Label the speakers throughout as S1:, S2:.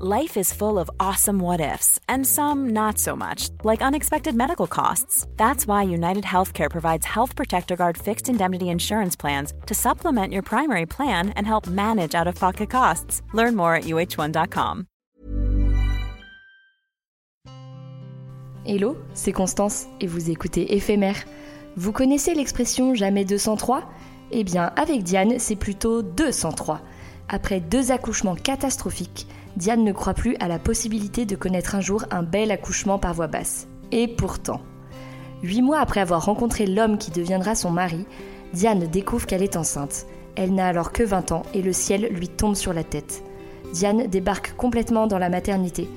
S1: Life is full of awesome what ifs, and some not so much, like unexpected medical costs. That's why United Healthcare provides Health Protector Guard fixed indemnity insurance plans to supplement your primary plan and help manage out of pocket costs. Learn more at uh1.com.
S2: Hello, c'est Constance et vous écoutez Éphémère. Vous connaissez l'expression jamais 203 Eh bien, avec Diane, c'est plutôt 203. Après deux accouchements catastrophiques, Diane ne croit plus à la possibilité de connaître un jour un bel accouchement par voie basse. Et pourtant, huit mois après avoir rencontré l'homme qui deviendra son mari, Diane découvre qu'elle est enceinte. Elle n'a alors que 20 ans et le ciel lui tombe sur la tête. Diane débarque complètement dans la maternité,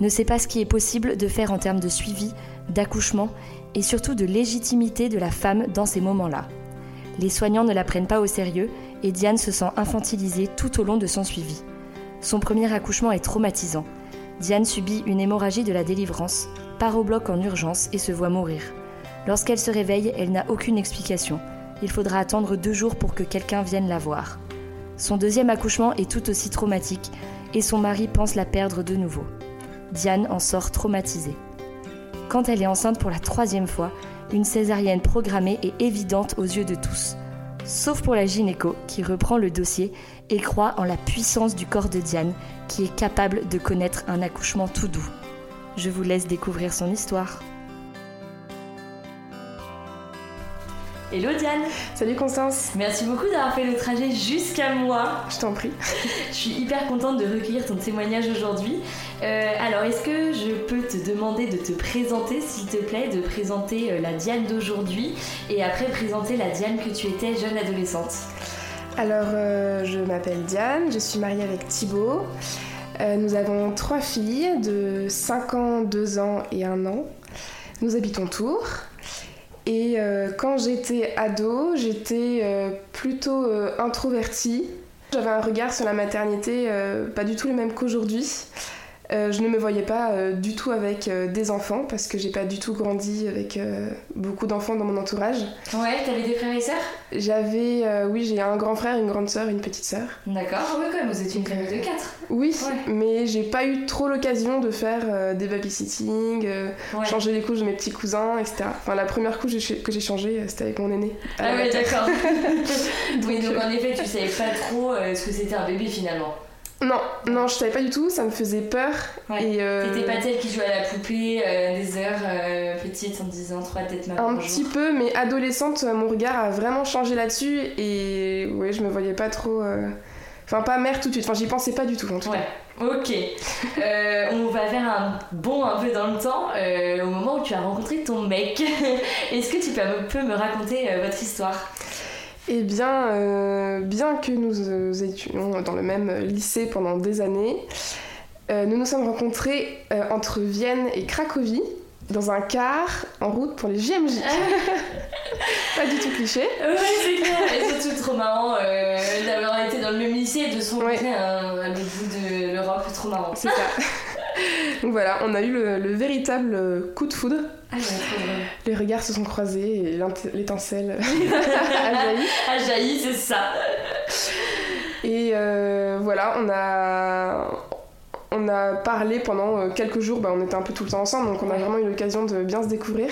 S2: ne sait pas ce qui est possible de faire en termes de suivi, d'accouchement et surtout de légitimité de la femme dans ces moments-là. Les soignants ne la prennent pas au sérieux et Diane se sent infantilisée tout au long de son suivi. Son premier accouchement est traumatisant. Diane subit une hémorragie de la délivrance, part au bloc en urgence et se voit mourir. Lorsqu'elle se réveille, elle n'a aucune explication. Il faudra attendre deux jours pour que quelqu'un vienne la voir. Son deuxième accouchement est tout aussi traumatique et son mari pense la perdre de nouveau. Diane en sort traumatisée. Quand elle est enceinte pour la troisième fois, une césarienne programmée est évidente aux yeux de tous. Sauf pour la gynéco qui reprend le dossier et croit en la puissance du corps de Diane qui est capable de connaître un accouchement tout doux. Je vous laisse découvrir son histoire.
S3: Hello Diane
S4: Salut Constance,
S3: Merci beaucoup d'avoir fait le trajet jusqu'à moi.
S4: je t'en prie.
S3: Je suis hyper contente de recueillir ton témoignage aujourd'hui. Euh, alors, est-ce que je peux te demander de te présenter, s'il te plaît, de présenter euh, la Diane d'aujourd'hui et après présenter la Diane que tu étais jeune adolescente
S4: Alors, euh, je m'appelle Diane, je suis mariée avec Thibaut. Euh, nous avons trois filles de 5 ans, 2 ans et 1 an. Nous habitons Tours. Et euh, quand j'étais ado, j'étais euh, plutôt euh, introvertie. J'avais un regard sur la maternité euh, pas du tout le même qu'aujourd'hui. Euh, je ne me voyais pas euh, du tout avec euh, des enfants parce que j'ai pas du tout grandi avec euh, beaucoup d'enfants dans mon entourage.
S3: Ouais, t'avais des frères et sœurs
S4: J'avais, euh, oui, j'ai un grand frère, une grande sœur, une petite sœur.
S3: D'accord, ouais, quand même, vous étiez une famille de 4.
S4: Oui,
S3: Ouais.
S4: mais j'ai pas eu trop l'occasion de faire euh, des babysitting, euh,
S3: Ouais.
S4: changer les couches de mes petits cousins, etc. Enfin, la première couche que j'ai changée, euh, c'était avec mon aîné. Euh,
S3: Ah, ouais, d'accord. oui, donc
S4: Donc,
S3: euh, en effet, tu savais pas trop euh, ce que c'était un bébé finalement.
S4: Non, non, je savais pas du tout, ça me faisait peur.
S3: Ouais.
S4: Et, euh,
S3: T'étais pas celle qui jouait à la poupée euh, des heures euh, petites en disant trois têtes maman.
S4: un
S3: bonjour.
S4: petit peu, mais adolescente, euh, mon regard a vraiment changé là-dessus et ouais, je me voyais pas trop. euh, Enfin, pas mère tout de suite, enfin, j'y pensais pas du tout en tout cas.
S3: Ouais, ok. Euh, on va faire un bond un peu dans le temps euh, au moment où tu as rencontré ton mec. Est-ce que tu peux, peux me raconter euh, votre histoire
S4: Eh bien, euh, bien que nous euh, étions dans le même lycée pendant des années, euh, nous nous sommes rencontrés euh, entre Vienne et Cracovie, dans un car en route pour les JMJ. Pas du tout cliché.
S3: Ouais, c'est clair. Et surtout trop marrant euh, d'avoir été dans le même lycée et de se rencontrer à, à l'autre bout de l'Europe. Trop marrant.
S4: C'est ça. Donc voilà, on a eu le, le véritable euh, coup de foudre.
S3: Ah, ouais, trop drôle.
S4: Les regards se sont croisés et l'int- l'étincelle a jailli.
S3: Ah, jaillit, c'est ça.
S4: Et euh, voilà, on a, on a parlé pendant euh, quelques jours, bah, on était un peu tout le temps ensemble, donc on a
S3: Ouais.
S4: vraiment eu l'occasion de bien se découvrir.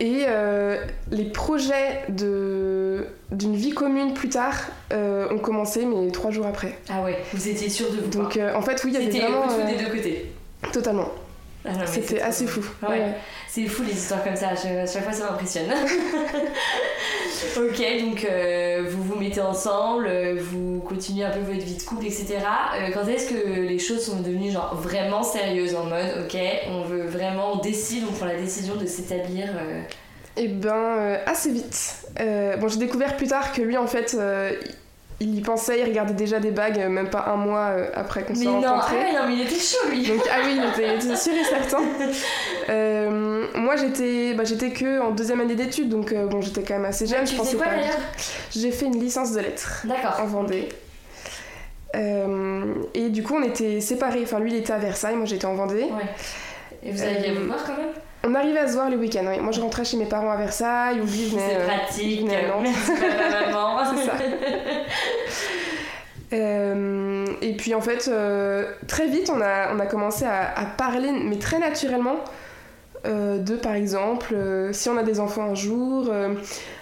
S4: Et euh, les projets de- d'une vie commune plus tard euh, ont commencé, mais trois jours après.
S2: Ah ouais, vous étiez sûr de vous.
S4: Donc
S2: quoi.
S4: euh, en fait, oui, il y avait
S2: c'était le
S4: vraiment.
S2: coup de foudre
S4: euh,
S2: des deux côtés.
S4: totalement.
S2: Ah non, mais c'est
S4: C'était
S2: trop
S4: assez
S2: cool.
S4: fou.
S2: Ah ouais. C'est fou les histoires comme ça, à chaque, à chaque fois ça m'impressionne. ok, donc euh, vous vous mettez ensemble, euh, vous continuez un peu votre vie de couple, etc. Euh, quand est-ce que les choses sont devenues genre vraiment sérieuses en mode ok, on veut vraiment, on décide, on prend la décision de s'établir euh,
S4: Et ben, euh, assez vite. Euh, bon, j'ai découvert plus tard que lui, en fait, euh, il y pensait, il regardait déjà des bagues, euh, même pas un mois euh, après qu'on
S2: Mais
S4: s'est
S2: non, ah
S4: rencontrés.
S2: ouais, non, mais il était chaud lui
S4: Donc, ah oui, il était, il était sûr et certain. Euh, moi, j'étais bah, j'étais que en deuxième année d'études, donc euh, bon, j'étais quand même assez jeune.
S2: Tu
S4: je
S2: faisais
S4: pensais
S2: quoi
S4: pas-
S2: d'ailleurs
S4: J'ai fait une licence de lettres. en
S2: D'accord.
S4: Vendée. Euh, et du coup, on était séparés. Enfin, lui, il était à Versailles, moi, j'étais en Vendée.
S2: Ouais. Et vous alliez
S4: Euh,
S2: vous voir quand même
S4: On arrivait à se voir le week-end. ouais. Moi, je rentrais chez mes parents à Versailles, ou lui venait.
S2: C'est
S4: euh,
S2: pratique,
S4: il venait à Nantes.
S2: merci papa, maman.
S4: C'est ça. Euh, et puis, en fait, euh, très vite, on a, on a commencé à, à parler, mais très naturellement. euh, de par exemple, euh, si on a des enfants un jour, euh,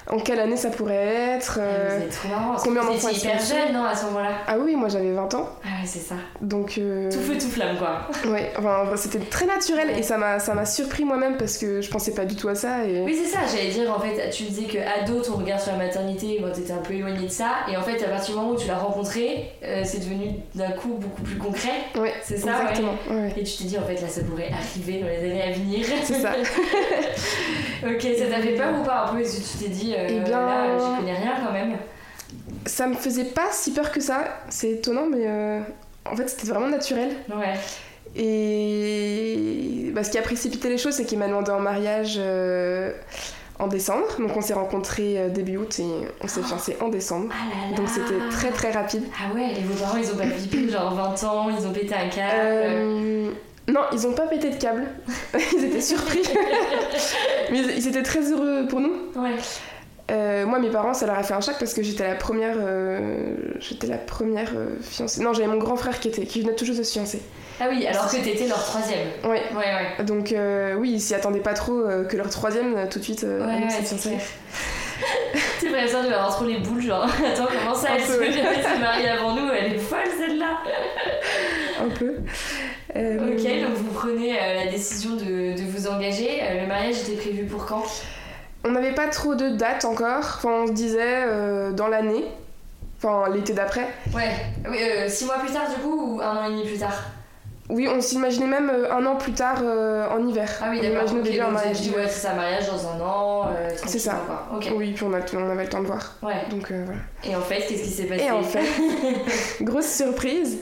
S4: en quelle année ça pourrait être. euh,
S2: C'est trop marrant. parce que
S4: combien
S2: Ah, vous
S4: d'enfants
S2: étiez
S4: ils
S2: hyper
S4: sont
S2: jeune, non, à ce moment-là
S4: Ah oui, moi j'avais 20 ans,
S2: Ah ouais, c'est ça.
S4: donc. euh,
S2: Tout feu, tout flamme, quoi.
S4: Ouais, enfin, c'était très naturel et ça m'a ça m'a surpris moi-même parce que je pensais pas du tout à ça et
S2: Oui, c'est ça, j'allais dire, en fait, tu disais que ado, ton regard sur la maternité, bon, t'étais un peu éloigné de ça, et en fait, à partir du moment où tu l'as rencontré, euh, c'est devenu d'un coup beaucoup plus concret,
S4: ouais,
S2: c'est ça,
S4: exactement. ouais, ouais.
S2: et tu t'es dit, en fait, là, ça pourrait arriver dans les années à venir.
S4: C'est ça.
S2: ok, ça t'a fait peur ou pas un peu Est-ce que tu t'es dit, euh,
S4: Eh bien-
S2: là, j'y connais rien quand même
S4: ça me faisait pas si peur que ça. C'est étonnant mais euh, en fait c'était vraiment naturel
S2: Ouais,
S4: et bah, ce qui a précipité les choses c'est qu'il m'a demandé en mariage euh, en décembre donc on s'est rencontrés euh, début août et on s'est fiancés en décembre.
S2: ah là là
S4: Donc c'était très très rapide.
S2: Ah ouais, et vos parents, ils ont pas pipé, genre 20 ans, ils ont pété un câble
S4: Euh, Non, ils ont pas pété de câble. ils étaient surpris. Mais ils ils étaient très heureux pour nous.
S2: Ouais,
S4: Euh, moi, mes parents, ça leur a fait un choc parce que j'étais la première, euh, j'étais la première euh, fiancée. Non, j'avais mon grand frère qui était, qui venait tout juste de se fiancer.
S2: ah oui, alors que t'étais leur troisième.
S4: Ouais.
S2: Ouais, ouais.
S4: Donc euh, oui, ils s'y attendaient pas trop euh, que leur troisième euh, tout de suite euh,
S2: Ouais,
S4: annonce
S2: ouais,
S4: cette
S2: c'est
S4: fiancée.
S2: clair. T'es pas sûr de lui avoir trop les boules, genre attends, comment ça
S4: Un
S2: elle se
S4: peu, ouais.
S2: elle s'est mariée avant nous, elle est folle celle-là.
S4: un peu. Euh,
S2: Ok, donc vous prenez euh, la décision de, de vous engager. Euh, le mariage était prévu pour quand
S4: On n'avait pas trop de dates encore. Enfin, on se disait euh, dans l'année, enfin l'été d'après.
S2: Ouais, oui, euh, six mois plus tard du coup ou un an et demi plus tard
S4: Oui, on s'imaginait même euh, un an plus tard euh, en hiver.
S2: Ah oui,
S4: on
S2: d'accord.
S4: imaginait
S2: ok,
S4: déjà un
S2: donc vous avez
S4: mariage.
S2: dit ouais, c'est ça, mariage dans un an. euh, tranquillement,
S4: ça.
S2: Quoi. Ok.
S4: Oui, puis on, a- on avait le temps de voir.
S2: Ouais.
S4: Donc euh, voilà.
S2: Et en fait, qu'est-ce qui s'est passé
S4: Et en fait, grosse surprise,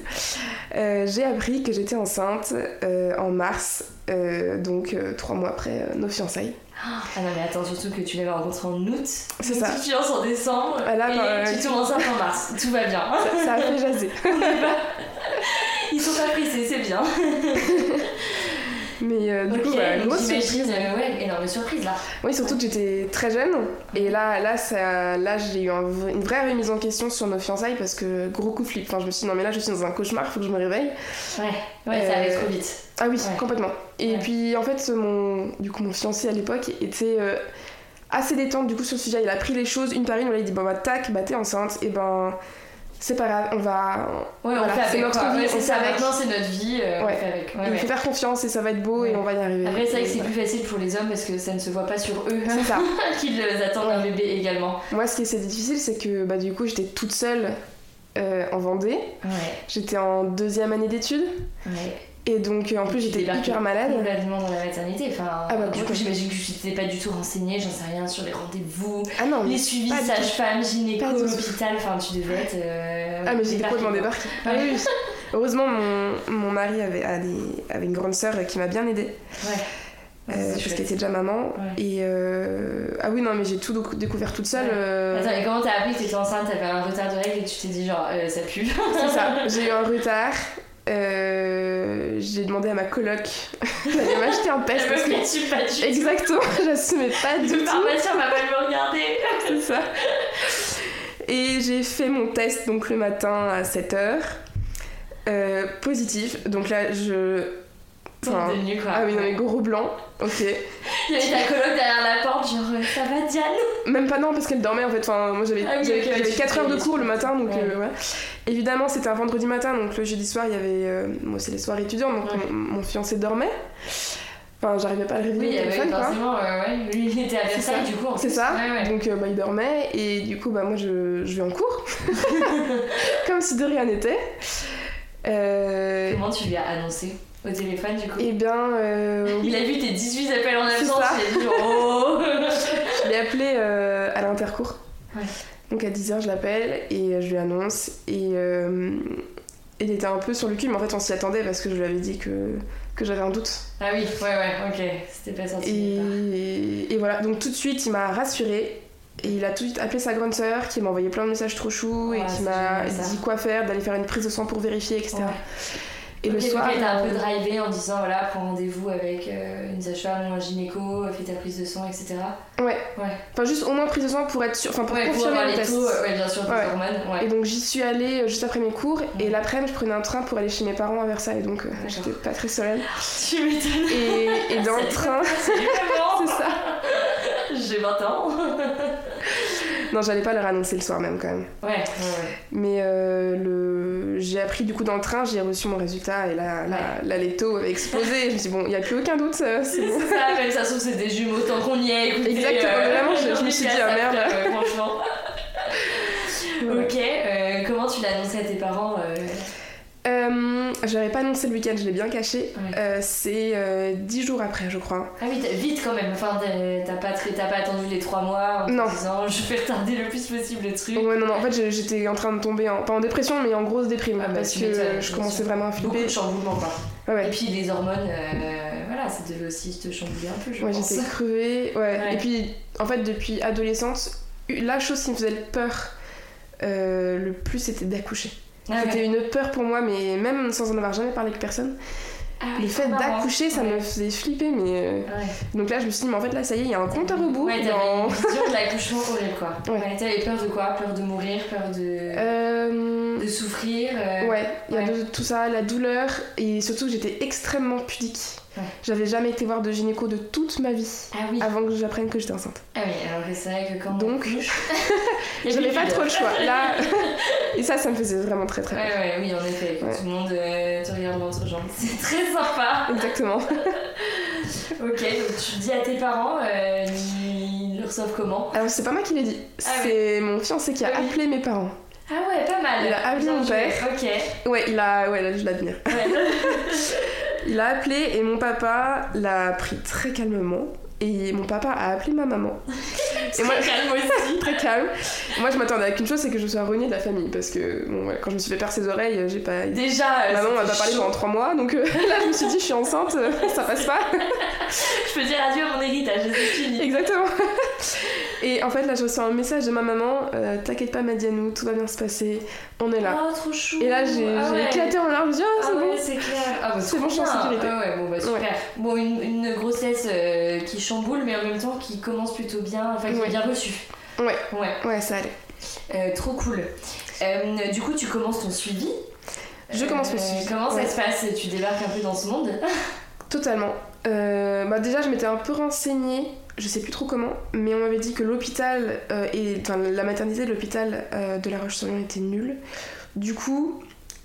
S4: euh, j'ai appris que j'étais enceinte euh, en mars, euh, donc euh, trois mois après euh, nos fiançailles.
S2: Ah non mais attends, surtout que tu l'avais rencontré en août.
S4: C'est
S2: donc
S4: ça.
S2: Tu te fiances en décembre.
S4: Ah là,
S2: et
S4: bah,
S2: tu tombes enceinte en mars. Tout va bien.
S4: Ça, ça a fait jaser.
S2: Ils sont pas pressés, c'est bien.
S4: Mais euh, du
S2: Ok,
S4: coup, voilà,
S2: donc
S4: grosse
S2: j'imagine,
S4: surprise.
S2: euh, ouais, énorme surprise là.
S4: Oui, surtout que j'étais très jeune. Et là, là, ça, là j'ai eu un vrai- une vraie remise en question sur nos fiançailles parce que gros coup de flip. Enfin, je me suis dit, non, mais là, je suis dans un cauchemar, faut que je me réveille.
S2: Ouais, ouais, ça allait
S4: Euh,
S2: trop vite.
S4: Ah oui,
S2: Ouais.
S4: complètement. Et
S2: Ouais.
S4: puis en fait, mon, du coup, mon fiancé à l'époque était euh, assez détente du coup sur le sujet. Il a pris les choses une par une. On lui a dit bon bah tac, bah t'es enceinte. Et ben c'est pas grave, on va.
S2: Ouais,
S4: voilà,
S2: on fait
S4: c'est
S2: avec
S4: notre
S2: quoi.
S4: vie,
S2: Ouais,
S4: on
S2: c'est
S4: fait
S2: ça,
S4: avec.
S2: maintenant c'est notre vie, euh,
S4: Ouais.
S2: on fait avec. Ouais,
S4: il
S2: ouais.
S4: faut faire confiance et ça euh, va être beau
S2: Ouais.
S4: et on va y arriver.
S2: Après, c'est vrai que c'est
S4: Et
S2: plus facile pour les hommes parce que ça ne se voit pas sur eux
S4: voilà. C'est ça.
S2: qu'ils euh, attendent un bébé également.
S4: Moi, ce qui était difficile, c'est que bah du coup, j'étais toute seule euh, en Vendée.
S2: Ouais,
S4: J'étais en deuxième année d'études
S2: ouais.
S4: et donc euh, en plus,
S2: Tu
S4: j'étais
S2: débarques
S4: hyper malade.
S2: Complètement dans la maternité. Enfin,
S4: Ah bah,
S2: du coup,
S4: complètement.
S2: j'imagine que tu t'étais pas du tout renseignée, j'en sais rien, sur les rendez-vous,
S4: Ah non.
S2: les
S4: mais-
S2: suivis
S4: pas du tout.
S2: sage-femme, gynéco,
S4: Pas du tout.
S2: hôpital. Enfin, tu devais être. euh,
S4: Ah mais j'étais
S2: débarquée,
S4: complètement
S2: quoi.
S4: débarquée. Ah oui. oui. Heureusement, mon, mon mari avait, a des- avait une grande sœur qui m'a bien aidée.
S2: Ouais.
S4: Euh,
S2: Ouais, Ah, c'est
S4: parce qu'elle
S2: chouette.
S4: était déjà maman.
S2: Ouais.
S4: Et euh, ah oui, non, mais j'ai tout dou- découvert toute seule.
S2: Ouais.
S4: euh,
S2: Attends, et comment t'as appris que t'étais enceinte, t'avais un retard de règles et tu t'es dit genre euh, ça pue
S4: C'est ça, j'ai eu un retard. euh, j'ai demandé à ma coloc d'aller m'acheter un
S2: Elle
S4: peste.
S2: me
S4: parce que-
S2: fait pas du tout.
S4: Exactement, j'assumais pas du
S2: Le
S4: tout.
S2: pharmacien va pas me regarder.
S4: C'est ça. Et j'ai fait mon test donc le Euh, matin à 7h. positif. Donc là, je
S2: Ton
S4: Enfin,
S2: tenue, quoi.
S4: Ah oui, non, mais gros blanc. Ok.
S2: Il y avait ta coloc derrière la porte, genre euh, ça va Diane
S4: Même pas non, parce qu'elle dormait en fait. Enfin, moi j'avais
S2: Ah oui, ok, tu
S4: 4
S2: fais
S4: heures de
S2: les
S4: cours le
S2: soirs.
S4: matin, donc
S2: Ouais.
S4: euh, ouais. Évidemment, c'était un vendredi matin, donc le jeudi soir, il y avait. euh, moi, c'est les soirées étudiantes, donc
S2: Ouais.
S4: mon, mon fiancé dormait. Enfin, j'arrivais pas à le
S2: Oui,
S4: réveiller
S2: il y
S4: au
S2: avait
S4: téléphone, quoi.
S2: forcément, euh, ouais, lui il était à
S4: C'est
S2: Versailles
S4: ça.
S2: du coup. en
S4: C'est
S2: plus.
S4: ça,
S2: Ouais, ouais.
S4: donc euh, bah, il dormait et du coup bah moi je, je vais en cours, comme si de rien n'était. Euh,
S2: Comment tu lui as annoncé au téléphone du coup
S4: et bien euh,
S2: Il a vu tes 18 appels en
S4: C'est
S2: absence,
S4: ça.
S2: il a dit genre oh
S4: Je l'ai appelé euh, à l'intercours.
S2: Ouais.
S4: Donc à 10h, je l'appelle et euh, je lui annonce. Et euh, il était un peu sur le cul, mais en fait, on s'y attendait parce que je lui avais dit que, que j'avais un doute.
S2: Ah oui, ouais, ouais, ok, c'était pas senti.
S4: Et, et voilà, donc tout de suite, il m'a rassurée. Et il a tout de suite appelé sa grande sœur qui m'a envoyé plein de messages trop choux
S2: Ouais,
S4: et qui
S2: c'est
S4: m'a
S2: génial, ça.
S4: dit quoi faire, d'aller faire une prise de sang pour vérifier, etc.
S2: Ouais.
S4: Et le
S2: Ok,
S4: soir.
S2: donc elle t'a un peu
S4: euh,
S2: drivé en disant voilà, prends rendez-vous avec euh, une sage-femme ou un gynéco, fais ta prise de sang, etc.
S4: Ouais.
S2: Ouais.
S4: Enfin, juste au moins prise de sang pour être sûr, enfin pour
S2: Ouais, pour
S4: confirmer
S2: avoir
S4: le
S2: les
S4: test.
S2: taux, euh, ouais, bien sûr, des
S4: Ouais.
S2: hormones, ouais.
S4: Et donc j'y suis allée euh, juste après mes cours et
S2: Mhm.
S4: l'après-midi je prenais un train pour aller chez mes parents à Versailles donc euh,
S2: D'accord.
S4: j'étais pas très sereine.
S2: Tu m'étonnes.
S4: Et, et dans le train,
S2: C'est vraiment
S4: c'est ça.
S2: J'ai 20 ans.
S4: Non j'allais pas leur annoncer le soir même quand même.
S2: Ouais, ouais, ouais.
S4: Mais euh, le... j'ai appris du coup dans le train, j'ai reçu mon résultat et là, là, là les taux avaient explosé. je me suis dit bon il y a plus aucun doute. euh, c'est bon.
S2: C'est ça, même ça se trouve, c'est des jumeaux tant qu'on y est. Écoutez,
S4: Exactement, vraiment, je- je me suis dit, ah, merde.
S2: euh, franchement.
S4: Voilà.
S2: Ok, euh, comment tu l'as annoncé à tes parents euh,
S4: Euh, J'avais pas annoncé le week-end, je l'ai bien caché.
S2: Ouais.
S4: Euh, c'est euh, dix jours après je crois.
S2: Ah oui, t'as- vite quand même. Enfin, t'as t'as pas, très- t'as pas attendu les 3 mois en te
S4: Non.
S2: disant je vais retarder le plus possible le truc.
S4: Ouais non non en fait j'ai- j'étais en train de tomber en... pas en dépression mais en grosse déprime
S2: Ah, bah,
S4: parce
S2: tu
S4: que
S2: m'étonnes,
S4: je
S2: bien
S4: commençais
S2: sûr.
S4: vraiment à
S2: Beaucoup
S4: flipper.
S2: de chamboulement, quoi.
S4: Ouais, ouais.
S2: Et puis les hormones, euh, voilà, ça devait aussi te chambouler un peu, je
S4: Ouais,
S2: pense.
S4: j'étais crevée. Ouais.
S2: Ouais.
S4: Et puis, en fait, depuis adolescente, la chose qui me faisait peur euh, le plus, c'était d'accoucher.
S2: Ah ouais.
S4: C'était une peur pour moi, mais même sans en avoir jamais parlé avec personne.
S2: Ah
S4: le
S2: oui,
S4: fait
S2: trop marrant.
S4: d'accoucher, ça
S2: Ouais.
S4: me faisait flipper. Mais euh,
S2: Ouais.
S4: donc là, je me suis dit, mais en fait, là, ça y est, il y a un compte à rebours.
S2: Ouais, t'avais
S4: dans-
S2: une vision de l'accouchement horrible, quoi.
S4: Ouais.
S2: Ouais. t'avais peur de quoi Peur de mourir, peur de,
S4: Euh,
S2: de souffrir. euh,
S4: Ouais, il y a
S2: ouais.
S4: de- tout ça, la douleur, et surtout j'étais extrêmement pudique.
S2: Ouais.
S4: J'avais jamais été voir de gynéco de toute ma vie
S2: Ah oui.
S4: avant que j'apprenne que j'étais enceinte.
S2: Ah oui, alors que c'est vrai que quand
S4: Donc,
S2: on accouche, y a plus
S4: J'avais
S2: de
S4: pas
S2: pudeur.
S4: trop le choix. Là, et ça, ça me faisait vraiment très très
S2: Ouais,
S4: mal.
S2: ouais, oui, en effet. Quand
S4: Ouais.
S2: tout le monde euh, te regarde l'entrejambe, c'est très sympa.
S4: Exactement.
S2: ok, donc tu dis à tes parents, euh, ils le reçoivent comment
S4: Alors c'est pas moi qui l'ai dit,
S2: Ah ouais.
S4: c'est mon fiancé qui a
S2: Ah oui.
S4: appelé mes parents.
S2: Ah ouais, pas mal.
S4: Il a appelé
S2: Bien
S4: mon
S2: joué.
S4: père.
S2: Ok. Ouais.
S4: Ouais, il a, ouais, là, je l'admire. Il a appelé et mon papa l'a pris très calmement. Et mon papa a appelé ma maman. Et moi,
S2: calme aussi.
S4: très calme. Moi, je m'attendais à qu'une chose, c'est que je sois reniée de la famille. Parce que, bon, voilà, quand je me suis fait percer les oreilles, j'ai pas.
S2: Déjà, euh,
S4: Ma maman m'a
S2: c'était
S4: pas parlé
S2: chaud.
S4: pendant trois mois, donc euh, là, je me suis dit, je suis enceinte, euh, ça passe pas.
S2: Je peux dire adieu à mon héritage, c'est fini.
S4: Exactement. Et en fait, là, je reçois un message de ma maman euh, T'inquiète pas, Madianou, tout va bien se passer, on est là.
S2: Oh, trop chou.
S4: Et là, j'ai
S2: Ah
S4: j'ai
S2: ouais.
S4: éclaté en larmes, je me suis
S2: Ah ouais,
S4: dit, ah, c'est bon.
S2: c'est clair. Ah bah,
S4: C'est
S2: trop
S4: bon, je suis en
S2: bien.
S4: sécurité.
S2: Ah ouais, bon, bah, super.
S4: Ouais.
S2: Bon, une, une grossesse euh, qui chamboule, mais en même temps qui commence plutôt bien, enfin qui
S4: Ouais.
S2: est bien reçue.
S4: Ouais.
S2: Ouais,
S4: Ouais, ça allait.
S2: Euh, trop cool. Euh, du coup, tu commences ton suivi. Euh,
S4: Je commence mon suivi.
S2: Comment ça
S4: Ouais.
S2: se passe Tu débarques un peu dans ce monde.
S4: Totalement. Euh, bah déjà, je m'étais un peu renseignée, je sais plus trop comment, mais on m'avait dit que l'hôpital, euh, et enfin, la maternité de l'hôpital euh, de La Roche-sur-Yon était nulle. Du coup,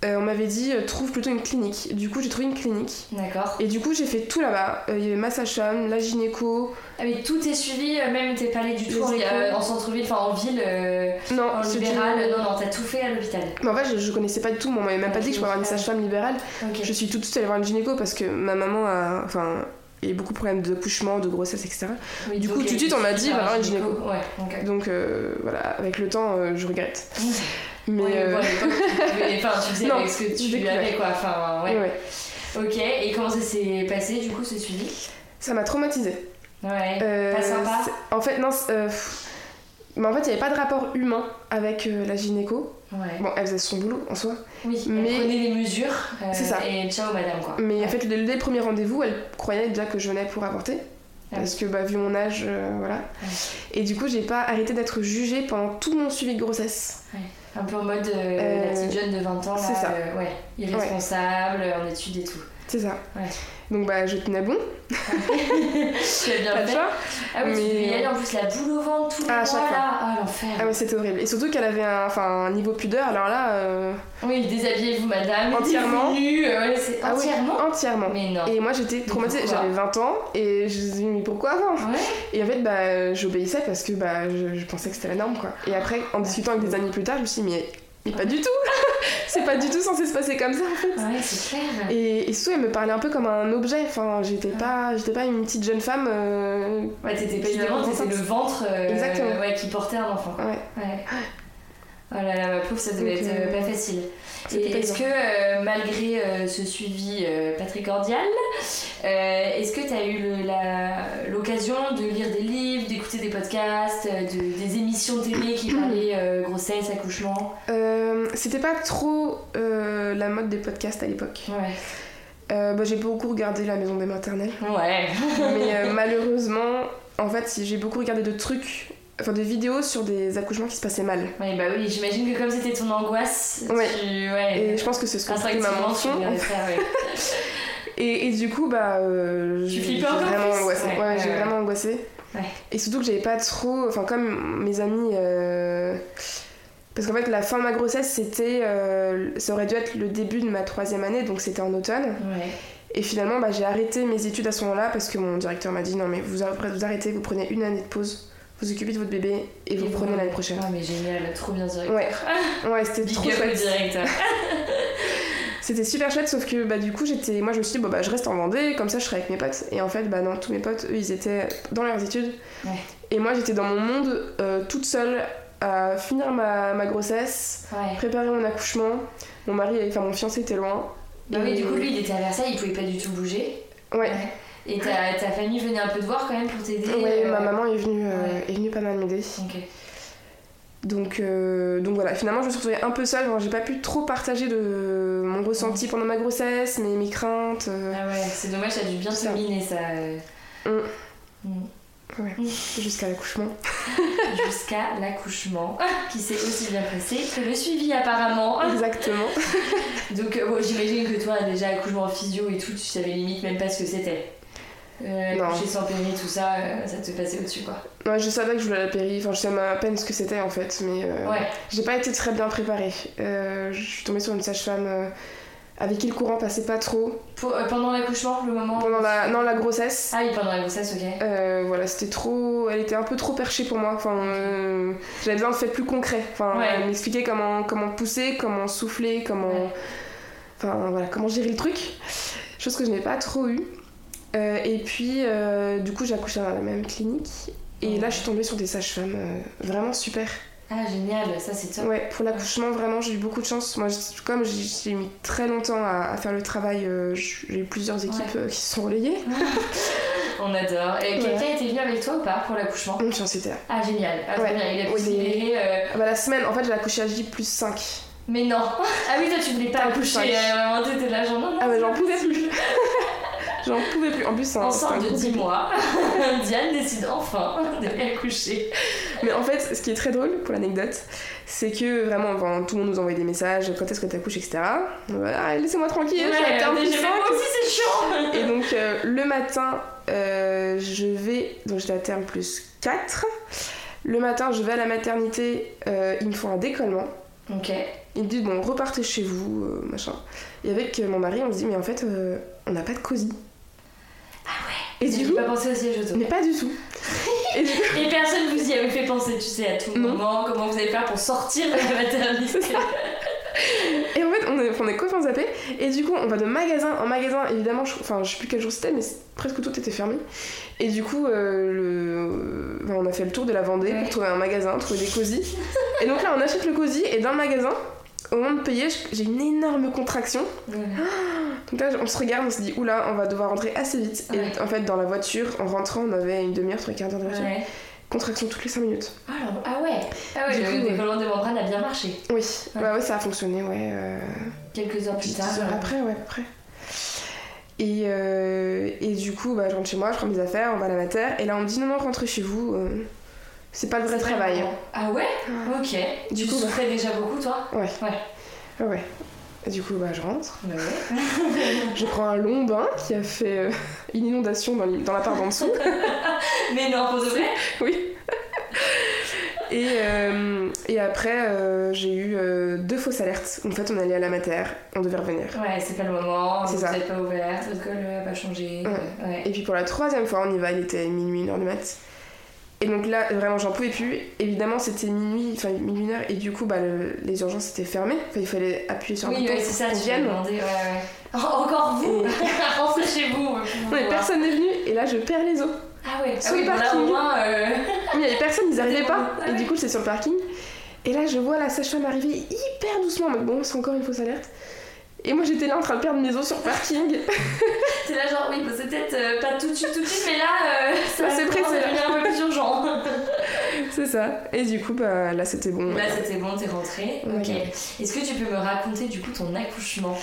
S4: euh, on m'avait dit euh, trouve plutôt une clinique. Du coup, j'ai trouvé une clinique.
S2: D'accord.
S4: Et du coup, j'ai fait tout là-bas. Euh, Il y avait ma sage-femme, la gynéco.
S2: Ah, mais tout est suivi, euh, même t'es pas allé du tout
S4: Les
S2: en,
S4: échos.
S2: euh, en centre-ville, enfin en ville, euh,
S4: Non,
S2: en
S4: Oh, c'est-
S2: libéral. Non, non, t'as tout fait à l'hôpital.
S4: Mais en fait, je, je connaissais pas du tout. Moi, on m'avait même pas dit que je pouvais avoir une sage-femme libérale.
S2: Ok.
S4: Je suis tout de suite allée voir une gynéco parce que ma maman a, enfin, il y a eu beaucoup de problèmes d'accouchement, de grossesse, etc.
S2: Oui,
S4: du
S2: donc,
S4: coup, tout de
S2: euh,
S4: suite, on m'a dit, bah,
S2: tu
S4: va voir une
S2: Ouais, ok.
S4: Donc euh, voilà, avec le temps, euh, je regrette. Mais
S2: Ouais, mais
S4: euh,
S2: bon, à l'époque, tu pouvais- enfin, tu faisais
S4: Non,
S2: avec ce que
S4: j'ai
S2: tu
S4: découvert.
S2: avais, quoi. Enfin, ouais.
S4: ouais.
S2: Ok, et comment ça s'est passé, du coup, ce suivi
S4: ça m'a traumatisée.
S2: Ouais.
S4: Euh,
S2: Eh, Pas sympa
S4: c'est- En fait, non. c'est- euh, pff. mais en fait, il n'y avait pas de rapport humain avec euh, la gynéco.
S2: Ouais.
S4: Bon, elle faisait son boulot en soi.
S2: Oui,
S4: mais-
S2: mais... prenez les mesures. euh,
S4: C'est ça. Mm.
S2: Et ciao, madame, quoi.
S4: Mais en fait, dès le premier rendez-vous, elle croyait déjà que je venais pour avorter.
S2: Ah
S4: Parce que, bah, vu mon âge, euh, voilà. Et du coup, j'ai pas arrêté d'être jugée pendant tout mon suivi de grossesse.
S2: Ouais. Un peu en mode euh,
S4: Euh,
S2: la petite jeune de 20 ans, là,
S4: c'est ça.
S2: euh, ouais, irresponsable, en études et tout.
S4: C'est ça.
S2: Ouais.
S4: Donc bah je tenais bon,
S2: Tu as
S4: pas
S2: bien
S4: de
S2: fait.
S4: choix.
S2: Ah oui, tu
S4: Mais-
S2: devais y aller en plus la boule au ventre tout le
S4: Ah, à
S2: mois,
S4: chaque fois.
S2: là. Ah l'enfer.
S4: Ah mais c'était horrible. Et surtout qu'elle avait un, enfin, un niveau pudeur, alors là... euh,
S2: Oui, déshabillez-vous madame.
S4: Entièrement.
S2: Nue, ouais, c'est
S4: ah oui,
S2: entièrement.
S4: Entièrement.
S2: Mais non.
S4: Et moi j'étais traumatisée,
S2: pourquoi Ah
S4: j'avais 20 ans et je me suis dit mais pourquoi avant
S2: Ouais.
S4: Et en fait bah j'obéissais parce que bah je, je pensais que c'était la norme quoi. Et après en discutant avec des amis plus tard je me suis dit mais, mais pas du tout C'est pas du tout censé se passer comme ça en fait
S2: Ouais, c'est clair.
S4: Et, et surtout, elle me parlait un peu comme un objet. Enfin, j'étais pas, j'étais pas une petite jeune femme. euh,
S2: Ouais, t'étais pas
S4: Qui
S2: évidemment,
S4: devient
S2: t'étais le
S4: enceinte.
S2: ventre euh,
S4: Exactement.
S2: ouais, qui portait un enfant.
S4: Ouais.
S2: Ouais. Oh là là, ma pauvre, ça devait
S4: Donc,
S2: être euh,
S4: euh,
S2: pas facile.
S4: c'était
S2: Et
S4: pas
S2: est-ce que,
S4: évident.
S2: euh, malgré euh, ce suivi euh, pas très cordial, euh, est-ce que t'as eu le- la- l'occasion de lire des livres, d'écouter des podcasts, euh, de- des émissions télé qui parlaient euh, grossesse, accouchement
S4: Euh, C'était pas trop euh, la mode des podcasts à l'époque.
S2: Ouais.
S4: Euh, bah, j'ai beaucoup regardé La Maison des Maternelles,
S2: Ouais.
S4: mais euh, malheureusement, en fait, si j'ai beaucoup regardé de trucs, enfin de vidéos sur des accouchements qui se passaient mal.
S2: Ouais, bah oui, j'imagine que comme c'était ton angoisse,
S4: Ouais.
S2: tu. Ouais.
S4: Et je pense que c'est ce que toutes les
S2: Instinctivement,
S4: mamans
S2: tu
S4: font.
S2: regardais ça, ouais.
S4: Et, et du coup, bah, euh,
S2: Tu
S4: j'ai j'ai
S2: flippais encore
S4: vraiment
S2: plus
S4: angoissée.
S2: Ouais,
S4: Ouais,
S2: ouais,
S4: j'ai
S2: ouais.
S4: vraiment angoissée.
S2: Ouais.
S4: Et surtout que j'avais pas trop. Enfin, comme mes amis. euh, Parce qu'en fait, la fin de ma grossesse, c'était. euh, Ça aurait dû être le début de ma troisième année, donc c'était en automne.
S2: Ouais.
S4: Et finalement, bah, j'ai arrêté mes études à ce moment-là parce que mon directeur m'a dit non, mais vous arrêtez, vous arrêtez, vous prenez une année de pause, vous occupez de votre bébé et vous reprenez l'année prochaine.
S2: Ah, mais génial, trop bien direct.
S4: Ouais, ouais c'était
S2: Big
S4: trop
S2: up le
S4: chouette.
S2: directeur.
S4: C'était super chouette, sauf que bah, du coup, j'étais... moi je me suis dit, bon, bah, je reste en Vendée, comme ça je serai avec mes potes. Et en fait, bah non, tous mes potes, eux, ils étaient dans leurs études.
S2: Ouais.
S4: Et moi, j'étais dans mon monde euh, toute seule à finir ma, ma grossesse,
S2: Ouais.
S4: préparer mon accouchement. Mon mari, enfin mon fiancé était loin.
S2: Bah oui,
S4: Et-
S2: du coup, lui, il était à Versailles, il pouvait pas du tout bouger.
S4: Euh, Ouais,
S2: Et ta, ta famille venait un peu te voir quand même pour t'aider.
S4: ouais
S2: euh,
S4: ma maman est venue, euh,
S2: ouais.
S4: est venue pas mal m'aider.
S2: Ok.
S4: Donc, euh, donc voilà, finalement, je me suis retrouvée un peu seule. Enfin, j'ai pas pu trop partager de mon ressenti pendant ma grossesse, mes, mes craintes. euh,
S2: Ah ouais, c'est dommage, ça a dû bien se
S4: Ça.
S2: miner ça. euh.
S4: Hum.
S2: Hum.
S4: ouais, Jusqu'à l'accouchement.
S2: Jusqu'à l'accouchement, qui s'est aussi bien passé que le suivi apparemment.
S4: Exactement.
S2: Donc euh, bon, j'imagine que toi, déjà accouchement en physio et tout, tu savais limite même pas ce que c'était. Euh,
S4: Non.
S2: accoucher sans péri, tout ça, euh, ça te passait au-dessus quoi.
S4: Ouais, je savais que je voulais la péri, enfin je savais à peine ce que c'était en fait, mais euh,
S2: Ouais.
S4: j'ai pas été très bien préparée. Euh, je suis tombée sur une sage-femme euh, avec qui le courant passait pas trop.
S2: Pour- euh, pendant l'accouchement, le moment.
S4: Pendant la, non, la grossesse,
S2: Ah oui, pendant la grossesse, ok.
S4: euh, voilà, c'était trop. Elle était un peu trop perchée pour moi. Enfin, euh, j'avais besoin de faits plus concrets. Enfin,
S2: Ouais.
S4: elle m'expliquait comment, comment pousser, comment souffler, comment.
S2: Ouais.
S4: Enfin, voilà, comment gérer le truc. Chose que je n'ai pas trop eue. Euh, et puis, euh, du coup, j'ai accouché à la même clinique. Et là, je suis tombée sur des sages-femmes euh, vraiment super.
S2: Ah génial, ça c'est top.
S4: Ouais, pour l'accouchement, vraiment, j'ai eu beaucoup de chance. Moi, je- comme j'ai j'ai mis très longtemps à, à faire le travail, euh, j'ai eu plusieurs équipes
S2: Ouais.
S4: euh, qui se sont relayées.
S2: On adore. Et quelqu'un était venu avec toi ou pas pour l'accouchement
S4: Mon fiancé était là.
S2: Ah génial, ah, très
S4: Ouais.
S2: bien, il a pu
S4: Oui,
S2: se
S4: mais-
S2: libérer. euh,
S4: Ah bah, la semaine, en fait, j'ai accouché à J plus 5.
S2: Mais non. Ah oui, toi tu voulais pas
S4: Un peu cinq.
S2: accoucher, euh, vraiment t'étais là, genre non, non,
S4: Ah bah,
S2: c'est
S4: j'en
S2: pas
S4: pouvais
S2: possible.
S4: plus. j'en pouvais plus. En plus, c'est un, c'est un
S2: Enceinte de
S4: gros
S2: 10
S4: bébé.
S2: mois, Diane décide enfin d'aller accoucher.
S4: Mais en fait, ce qui est très drôle pour l'anecdote, c'est que vraiment, enfin, tout le monde nous envoyait des messages quand est-ce que t'accouches, etc. Voilà, ah, laissez-moi tranquille,
S2: Ouais,
S4: j'ai hâte
S2: euh,
S4: un
S2: déjà,
S4: plus cinq.
S2: moi aussi c'est chiant
S4: Et donc euh, le matin, euh, je vais. Donc j'étais à terme plus 4. Le matin, je vais à la maternité, euh, ils me font un décollement.
S2: Ok,
S4: Ils me disent, bon, repartez chez vous, euh, machin. Et avec euh, mon mari, on se dit, mais en fait, euh, on n'a pas de cosy. Ah ouais Et du
S2: j'ai
S4: coup,
S2: pas pensé au siège auto.
S4: mais pas du tout. Et du coup,
S2: Et personne vous y avait fait penser, tu sais, à tout
S4: Non.
S2: moment, comment vous allez faire pour sortir de la maternité.
S4: et en fait, on est, on est copains zappés. Et du coup, on va de magasin en magasin. Évidemment, je, enfin, je sais plus quel jour c'était, mais c'est- presque tout était fermé. Et du coup, euh, le- enfin, on a fait le tour de la Vendée
S2: Ouais.
S4: pour trouver un magasin, trouver des cosy. et donc là, on achète le cosy. Et dans le magasin, au moment de payer, je- j'ai une énorme contraction. Donc là, on se regarde, on se dit, oula, on va devoir rentrer assez vite.
S2: Ouais.
S4: Et en fait, dans la voiture, en rentrant, on avait une demi-heure, trois quarts d'heure de voiture.
S2: Ah, Ouais.
S4: Contraction toutes les cinq minutes.
S2: Alors, ah ouais, ah ouais
S4: Du
S2: le
S4: coup, euh,
S2: décollement de membrane a bien marché.
S4: Oui,
S2: Ouais.
S4: bah ouais, ça a fonctionné, ouais. euh,
S2: Quelques heures plus
S4: dix
S2: tard.
S4: heures
S2: euh,
S4: après, ouais, après. Et, euh, et du coup, bah, je rentre chez moi, je prends mes affaires, on va à la mater, et là on me dit non, non, rentrez chez vous, euh, C'est pas le vrai
S2: C'est pas
S4: travail.
S2: bon. Ah ouais Ok.
S4: Du
S2: tu
S4: coup, bah-
S2: souffrais déjà beaucoup, toi
S4: Ouais.
S2: Ouais.
S4: Ouais. Et Du coup, bah, je rentre.
S2: Bah ouais.
S4: Je prends un long bain qui a fait euh, une inondation dans, l'i- dans la part d'en dessous.
S2: Mais non, pour de vrai
S4: oui. Et, euh, et après, euh, j'ai eu euh, deux fausses alertes. En fait, on allait à la mater, on devait revenir.
S2: Ouais, c'est pas le moment,
S4: C'est
S2: vous
S4: ça.
S2: n'êtes pas ouvert, votre colle euh, a pas changé.
S4: Ouais.
S2: Ouais.
S4: Et puis pour la troisième fois, on y va, il était minuit, une heure du mat. Et donc là, vraiment, j'en pouvais plus. Évidemment, c'était minuit, enfin minuit, une heure, et du coup, bah, le- les urgences étaient fermées. Enfin, il fallait appuyer sur un
S2: Oui,
S4: bouton
S2: ouais,
S4: pour
S2: c'est ça,
S4: qu'on
S2: tu m'as
S4: vienne.
S2: demandé. Ouais, ouais. Oh, encore vous Rentrez chez vous.
S4: Non, mais personne n'est venu, et là, je perds les os.
S2: Ah ouais, ah
S4: Sur
S2: oui,
S4: le
S2: bon, là au
S4: parking.
S2: moins. euh,
S4: Il n'y avait personne, ils n'arrivaient pas.
S2: Ah
S4: Et
S2: ouais.
S4: du coup, c'est sur le parking. Et là, je vois la sage-femme arriver hyper doucement, en mode bon, c'est encore une fausse alerte. Et moi, j'étais là en train de perdre mes os sur le parking.
S2: C'est là genre, oui, bah, c'est peut-être euh, pas tout de suite, tout de suite, mais là, euh, ça
S4: Bah, c'est
S2: commence
S4: pressé,
S2: à
S4: là.
S2: devenir un peu plus urgent.
S4: c'est ça. Et du coup, bah là, c'était bon.
S2: Là, c'était bon, t'es rentrée.
S4: Ouais.
S2: Ok. Est-ce que tu peux me raconter du coup ton accouchement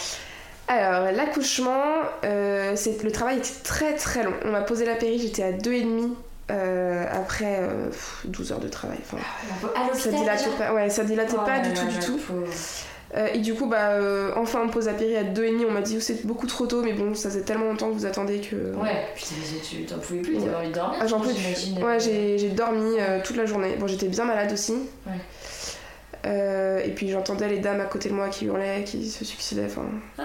S4: Alors, l'accouchement, euh, c'est- le travail était très très long. On m'a posé la péri, j'étais à 2,5 euh, après euh, pff, 12 heures de travail. Enfin,
S2: À l'hôpital
S4: ça
S2: déjà
S4: dilatait pas, ouais, ça dilatait
S2: Oh
S4: pas
S2: là
S4: du
S2: là
S4: tout, du
S2: là,
S4: tout.
S2: faut-
S4: Euh, et du coup, bah, euh, enfin, on me pose la péri à 2,5. On m'a dit, oh, c'est beaucoup trop tôt, mais bon, ça faisait tellement longtemps que vous attendez que. euh,
S2: Ouais, putain, mais tu t'en pouvais plus, t'avais
S4: Ouais.
S2: envie de dormir.
S4: Ah, j'en peux plus.
S2: j'imagine.
S4: Ouais, j'ai j'ai dormi euh, toute la journée. Bon, j'étais bien malade aussi.
S2: Ouais.
S4: Euh, et puis j'entendais les dames à côté de moi qui hurlaient, qui se suicidaient. Enfin,
S2: Ah.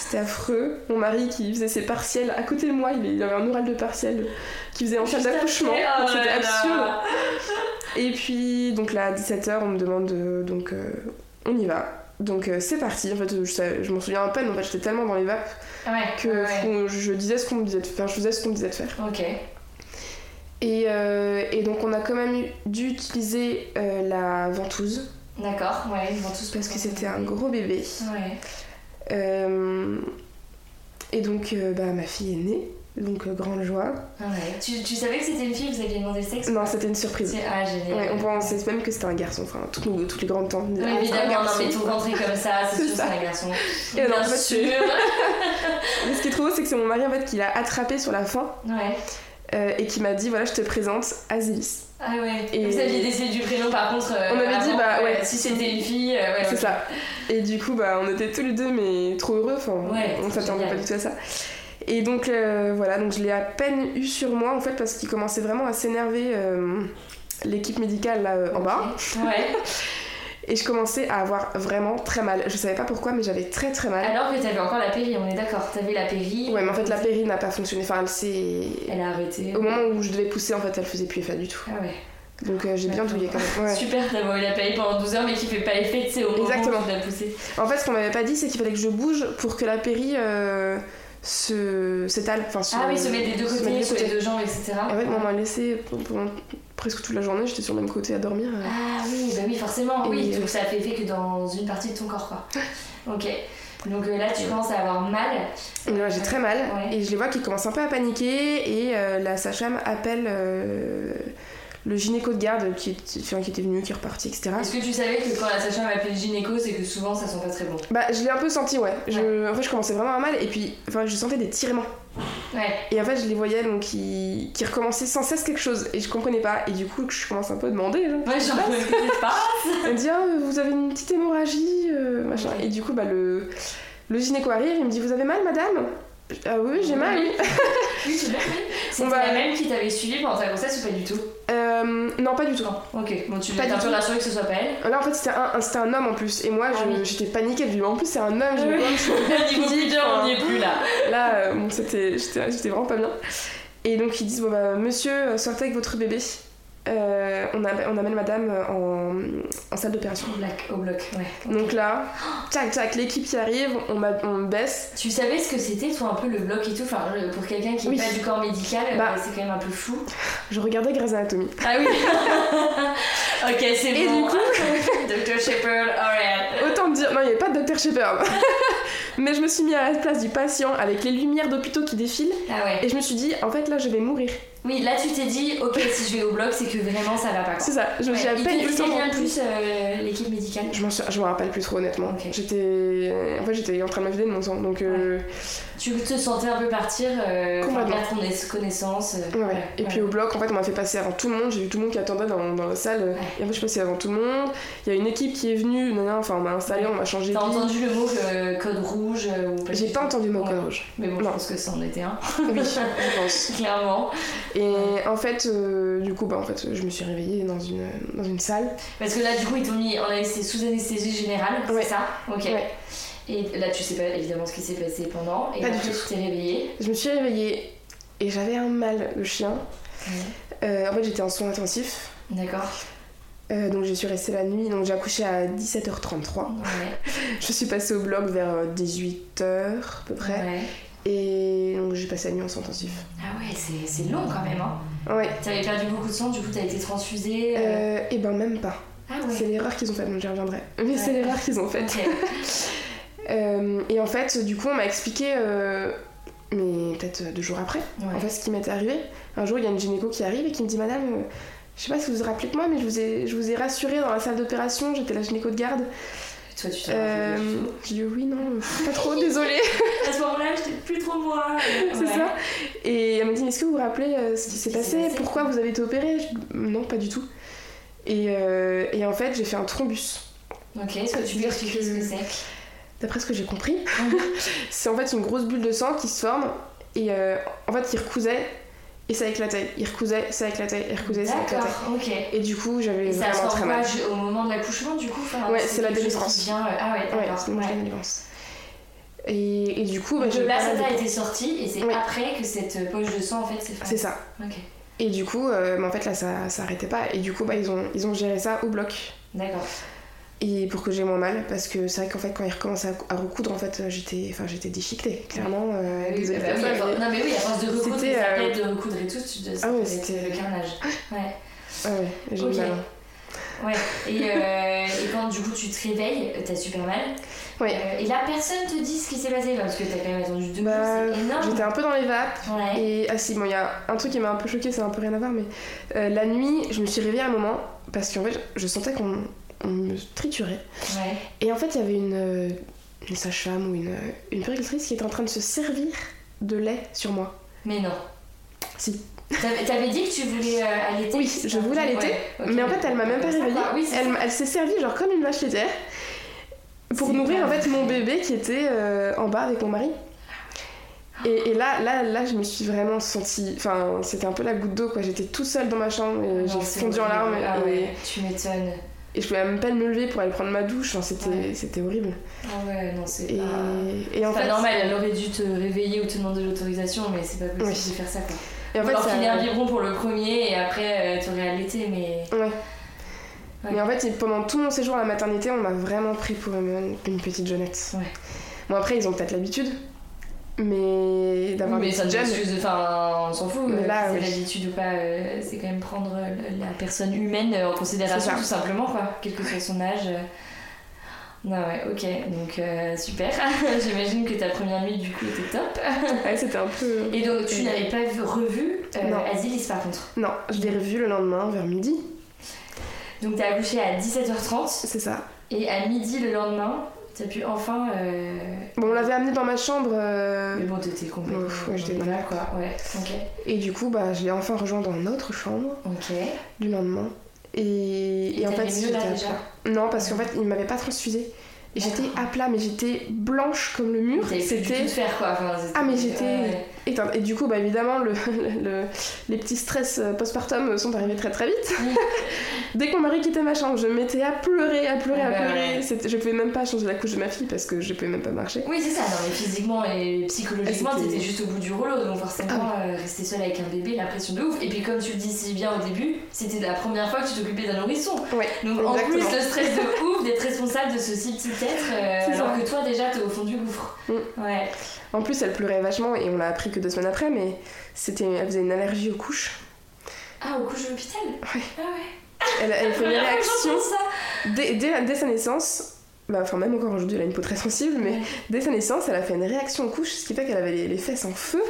S4: c'était affreux. Mon mari qui faisait ses partiels à côté de moi, il il avait un oral de partiel qui faisait en salle
S2: Juste
S4: d'accouchement.
S2: après,
S4: Enfin,
S2: oh
S4: c'était
S2: là
S4: absurde.
S2: là.
S4: Et puis, donc là, à 17h, on me demande de- Donc, euh, on y va. Donc, euh, c'est parti. En fait, je, savais- je m'en souviens à peine. En fait, j'étais tellement dans les vapes
S2: Ah Ouais,
S4: que
S2: ouais.
S4: faut- je disais ce qu'on me disait de faire. Je faisais ce qu'on me disait de faire.
S2: Ok.
S4: Et, euh, et donc on a quand même eu- dû utiliser euh, la ventouse
S2: D'accord, ouais, ils vont tous
S4: parce que c'était un gros bébé.
S2: Ouais.
S4: Euh, et donc euh, bah, ma fille est née, donc euh, grande joie.
S2: ouais. Tu, tu savais que c'était une fille, vous aviez demandé le sexe
S4: Non, c'était une surprise.
S2: C'est- Ah, génial.
S4: Mm. Ouais, on pensait même que c'était un garçon, enfin toutes nos- toutes les grandes tantes. nous
S2: Oui,
S4: disaient, Ah, c'est un
S2: évidemment, non,
S4: garçon.
S2: mais tout rentrer comme ça, c'est
S4: C'est
S2: sûr, c'est
S4: ça.
S2: un garçon.
S4: Et alors,
S2: Bien
S4: en fait,
S2: sûr.
S4: Mais ce qui est trop beau, c'est que c'est mon mari en fait qui l'a attrapé sur la fin
S2: ouais.
S4: euh, et qui m'a dit voilà, je te présente Asilis.
S2: Ah ouais.
S4: Et-
S2: Vous aviez décidé du prénom, par contre. euh,
S4: On m'avait dit,
S2: avant,
S4: bah,
S2: euh,
S4: ouais.
S2: Si c'était une fille, euh, ouais.
S4: C'est
S2: ouais.
S4: ça. Et du coup, bah, on était tous les deux, mais trop heureux. Enfin,
S2: Ouais,
S4: on
S2: c'est
S4: s'attendait
S2: génial.
S4: pas du tout à ça. Et donc, euh, voilà, donc je l'ai à peine eu sur moi, en fait, parce qu'il commençait vraiment à s'énerver, euh, l'équipe médicale là, euh, en bas.
S2: Ouais.
S4: Et je commençais à avoir vraiment très mal. Je savais pas pourquoi, mais j'avais très très mal.
S2: Alors que t'avais encore la péri, on est d'accord. T'avais la péri.
S4: Ouais, mais en fait, la péri n'a pas fonctionné. Enfin, elle s'est.
S2: Elle a arrêté.
S4: Au moment où je devais pousser, en fait, elle faisait plus effet du tout.
S2: Ah ouais.
S4: Donc, euh, j'ai bien
S2: D'accord.
S4: douillé quand même. Ouais.
S2: Super d'avoir eu la péri pendant 12 heures, mais qui fait pas effet, tu sais, au moment
S4: Exactement.
S2: où tu l'as poussée.
S4: En fait, ce qu'on m'avait pas dit, c'est qu'il fallait que je bouge pour que la péri euh, se s'étale. Enfin, se-
S2: Ah oui, se mettre des deux
S4: se
S2: côtés, Ah
S4: des
S2: sur les deux jambes, etc.
S4: Et ouais, on m'a laissé pendant presque toute la journée, j'étais sur le même côté à dormir. euh.
S2: Ah oui, bah oui, forcément, oui.
S4: Et-
S2: Donc ça fait fait que dans une partie de ton corps, quoi. Ok. Donc euh, là, tu commences à avoir mal.
S4: Et là, j'ai très mal
S2: Ouais.
S4: et je les vois qui commencent un peu à paniquer et euh, la sage-femme appelle euh, le gynéco de garde qui, est- enfin, qui était venu, qui est reparti, etc.
S2: Est-ce que tu savais que quand la sage-femme appelle gynéco, c'est que souvent ça sent pas très bon
S4: Bah, je l'ai un peu senti, ouais. Je, en fait, je commençais vraiment à mal et puis enfin, je sentais des tirements.
S2: Ouais.
S4: Et en fait, je les voyais donc qui, qui recommençaient sans cesse quelque chose et je comprenais pas. Et du coup, je commence un peu à demander. genre,
S2: Ouais,
S4: qu'est-ce qui
S2: j'en
S4: se passe
S2: peut-être pas.
S4: Elle me dit Ah, vous avez une petite hémorragie, euh, machin. Et du coup, bah, le, le gynéco arrive, il me dit Vous avez mal, madame Ah oui, j'ai mal, oui.
S2: Ah, Oui, bah. tu l'as fait. C'était
S4: On va-
S2: la même qui t'avait suivi pendant ta grossesse ou pas du tout
S4: Euh, non, pas du tout.
S2: Non. Ok. Bon, tu
S4: Pas
S2: t'es
S4: du
S2: un peu
S4: tout.
S2: rassurée que ce soit pas elle.
S4: Là, en fait, c'était un, un- c'était un homme en plus. Et moi,
S2: Ah
S4: je-
S2: oui.
S4: j'étais paniquée. Je lui dis, en plus, c'est un homme. je me
S2: Oui.
S4: vois, je suis
S2: Niveau
S4: physique,
S2: leader, on n'y
S4: enfin,
S2: est plus là.
S4: Là, euh, bon, c'était- j'étais j'étais vraiment pas bien. Et donc, ils disent, bon, bah, monsieur, euh, sortez avec votre bébé. Euh, on, am- on amène madame euh, en, en salle d'opération.
S2: Au bloc, au bloc, ouais.
S4: Donc là, tac, tac, l'équipe qui arrive, on, m'a- on me baisse.
S2: Tu savais ce que c'était, toi, un peu le bloc et tout Enfin, euh, pour quelqu'un qui n'est
S4: Oui.
S2: pas du corps médical,
S4: Bah.
S2: euh, c'est quand même un peu fou.
S4: Je regardais Grey's Anatomy.
S2: Ah oui Ok, c'est
S4: Et
S2: bon.
S4: du coup-
S2: Dr. Shepard, alright.
S4: Autant dire, non, il n'y avait pas de Dr Shepard. Mais je me suis mis à la place du patient avec les lumières d'hôpitaux qui défilent
S2: Ah ouais.
S4: et je me suis dit, en fait, là, je vais mourir.
S2: Oui, là tu t'es dit, ok, si je vais au bloc, c'est que vraiment ça va pas. quoi.
S4: C'est ça, je me suis à
S2: Ouais,
S4: peine
S2: il te-
S4: eu le
S2: il
S4: temps
S2: te vient
S4: d'en-
S2: plus euh, l'équipe médicale.
S4: Je m'en sou- je m'en rappelle plus trop, honnêtement.
S2: Ok.
S4: J'étais. En fait, j'étais en train de me vider de mon sang. Donc, euh,
S2: tu te sentais un peu partir, euh, enfin,
S4: Complètement.
S2: perdre ton es- connaissance. euh,
S4: Ouais.
S2: voilà.
S4: Et puis
S2: Ouais.
S4: au bloc, en fait, on m'a fait passer avant tout le monde. J'ai vu tout le monde qui attendait dans, dans la salle. Et en fait, je suis passée avant tout le monde. Il y a une équipe qui est venue. nanana, enfin, on m'a installé, on m'a changé.
S2: T'as
S4: de lit.
S2: entendu le mot euh, code rouge euh, ou
S4: J'ai
S2: du
S4: pas
S2: tout
S4: entendu le mot code
S2: Ouais.
S4: rouge.
S2: Mais bon, je
S4: Non.
S2: pense que ça en était un,
S4: Oui, je pense.
S2: clairement.
S4: Et en fait, euh, du coup, bah, en fait, je me suis réveillée dans une, dans une salle.
S2: Parce que là, du coup, ils t'ont mis en anesthésie, sous anesthésie générale,
S4: Ouais.
S2: c'est ça Ok.
S4: Ouais.
S2: Et là, tu sais pas évidemment ce qui s'est passé pendant. Et
S4: Pas du
S2: après,
S4: tout.
S2: tu t'es réveillée.
S4: Je me suis réveillée et j'avais un mal de chien. Euh, en fait, j'étais en soins intensifs.
S2: D'accord.
S4: Euh, donc, je suis restée la nuit. Donc, j'ai accouché à 17h33.
S2: Ouais.
S4: Je suis passée au bloc vers euh, 18h à peu près.
S2: ouais.
S4: Et donc, j'ai passé la nuit en soins intensifs.
S2: Ah ouais, c'est c'est long quand même. Hein.
S4: Ouais.
S2: T'avais perdu beaucoup de sang, du coup, t'as été transfusée. euh,
S4: Euh, et ben, même pas.
S2: Ah
S4: C'est
S2: ouais.
S4: l'erreur qu'ils ont faite, donc j'y reviendrai. Mais c'est
S2: Ouais.
S4: l'erreur qu'ils ont faite.
S2: Ok.
S4: Euh, et en fait, du coup, on m'a expliqué, euh, mais peut-être deux jours après,
S2: Ouais.
S4: en fait, ce qui m'était arrivé. Un jour, il y a une gynéco qui arrive et qui me dit Madame, euh, je sais pas si vous vous rappelez de moi, mais je vous ai, je vous ai rassuré dans la salle d'opération, j'étais la gynéco de garde.
S2: Toi, tu t'en
S4: Euh,
S2: rappelles plus.
S4: je dis Oui, non, pas trop, désolée,
S2: À ce moment-là, j'étais plus trop moi. euh,
S4: c'est
S2: ouais.
S4: ça. Et elle me dit Est-ce que vous vous rappelez euh, ce qui s'est passé, Pourquoi vous avez été opérée Je dis, Non, pas du tout. Et, euh, et en fait, j'ai fait un thrombus.
S2: Ok, est-ce que tu peux
S4: Dire
S2: expliquer
S4: que-
S2: ce que c'est
S4: D'après ce que j'ai compris, c'est en fait une grosse bulle de sang qui se forme et euh, en fait il recousait et ça éclatait, il recousait, ça éclatait, il recousait, ça éclatait.
S2: D'accord, ok.
S4: Et du coup j'avais
S2: Et ça
S4: vraiment
S2: sort
S4: très
S2: quoi
S4: mal.
S2: ju- au moment de l'accouchement, du coup enfin,
S4: Ouais, c'est la
S2: quelque chose qui
S4: délivrance.
S2: vient, euh, Ah ouais,
S4: Ouais,
S2: d'accord.
S4: c'est mon
S2: ouais.
S4: jour de délivrance. Et, et du coup, bah,
S2: Donc
S4: j'ai
S2: le
S4: eu pas mal
S2: placenta a
S4: de-
S2: été sorti et c'est
S4: Ouais.
S2: après que cette poche de sang en fait s'est formée.
S4: C'est ça.
S2: Ok,
S4: Et du coup, euh, mais en fait là ça s'arrêtait pas. Et du coup, bah, ils, ont, ils ont géré ça au bloc.
S2: d'accord.
S4: Et pour que j'ai moins mal, parce que c'est vrai qu'en fait quand ils recommençaient à, à recoudre, en fait euh, j'étais enfin, j'étais déchiquetée, clairement. euh,
S2: Oui,
S4: désolée
S2: bah
S4: pour
S2: oui,
S4: ça,
S2: à for-
S4: mais-
S2: Non mais oui, à force de recoudre,
S4: C'était,
S2: des
S4: euh,
S2: appels, de recoudre et tout, tu te...
S4: Ah ouais,
S2: c'était
S4: c'était-
S2: le carnage. Ouais,
S4: Ah ouais, j'ai eu
S2: Ok.
S4: mal. hein.
S2: ouais. Et, euh, et quand du coup tu te réveilles, euh, t'as super mal.
S4: Ouais.
S2: Euh, et là, personne te dit ce qui s'est passé parce que t'as quand même attendu deux
S4: Bah,
S2: coups, c'est énorme.
S4: J'étais un peu dans les vapes.
S2: Ouais.
S4: Et ah si, bon, il y a un truc qui m'a un peu choqué, ça n'a un peu rien à voir, mais euh, la nuit, je me suis réveillée à un moment parce qu'en fait, je- je sentais qu'on on me triturait.
S2: Ouais.
S4: Et en fait, il y avait une, euh, une sage-femme ou une, euh, une puéricultrice qui était en train de se servir de lait sur moi.
S2: Mais non.
S4: Si.
S2: T'avais t'avais dit que tu voulais euh, allaiter
S4: Oui,
S2: c'est
S4: je
S2: ça
S4: voulais allaiter,
S2: Ouais, ok.
S4: Mais en fait, elle m'a même pas
S2: Ça va,
S4: réveillée.
S2: oui, c'est
S4: elle
S2: ça.
S4: m'a- elle s'est servie genre comme une vache laitière pour
S2: C'est
S4: nourrir en
S2: pas
S4: fait mon bébé qui était euh, en bas avec mon mari. Et, et là, là, là, je me suis vraiment sentie. Enfin, c'était un peu la goutte d'eau, quoi. J'étais toute seule dans ma chambre et
S2: Ah Non,
S4: j'ai
S2: Euh, c'est
S4: fondu en
S2: horrible.
S4: larmes.
S2: Ah
S4: et-
S2: ouais, tu m'étonnes.
S4: Et je pouvais même pas me lever pour aller prendre ma douche, enfin, c'était,
S2: Ouais.
S4: c'était horrible.
S2: Ah ouais, non, c'est
S4: Et,
S2: pas...
S4: et en
S2: C'est pas
S4: fait,
S2: normal, elle aurait dû te réveiller ou te demander l'autorisation, mais c'est pas possible
S4: Oui.
S2: de faire ça. Quoi.
S4: et en fait,
S2: Alors
S4: ça-
S2: filer un biberon pour le premier et après euh, t'aurais allaité, mais.
S4: Ouais.
S2: Ouais.
S4: Mais en fait, pendant tout mon séjour à la maternité, on m'a vraiment pris pour une, une petite jeunette.
S2: Ouais.
S4: Bon, après, ils ont peut-être l'habitude, mais d'avoir
S2: mais
S4: une
S2: ça
S4: petite
S2: ne
S4: jeune.
S2: excuse, enfin on s'en fout,
S4: Mais
S2: euh,
S4: là,
S2: si c'est
S4: oui.
S2: l'habitude ou pas, euh, c'est quand même prendre euh, la personne humaine euh, en considération
S4: C'est ça.
S2: tout simplement, quoi, quel que soit son âge. euh. Non, ouais, ok, donc euh, super. J'imagine que ta première nuit du coup était top.
S4: Ouais, c'était un peu.
S2: Et donc tu n'avais pas vu- revu euh,
S4: Non.
S2: Asilis par contre.
S4: Non, je l'ai revu le lendemain vers midi,
S2: Donc t'as accouché à 17h30
S4: c'est ça.
S2: et à midi le lendemain, t'as pu enfin. euh,
S4: Bon, on l'avait amené dans ma chambre, euh,
S2: Mais bon, t'étais complètement.
S4: Ouf, ouais, j'étais dans
S2: là
S4: la-
S2: quoi. Ouais, ok.
S4: et du coup, bah, je l'ai enfin rejoint dans notre chambre
S2: Ok.
S4: du lendemain. Et, et en fait,
S2: t'allais mieux, là,
S4: j'étais à
S2: déjà
S4: plat. Non, parce qu'en fait, il m'avait pas transfusé. Et j'étais à plat, mais j'étais blanche comme le mur.
S2: T'avais plus du tout
S4: C'était.
S2: de faire quoi. enfin, c'était-
S4: Ah, mais j'étais
S2: ouais.
S4: éteinte. Et du coup, bah, évidemment, le, le- les petits stress euh, postpartum sont arrivés très très vite. Dès que mon mari quittait ma chambre, je m'étais à pleurer, à pleurer,
S2: Ah
S4: à
S2: bah ouais.
S4: pleurer. C'était- Je pouvais même pas changer la couche de ma fille parce que je pouvais même pas marcher.
S2: Oui, c'est ça, non, mais physiquement et psychologiquement,
S4: Ah, c'était-
S2: t'étais juste au bout du rouleau, donc forcément,
S4: Ah
S2: euh, rester seule avec un bébé, la pression de ouf. Et puis, comme tu le dis si bien au début, c'était la première fois que tu t'occupais d'un nourrisson.
S4: Ouais,
S2: Donc, en plus,
S4: exactement.
S2: le stress de ouf d'être responsable de ce si petit être, euh,
S4: C'est
S2: alors
S4: ça.
S2: que toi, déjà, t'es au fond du gouffre.
S4: Mm.
S2: Ouais.
S4: En plus, elle pleurait vachement et on l'a appris que deux semaines après, mais c'était, elle faisait une allergie aux couches.
S2: Ah, au couche de l'hôpital
S4: Ouais.
S2: Ah ouais.
S4: Elle, elle fait une
S2: Première fois que
S4: réaction
S2: j'entends ça.
S4: dès, dès- dès sa naissance. bah, enfin même encore aujourd'hui elle a une peau très sensible, mais dès sa naissance elle a fait une réaction aux couches, ce qui fait qu'elle avait les, les fesses en feu.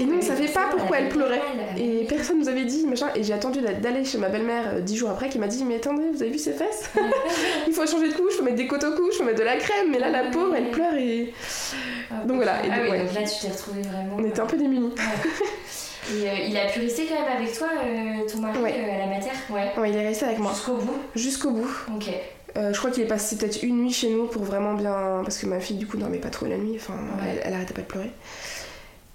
S4: Et nous on savait pas pourquoi elle pleurait. Et personne nous avait dit machin. Et j'ai attendu d'a- d'aller chez ma belle-mère euh, dix jours après qui m'a dit mais attendez vous avez vu ses fesses Il faut changer de couche, faut mettre des coteaux couches, faut mettre de la crème. Mais là la pauvre elle pleure et donc voilà, et
S2: ah
S4: donc,
S2: oui,
S4: ouais.
S2: donc là, tu t'es retrouvée vraiment.
S4: on était un peu démunis.
S2: Et euh, il a pu rester quand même avec toi, euh, ton mari,
S4: Ouais.
S2: euh, à la matière Ouais.
S4: Ouais, il est resté avec moi
S2: Jusqu'au bout
S4: jusqu'au bout.
S2: Ok.
S4: Euh, je crois qu'il est passé peut-être une nuit chez nous pour vraiment bien. Parce que ma fille, du coup, dormait pas trop la nuit, enfin, elle, elle arrêtait pas de pleurer.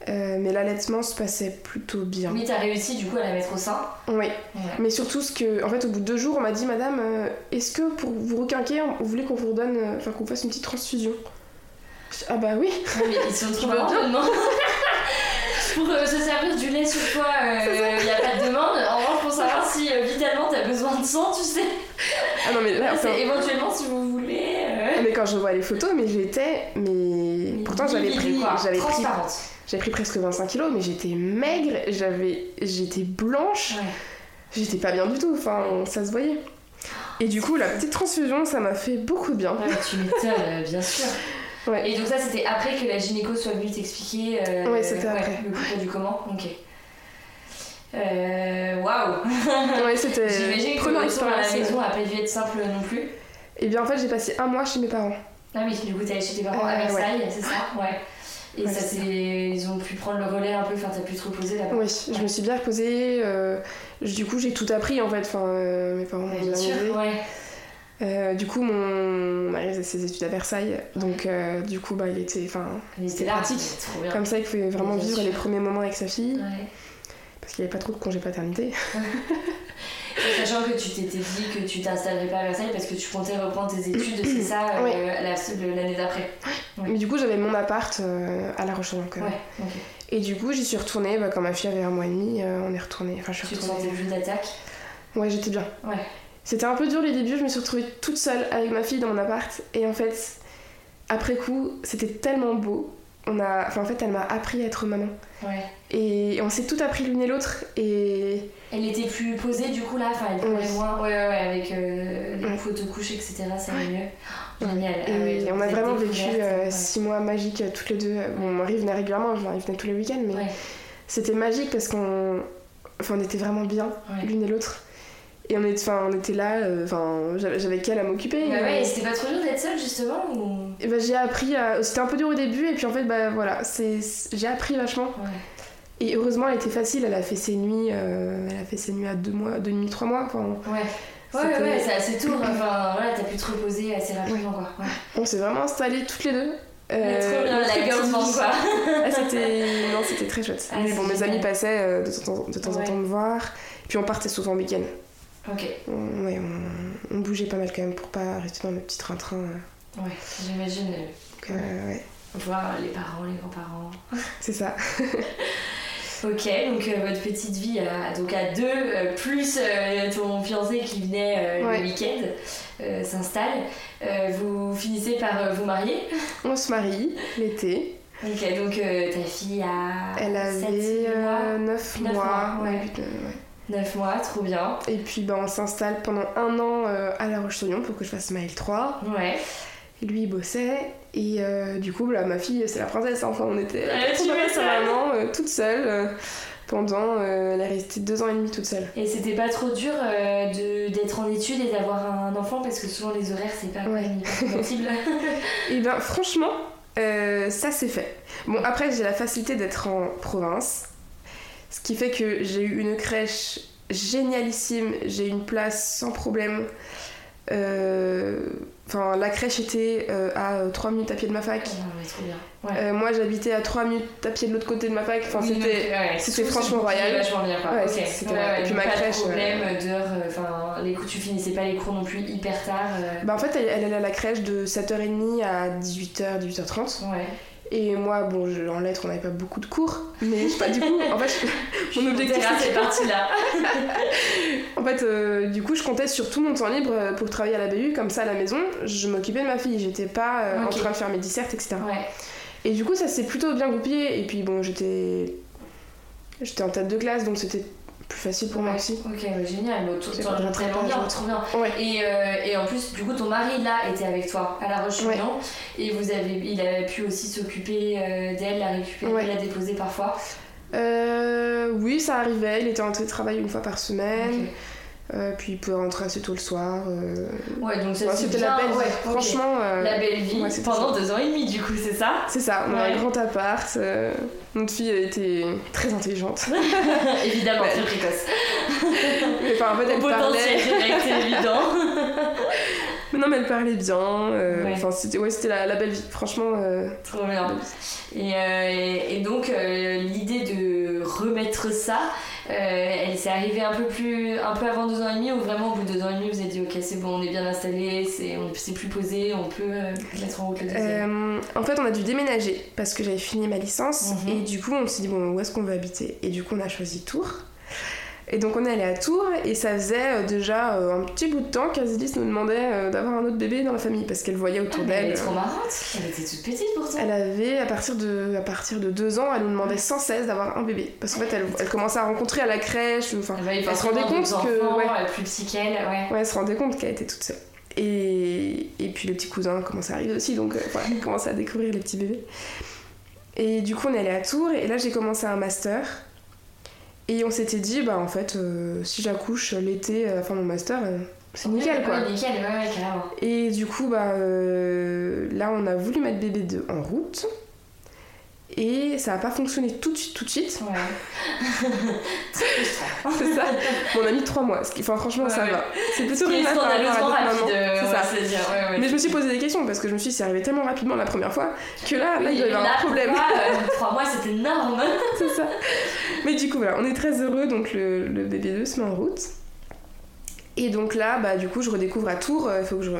S4: Euh, mais l'allaitement se passait plutôt bien.
S2: Mais t'as réussi du coup à la mettre au sein.
S4: Oui.
S2: Voilà.
S4: Mais surtout, ce que, en fait, au bout de deux jours, on m'a dit, Madame, euh, est-ce que pour vous requinquer, on- vous voulez qu'on vous redonne, euh, enfin, qu'on vous fasse une petite transfusion Je dis, Ah bah oui.
S2: Ouais, mais ils sont trop
S4: veux
S2: marrants, non Pour euh, se servir du lait sur toi, euh, il n'y a pas de demande. En revanche, pour savoir si euh, vitalement t'as besoin de sang, tu sais.
S4: Ah non mais là, enfin,
S2: C'est éventuellement si vous voulez.
S4: ah,
S2: euh,
S4: mais quand je vois les photos, mais j'étais, mais pourtant j'avais
S2: livide,
S4: pris,
S2: quoi,
S4: j'avais pris,
S2: transparente.
S4: j'avais pris presque 25 kilos, mais j'étais maigre, j'avais, j'étais blanche.
S2: Ouais.
S4: J'étais pas bien du tout, enfin on- ça se voyait. Et du coup, la petite transfusion, ça m'a fait beaucoup de bien.
S2: Ouais, bah, tu m'étonnes, euh, bien sûr.
S4: Ouais.
S2: Et donc ça, c'était après que la gynéco soit venue t'expliquer. euh,
S4: Ouais, c'était après.
S2: Le pourquoi du comment. Ok. Euh, Waouh.
S4: Ouais, c'était
S2: J'imagine que le
S4: Euh, première
S2: retour à la
S4: expérience.
S2: maison a pas dû être simple non plus.
S4: Et bien en fait, j'ai passé un mois chez mes parents.
S2: Ah oui, du coup, t'es allé chez tes parents
S4: Euh,
S2: à
S4: ouais.
S2: Versailles, c'est ça Ouais. Et
S4: Ouais,
S2: ça,
S4: c'est
S2: c'est... ils ont pu prendre le relais un peu, enfin, t'as pu te reposer là-bas.
S4: Oui, je me suis bien reposée. euh, je- du coup, j'ai tout appris en fait. Enfin, euh, mes parents m'ont
S2: Ouais,
S4: bien
S2: bien
S4: aidée.
S2: sûr, ouais.
S4: Euh, du coup, mon mari faisait ses études à Versailles, donc euh, du coup, bah, il était, enfin,
S2: Mais
S4: C'était
S2: c'est là,
S4: pratique.
S2: c'est trop bien.
S4: comme ça, il pouvait vraiment
S2: Bien
S4: vivre
S2: sûr.
S4: les premiers moments avec sa fille,
S2: Ouais.
S4: parce qu'il n'y avait pas trop de congé paternité.
S2: Et Sachant que tu t'étais dit que tu t'installerais pas à Versailles parce que tu comptais reprendre tes études, c'est ça, euh,
S4: Oui.
S2: la- le- l'année d'après. Ouais.
S4: Mais du coup, j'avais mon appart euh, à La Rochelle encore.
S2: Ouais, ok.
S4: Et du coup, j'y suis retournée bah, quand ma fille avait un mois et demi. euh, on est retourné. Enfin, je suis
S2: Tu te
S4: retournée.
S2: sentais plus d'attaque.
S4: Ouais, j'étais bien.
S2: Ouais.
S4: C'était un peu dur les débuts, je me suis retrouvée toute seule avec ma fille dans mon appart. Et en fait, après coup, c'était tellement beau. On a... enfin, en fait, elle m'a appris à être maman.
S2: Ouais.
S4: Et on s'est tout appris l'une et l'autre. Et
S2: Elle était plus posée du coup là, enfin elle prenait
S4: Oui.
S2: moins, ouais, ouais, ouais, avec euh, les
S4: Ouais.
S2: photos couches, etc. Ça allait mieux. Génial. Ah
S4: Et
S2: ouais, donc
S4: on a
S2: cette
S4: vraiment vécu
S2: découverte,
S4: euh,
S2: ouais.
S4: six mois magiques euh, toutes les deux. Mon mari venait régulièrement, enfin, il venait tous les week-ends, mais
S2: Ouais.
S4: c'était magique parce qu'on enfin, on était vraiment bien
S2: Ouais.
S4: l'une et l'autre. Et on, est... enfin, on était là, euh, enfin, j'avais j'avais qu'elle à m'occuper.
S2: Bah
S4: Et-
S2: ouais, et c'était pas trop dur d'être seule justement ou...
S4: et bah, j'ai appris, à... c'était un peu dur au début, et puis en fait, bah voilà, c'est... j'ai appris vachement.
S2: Ouais.
S4: Et heureusement, elle était facile, elle a fait ses nuits, euh, elle a fait ses nuits à deux mois, deux nuits, trois mois. Enfin,
S2: Ouais, ouais,
S4: C'était-
S2: ouais, c'est assez tôt. Enfin, voilà, t'as pu te reposer assez rapidement, quoi. Ouais.
S4: on s'est vraiment installés toutes les deux.
S2: Mais trop bien,
S4: notre
S2: la
S4: Euh, petite
S2: girl
S4: vie.
S2: band, quoi.
S4: Ah, c'était non, c'était très chouette.
S2: Ah,
S4: Mais
S2: c'est
S4: bon, mes
S2: génial.
S4: amis passaient euh, de temps, en temps- de temps en
S2: Ouais.
S4: temps me voir. Puis on partait souvent le week-end.
S2: Ok,
S4: On, ouais, on, on bougeait pas mal quand même pour pas rester dans le petit train-train. euh.
S2: ouais, j'imagine. euh,
S4: Donc, euh, ouais,
S2: Voir les parents, les grands-parents.
S4: c'est ça.
S2: Ok, donc euh, votre petite vie à, donc à deux, euh, plus euh, ton fiancé qui venait euh,
S4: Ouais.
S2: le week-end, euh, s'installe. Euh, vous finissez par euh, vous marier.
S4: On se marie l'été.
S2: Ok, donc euh, ta fille a
S4: Elle euh, avait
S2: 7 Ah, mois,
S4: 9
S2: Neuf
S4: mois.
S2: mois, ouais.
S4: huit, euh, ouais.
S2: 9 mois, trop bien.
S4: Et puis ben, on s'installe pendant un an euh, à La Roche-sur-Yon pour que je fasse ma L3.
S2: Ouais.
S4: Lui il bossait et euh, du coup là, ma fille c'est la princesse hein. enfin on était
S2: Ah, tu
S4: on avait sa
S2: m'étonnes.
S4: maman euh, toute seule euh, pendant euh, elle est restée deux ans et demi toute seule.
S2: Et c'était pas trop dur euh, de- d'être en études et d'avoir un enfant parce que souvent les horaires c'est pas
S4: Ouais.
S2: hyper compatible.
S4: Et ben franchement euh, ça c'est fait. Bon après j'ai la facilité d'être en province ce qui fait que j'ai eu une crèche génialissime j'ai eu une place sans problème. Euh, Enfin la crèche était euh, à 3 minutes à pied de ma fac.
S2: non, mais trop bien. Ah, Ouais.
S4: Euh, moi j'habitais à 3 minutes à pied de l'autre côté de ma fac. Enfin
S2: Oui, donc,
S4: c'était
S2: ouais,
S4: c'était
S2: tout,
S4: franchement
S2: c'est
S4: royal.
S2: Vachement bien, quoi.
S4: Ouais,
S2: Ok.
S4: c'est- c'était
S2: Ouais,
S4: royal.
S2: ouais,
S4: Et puis
S2: donc
S4: ma
S2: pas de
S4: crèche,
S2: problème d'heures, euh, enfin, les coups, tu finissais pas les cours non plus hyper tard. euh,
S4: Bah en fait, elle, elle allait à la crèche de 7h30 à 18h, 18h30.
S2: Ouais.
S4: Et moi, bon, je- en lettres, on n'avait pas beaucoup de cours. Mais je sais pas, du coup, en fait, je- mon objectif,
S2: Terrain,
S4: c'est
S2: c'est parti là.
S4: En fait, euh, du coup, je comptais sur tout mon temps libre euh, pour travailler à la BU. Comme ça, à la maison, je m'occupais de ma fille. J'étais pas euh,
S2: Ok.
S4: en train de faire mes dissertes, etc.
S2: Ouais.
S4: Et du coup, ça s'est plutôt bien goupillé. Et puis, bon, j'étais. J'étais en tête de classe, donc c'était plus facile pour moi aussi.
S2: Ok, ouais, génial, mais autour
S4: J'ai pas de
S2: de
S4: rattrapage,
S2: tellement bien,
S4: ouais.
S2: trop bien.
S4: Ouais.
S2: Et, euh, et en plus, du coup, ton mari là était avec toi à La Roche-sur-Yon et vous avez, il avait pu aussi s'occuper euh, d'elle, la récupérer,
S4: Ouais.
S2: la déposer parfois.
S4: Euh, oui, ça arrivait. Il était en télétravail une fois par semaine.
S2: Ok.
S4: Euh, puis il pouvait rentrer assez tôt le soir. euh.
S2: Ouais, donc ça
S4: Ouais,
S2: c'est
S4: C'était
S2: bien,
S4: la belle vie.
S2: ouais, ok.
S4: Franchement, euh,
S2: La belle vie
S4: ouais, c'était
S2: pendant
S4: ça.
S2: deux ans et demi, du coup, c'est ça
S4: c'est ça. On a
S2: Ouais.
S4: un grand appart. euh, Notre fille a été très intelligente.
S2: Évidemment,
S4: Ouais.
S2: très précoce.
S4: enfin, en fait,
S2: Au
S4: elle
S2: potentiel
S4: parlait.
S2: direct, c'est évident.
S4: Mais non, mais elle parlait bien. euh,
S2: Ouais.
S4: Enfin, c'était ouais, c'était la, la belle vie. Franchement, euh,
S2: Trop bien. Et, euh, et- et donc euh, l'idée de remettre ça, euh, elle s'est arrivée un peu plus, un peu avant deux ans et demi ou vraiment au bout de deux ans et demi vous avez dit ok c'est bon on est bien installé, c'est on s'est plus posé, on peut euh, mettre en route le deuxième.
S4: Euh, en fait, on a dû déménager parce que j'avais fini ma licence
S2: Mhm.
S4: et du coup, on s'est dit bon, où est-ce qu'on va habiter Et du coup, on a choisi Tours. Et donc, on est allé à Tours et ça faisait euh, déjà euh, un petit bout de temps qu'Azilis nous demandait euh, d'avoir un autre bébé dans la famille parce qu'elle voyait
S2: Ah,
S4: autour
S2: mais elle
S4: d'elle.
S2: est trop marrante, elle était toute petite pourtant.
S4: Elle avait, à partir, de, à partir de deux ans, elle nous demandait sans cesse d'avoir un bébé. Parce qu'en fait, elle, elle commençait à rencontrer à la crèche. ou- Enfin,
S2: Elle va y
S4: elle
S2: faire
S4: se rendait
S2: souvent
S4: compte
S2: d'autres
S4: que-
S2: enfants,
S4: ouais.
S2: euh, plus petit qu'elle, ouais.
S4: ouais, elle se rendait compte qu'elle était toute seule. Et, et puis les petits cousins commençaient à arriver aussi, donc euh, voilà, elle commençait à découvrir les petits bébés. Et du coup, on est allé à Tours, et là, j'ai commencé un master. Et on s'était dit, bah en fait, euh, si j'accouche l'été à la fin de mon master, euh, c'est nickel quoi.
S2: Ouais, bah nickel, ouais, ouais, carrément.
S4: Et du coup, bah, euh, là, on a voulu mettre bébé 2 en route. Et ça n'a pas fonctionné tout de suite, tout de suite.
S2: Ouais.
S4: C'est ça. Bon, on a mis 3 mois. ce qui- Enfin, franchement,
S2: Ouais,
S4: ça
S2: ouais.
S4: va. C'est
S2: Ce
S4: plutôt
S2: qui est
S4: raisonnable par
S2: scandaleusement
S4: rapport à d'autres
S2: rapide,
S4: mamans.
S2: euh,
S4: C'est
S2: on
S4: ça.
S2: va se dire, ouais, ouais.
S4: Mais je me suis posé des questions parce que je me suis dit, c'est arrivé tellement rapidement la première fois que là, là il
S2: Oui,
S4: y avait
S2: là,
S4: un problème.
S2: pourquoi, euh, Trois mois, c'est énorme.
S4: c'est ça. Mais du coup, voilà, on est très heureux, donc le, le bébé 2 se met en route. Et donc là, bah, du coup, je redécouvre à Tours, euh, il faut que je. re-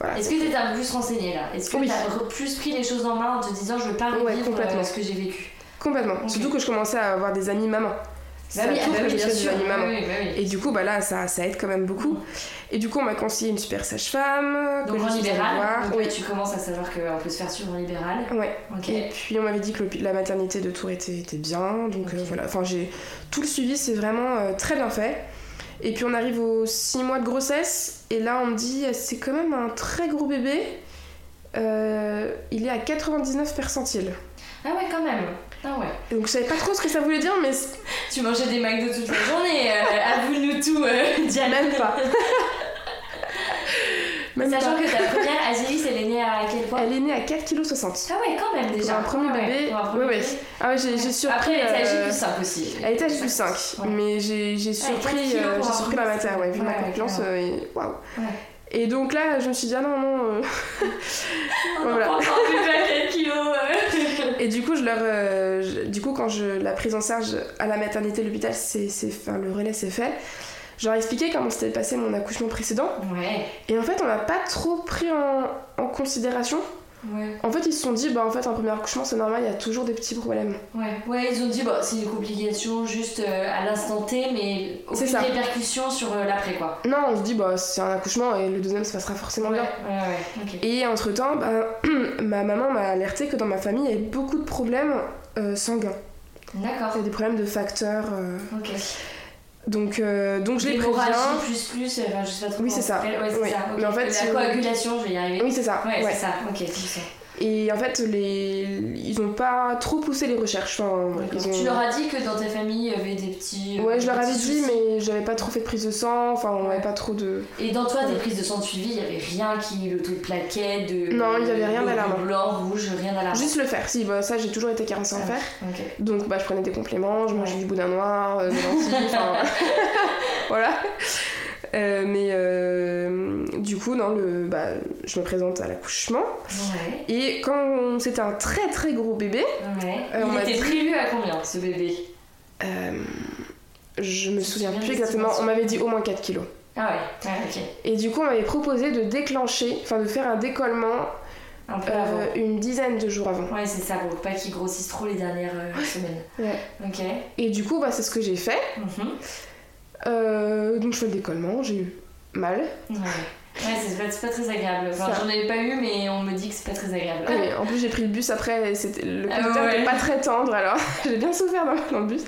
S4: Voilà.
S2: Est-ce que tu t'es plus renseignée là Est-ce que
S4: Ah, Oui.
S2: t'as re- plus pris les choses en main en te disant je veux pas
S4: Ouais,
S2: revivre
S4: complètement.
S2: euh, ce que j'ai vécu
S4: Complètement.
S2: Ok. Bah ah
S4: Surtout que je commençais à avoir des amis mamans. C'est à Tours que je me suis fait des amis mamans.
S2: Oui, oui, oui, oui.
S4: Et du coup, bah là, ça, ça aide quand même beaucoup. Et du coup, on m'a conseillé une super sage-femme. que
S2: Donc
S4: je
S2: en
S4: suis allée
S2: libéral,
S4: voir.
S2: donc, tu commences à savoir qu'on peut se faire suivre en libéral.
S4: Oui. Ouais.
S2: Ok.
S4: Et puis, on m'avait dit que le- la maternité de Tours était, était bien. Donc
S2: Ok.
S4: euh, voilà. Enfin, j'ai tout le suivi, c'est vraiment euh, très bien fait. Et puis, on arrive aux 6 mois de grossesse. Et là, on me dit, euh, c'est quand même un très gros bébé. Euh, il est à 99 percentiles.
S2: Ah ouais, quand même. Ah ouais.
S4: Et Donc je savais pas trop ce que ça voulait dire, mais
S2: Tu mangeais des McDo toute la journée, euh, avoue-nous tout, euh, Diane.
S4: même pas. même
S2: Sachant
S4: pas.
S2: que ta première, Azilis, elle est née à quel poids
S4: Elle est née à 4,60 kg.
S2: Ah ouais, quand même déjà.
S4: Pour un premier
S2: Ah ouais,
S4: bébé,
S2: pour un
S4: oui,
S2: premier
S4: oui.
S2: bébé.
S4: Ah ouais, j'ai j'ai surpris.
S2: Après, elle est âgée
S4: euh,
S2: plus 5 aussi.
S4: Elle était âgée du 5,
S2: Ouais.
S4: mais j'ai j'ai surpris,
S2: kilos
S4: euh,
S2: pour
S4: j'ai
S2: un
S4: surpris
S2: premier,
S4: ma matière, ouais, vu ma
S2: ouais,
S4: confiance,
S2: clairement.
S4: et waouh.
S2: Ouais.
S4: Et donc là, je me suis dit, ah non, non. euh.
S2: On
S4: Voilà.
S2: en prend plus à 4 kilos. euh.
S4: Et du coup, je leur, euh, je- du coup, quand je la prise en charge à la maternité, l'hôpital, c'est, c'est, enfin, le relais s'est fait. Je leur ai expliqué comment s'était passé mon accouchement précédent,
S2: Ouais.
S4: et en fait, on l'a pas trop pris en, en considération.
S2: Ouais.
S4: En fait, ils se sont dit, bah en fait, un premier accouchement, c'est normal, il y a toujours des petits problèmes.
S2: Ouais, ouais, ils ont dit bah, c'est une complication juste euh, à l'instant T, mais
S4: C'est
S2: aucune
S4: ça.
S2: répercussion sur euh, l'après quoi.
S4: Non, on se dit, bah c'est un accouchement, et le deuxième se passera forcément
S2: Ouais,
S4: bien.
S2: ouais, ok.
S4: Et entre temps, ma maman m'a alerté que dans ma famille, il y avait beaucoup de problèmes euh, sanguins. Il
S2: D'accord,
S4: y a des problèmes de facteurs. euh,
S2: ok.
S4: donc, euh, donc je les
S2: L'hémorragie
S4: préviens.
S2: plus plus, euh, enfin je sais pas trop.
S4: Oui,
S2: comment
S4: c'est ça.
S2: s'appelle. Ouais, c'est
S4: Oui.
S2: ça. ok.
S4: Mais en fait,
S2: la
S4: c'est-
S2: coagulation, je vais y arriver.
S4: Oui, c'est ça.
S2: Ouais,
S4: ouais.
S2: c'est ça, ok. c'est ça.
S4: Et en fait, les... ils n'ont pas trop poussé les recherches. Enfin, ils ont-
S2: Tu leur as dit que dans ta famille il y avait des petits. euh,
S4: Ouais, je leur
S2: des
S4: avais
S2: petits
S4: dit,
S2: soucis.
S4: mais j'avais pas trop fait de prise de sang. Enfin, on avait pas trop de.
S2: Et dans toi, des prises de sang de suivi, il y avait rien qui. le taux de plaquettes, de.
S4: Non, il y avait rien
S2: de- de
S4: d'alarmant.
S2: Blanc, rouge, rien d'alarmant.
S4: Juste le fer. Si, bah, ça, j'ai toujours été carencée en
S2: Ah,
S4: fer.
S2: Ok.
S4: Donc, bah, je prenais des compléments, je mangeais
S2: Ouais.
S4: du boudin noir, euh, des lentilles, enfin. voilà. Euh, mais euh, du coup, non, le, bah, je me présente à l'accouchement.
S2: Ouais,
S4: Et quand c'était un très très gros bébé,
S2: ouais.
S4: Euh, on
S2: il
S4: m'a
S2: était
S4: dit-
S2: prévu à combien ce bébé
S4: euh, je me
S2: Tu te
S4: souviens
S2: souviens
S4: plus
S2: des
S4: exactement, on
S2: dimensions
S4: m'avait dit au moins 4 kilos.
S2: Ah ouais, ouais, ok.
S4: Et du coup, on m'avait proposé de déclencher, enfin de faire un décollement
S2: Un peu
S4: euh,
S2: avant.
S4: une dizaine de jours avant.
S2: Ouais, c'est ça, pour pas qu'ils grossissent trop les dernières euh, semaines.
S4: Ouais.
S2: Ok.
S4: Et du coup, bah, c'est ce que j'ai fait.
S2: Mhm.
S4: Euh, donc je fais le décollement, j'ai eu mal.
S2: Ouais. Ouais, c'est pas, c'est pas très agréable. Enfin,
S4: Ça.
S2: j'en ai pas eu, mais on me dit que c'est pas très agréable.
S4: Ah oui, en plus, j'ai pris le bus après, et c'était- le
S2: Ah
S4: conducteur n'était
S2: ouais.
S4: pas très tendre, alors j'ai bien souffert dans, dans le bus.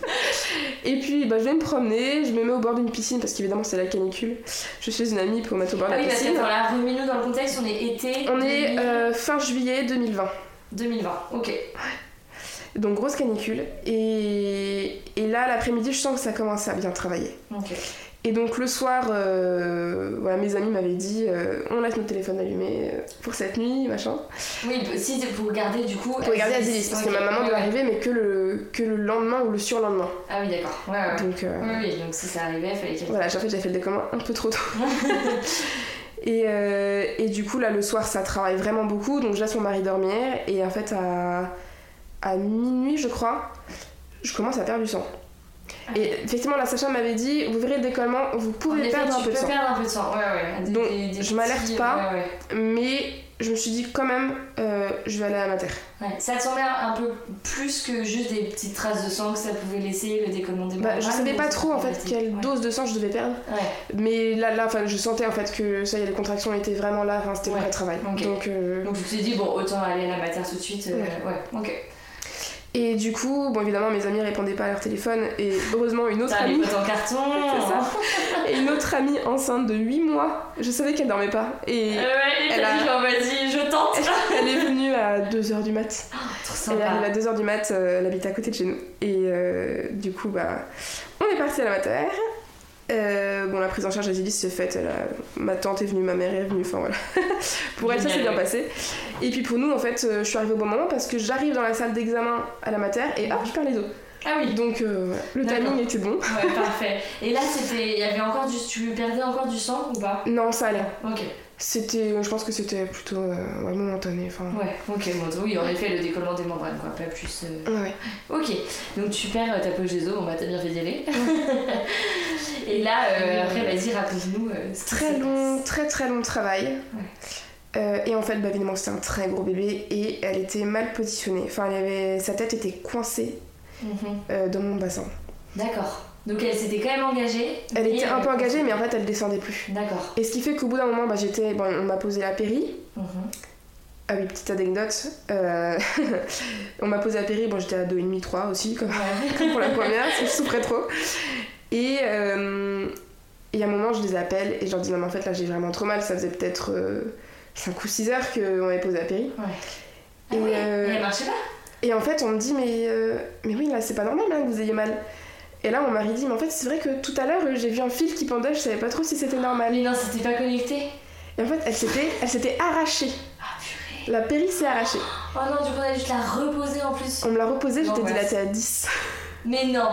S4: Et puis, bah, je vais me promener, je me mets au bord d'une piscine, parce qu'évidemment, c'est la canicule. Je suis une amie pour mettre au bord de
S2: Ah
S4: la
S2: oui, parce
S4: piscine.
S2: que là, remets-nous dans le contexte, on est été
S4: On est
S2: 2000,
S4: euh, fin juillet 2020,
S2: 2020. Ok.
S4: donc grosse canicule. Et, et là, l'après-midi, je sens que ça commence à bien travailler.
S2: Ok.
S4: Et donc le soir, euh, voilà, mes amis m'avaient dit euh, on laisse nos téléphones allumés euh, pour cette nuit, machin.
S2: Oui, bah, si c'est pour garder du coup.
S4: Pour regarder
S2: Aziz.
S4: Aziz, parce
S2: Ok.
S4: que ma maman
S2: Ouais,
S4: devait
S2: ouais.
S4: arriver, mais que le, que le lendemain ou le surlendemain.
S2: Ah oui, d'accord. Ouais, ouais.
S4: Donc euh,
S2: Oui, oui, donc si ça arrivait, fallait qu'elle.
S4: voilà, j'ai- en fait, j'ai fait le décommande un peu trop tôt. et, euh, et du coup, là, le soir, ça travaille vraiment beaucoup, donc je laisse mon mari dormir, et en fait, à, à minuit, je crois, je commence à perdre du sang. Et effectivement, la sage-femme m'avait dit vous verrez le décollement, vous
S2: Ah. En
S4: pouvez
S2: effet,
S4: perdre un
S2: tu
S4: peu de
S2: peux
S4: sang.
S2: perdre un peu de sang. Ouais, ouais. Des-
S4: Donc,
S2: des- des
S4: je m'alerte
S2: petits-
S4: pas.
S2: ouais, ouais.
S4: mais je me suis dit quand même euh, je vais aller à ma terre
S2: Ouais, ça te semblait un peu plus que juste des petites traces de sang que ça pouvait laisser le décommandement.
S4: bah, je savais pas trop en fait quelle
S2: ouais.
S4: dose de sang je devais perdre
S2: Ouais.
S4: mais là là enfin je sentais en fait que ça y est les contractions étaient vraiment là enfin, c'était le
S2: Ouais,
S4: vrai travail
S2: ok.
S4: donc euh,
S2: Donc tu t'es dit, bon, autant aller à la matière tout de suite. euh,
S4: Ouais.
S2: ouais, ok.
S4: et du coup bon évidemment mes amis répondaient pas à leur téléphone et heureusement une autre
S2: T'as les
S4: amie
S2: potes en carton.
S4: C'est ça. et une autre amie enceinte de 8 mois je savais qu'elle dormait pas et
S2: Euh, ouais, et
S4: Elle
S2: t'as
S4: a-
S2: dit, genre, vas-y, je tente.
S4: elle est venue à 2h du mat
S2: Trop
S4: elle
S2: sympa.
S4: arrive à 2h du mat euh, elle habite à côté de chez nous et euh, du coup bah on est parti à la mater Euh, bon la prise en charge à Zilis s'est faite elle a- ma tante est venue ma mère est venue enfin voilà pour elle ça s'est bien passé et puis pour nous en fait euh, je suis arrivée au bon moment parce que j'arrive dans la salle d'examen à la mater et hop je perds les os
S2: Ah oui.
S4: donc euh, voilà, le
S2: D'accord.
S4: timing était bon
S2: Ouais, parfait. Et là, c'était. Il y avait encore du. Tu perdais encore du sang ou pas
S4: non ça allait
S2: Ok.
S4: c'était je pense que c'était plutôt euh, ouais, momentané enfin
S2: Ouais, ok. Bon, oui, en effet, le décollement des membranes, quoi. Pas plus. euh,
S4: ouais, ouais.
S2: Ok, donc tu perds euh, ta poche des os, bon bah t'as bien fait d'y aller. et là, euh, après, vas-y, raconte-nous. euh, ce qui
S4: Très
S2: s'est
S4: long, très très long travail. Euh, et en fait, bah, évidemment, c'était un très gros bébé et elle était mal positionnée. Enfin, elle avait... sa tête était
S2: passé.
S4: coincée
S2: Mhm.
S4: euh, dans mon bassin.
S2: D'accord. Donc elle s'était quand même engagée.
S4: Elle
S2: mais,
S4: était un
S2: euh,
S4: peu engagée, mais en fait, elle descendait plus.
S2: D'accord.
S4: Et ce qui fait qu'au bout d'un moment, bah, j'étais. Bon, on m'a posé la péri.
S2: Mhm.
S4: Ah oui, petite anecdote. euh, on m'a posé la péri. Bon, j'étais à 2,5, 3 aussi, comme
S2: Ouais.
S4: pour la première, parce que je souffrais trop. Et, euh, et à un moment, je les appelle et je leur dis Non, mais en fait, là, j'ai vraiment trop mal. Ça faisait peut-être 5 ou 6 heures qu'on m'avait posé la péri.
S2: Ah
S4: Et,
S2: ouais,
S4: euh,
S2: Et elle marchait pas
S4: Et en fait, on me dit, mais, euh, mais oui, là, c'est pas normal hein, que vous ayez mal. Et là, mon mari dit, mais en fait, c'est vrai que tout à l'heure, euh, j'ai vu un fil qui pendait, je savais pas trop si c'était normal.
S2: Mais non, c'était pas connecté.
S4: Et en fait, elle s'était, elle s'était arrachée.
S2: Ah purée.
S4: La péri s'est arrachée.
S2: Oh non, du coup, on a juste la reposer en plus.
S4: On me l'a reposée, j'étais
S2: L'angoisse.
S4: dilatée à 10.
S2: Mais non.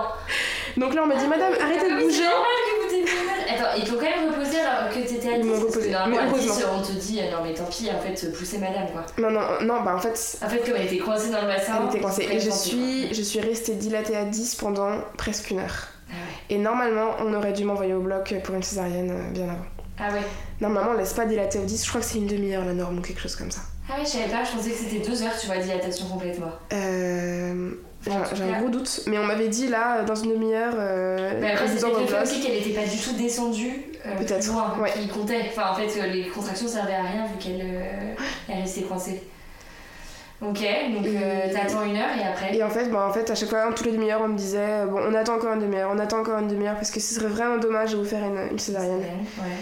S4: Donc là, on m'a dit, madame, arrêtez
S2: Ah
S4: de
S2: oui,
S4: bouger.
S2: C'est normal que vous ayez mal. Attends, ils t'ont quand même reposé alors que t'étais à 10.
S4: Ils m'ont
S2: parce que
S4: reposé.
S2: normalement,
S4: Mais
S2: à 10,
S4: heureusement.
S2: on te dit, euh, non mais tant pis, en fait, poussez madame quoi.
S4: Non, non, non, bah en fait,
S2: En fait, comme elle était coincée dans le bassin.
S4: elle était coincée. Et je
S2: elle était
S4: suis, je suis restée dilatée à 10 pendant presque une heure.
S2: coincée. Ah
S4: Et normalement, on aurait dû m'envoyer au bloc pour une césarienne euh, bien avant.
S2: ouais. Ah ouais.
S4: Normalement, on laisse pas dilater au 10, je crois que c'est une demi-heure la norme ou quelque chose comme ça.
S2: Ah ouais, je savais pas, je pensais que c'était deux heures, tu vois, dilatation complète, moi.
S4: Euh, J'ai
S2: En tout
S4: j'ai un
S2: cas. Bah,
S4: gros doute, mais on m'avait dit là, dans une demi-heure, euh,
S2: Mais après,
S4: président
S2: c'était le
S4: d'un
S2: fait
S4: bloc.
S2: aussi qu'elle était pas du tout descendue. euh, plus
S4: Peut-être,
S2: loin,
S4: ouais.
S2: Qui comptait. Enfin, en fait, euh, les contractions servaient à rien vu qu'elle euh, elle restait coincée. Ok, donc euh,
S4: Et-
S2: t'attends une heure et après.
S4: Et en fait, bah, en fait, à chaque fois, tous les demi-heures, on me disait euh, Bon, on attend encore une demi-heure, on attend encore une demi-heure, parce que ce serait vraiment dommage de vous faire une, une césarienne.
S2: Ouais.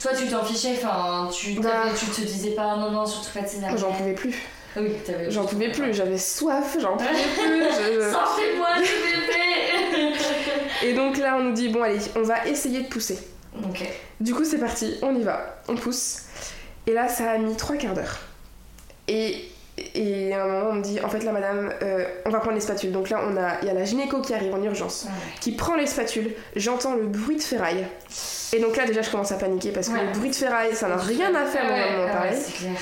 S2: Toi, tu t'en fichais, enfin, tu,
S4: Bah.
S2: t'avais- tu te disais pas non, non, surtout pas de césarienne.
S4: J'en pouvais plus,
S2: Ah Oui, t'avais-
S4: j'en pouvais plus, j'avais soif, j'en pouvais plus. je-
S2: Sortez-moi du bébé
S4: Et donc là, on nous dit Bon, allez, on va essayer de pousser.
S2: Ok.
S4: Du coup, c'est parti, on y va, on pousse. Et là, ça a mis trois quarts d'heure. Et, et à un moment, on me dit, en fait, là, madame, euh, on va prendre les spatules. Donc là, on a, il y a la gynéco qui arrive en urgence,
S2: Ouais.
S4: qui prend les spatules. J'entends le bruit de ferraille. Et donc là, déjà, je commence à paniquer parce que
S2: Ouais.
S4: le bruit de ferraille, ça n'a rien à faire
S2: Ah
S4: dans
S2: ouais,
S4: mon
S2: ah
S4: appareil.
S2: ouais, c'est clair.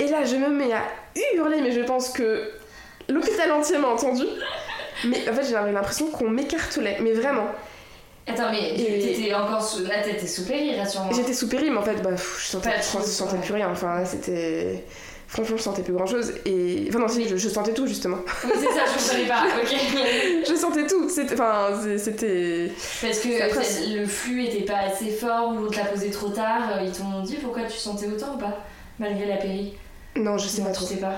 S4: Et là, je me mets à hurler, mais je pense que l'hôpital entier m'a entendu. Mais en fait, j'avais l'impression qu'on m'écartelait, mais vraiment.
S2: Attends, mais tu-
S4: Et-
S2: t'étais encore sous. Là, t'étais sous péri, rassure-moi.
S4: J'étais sous péri, mais en fait, bah, pff, je sentais,
S2: Pas de
S4: je crois que je
S2: chose,
S4: sentais
S2: ouais.
S4: plus rien. Enfin, là, c'était. Franchement, je sentais plus grand chose. Et. Enfin, non, si, je, je sentais tout, justement.
S2: Oui, c'est ça, je comprenais pas. Ok.
S4: Je sentais tout. C'était- Enfin, c'est- c'était.
S2: Parce que
S4: Après,
S2: c'est- le flux était pas assez fort ou on te l'a posé trop tard, euh, ils t'ont dit pourquoi tu sentais autant ou pas Malgré la péri
S4: Non, je sais
S2: Non,
S4: pas
S2: tu
S4: trop.
S2: sais pas.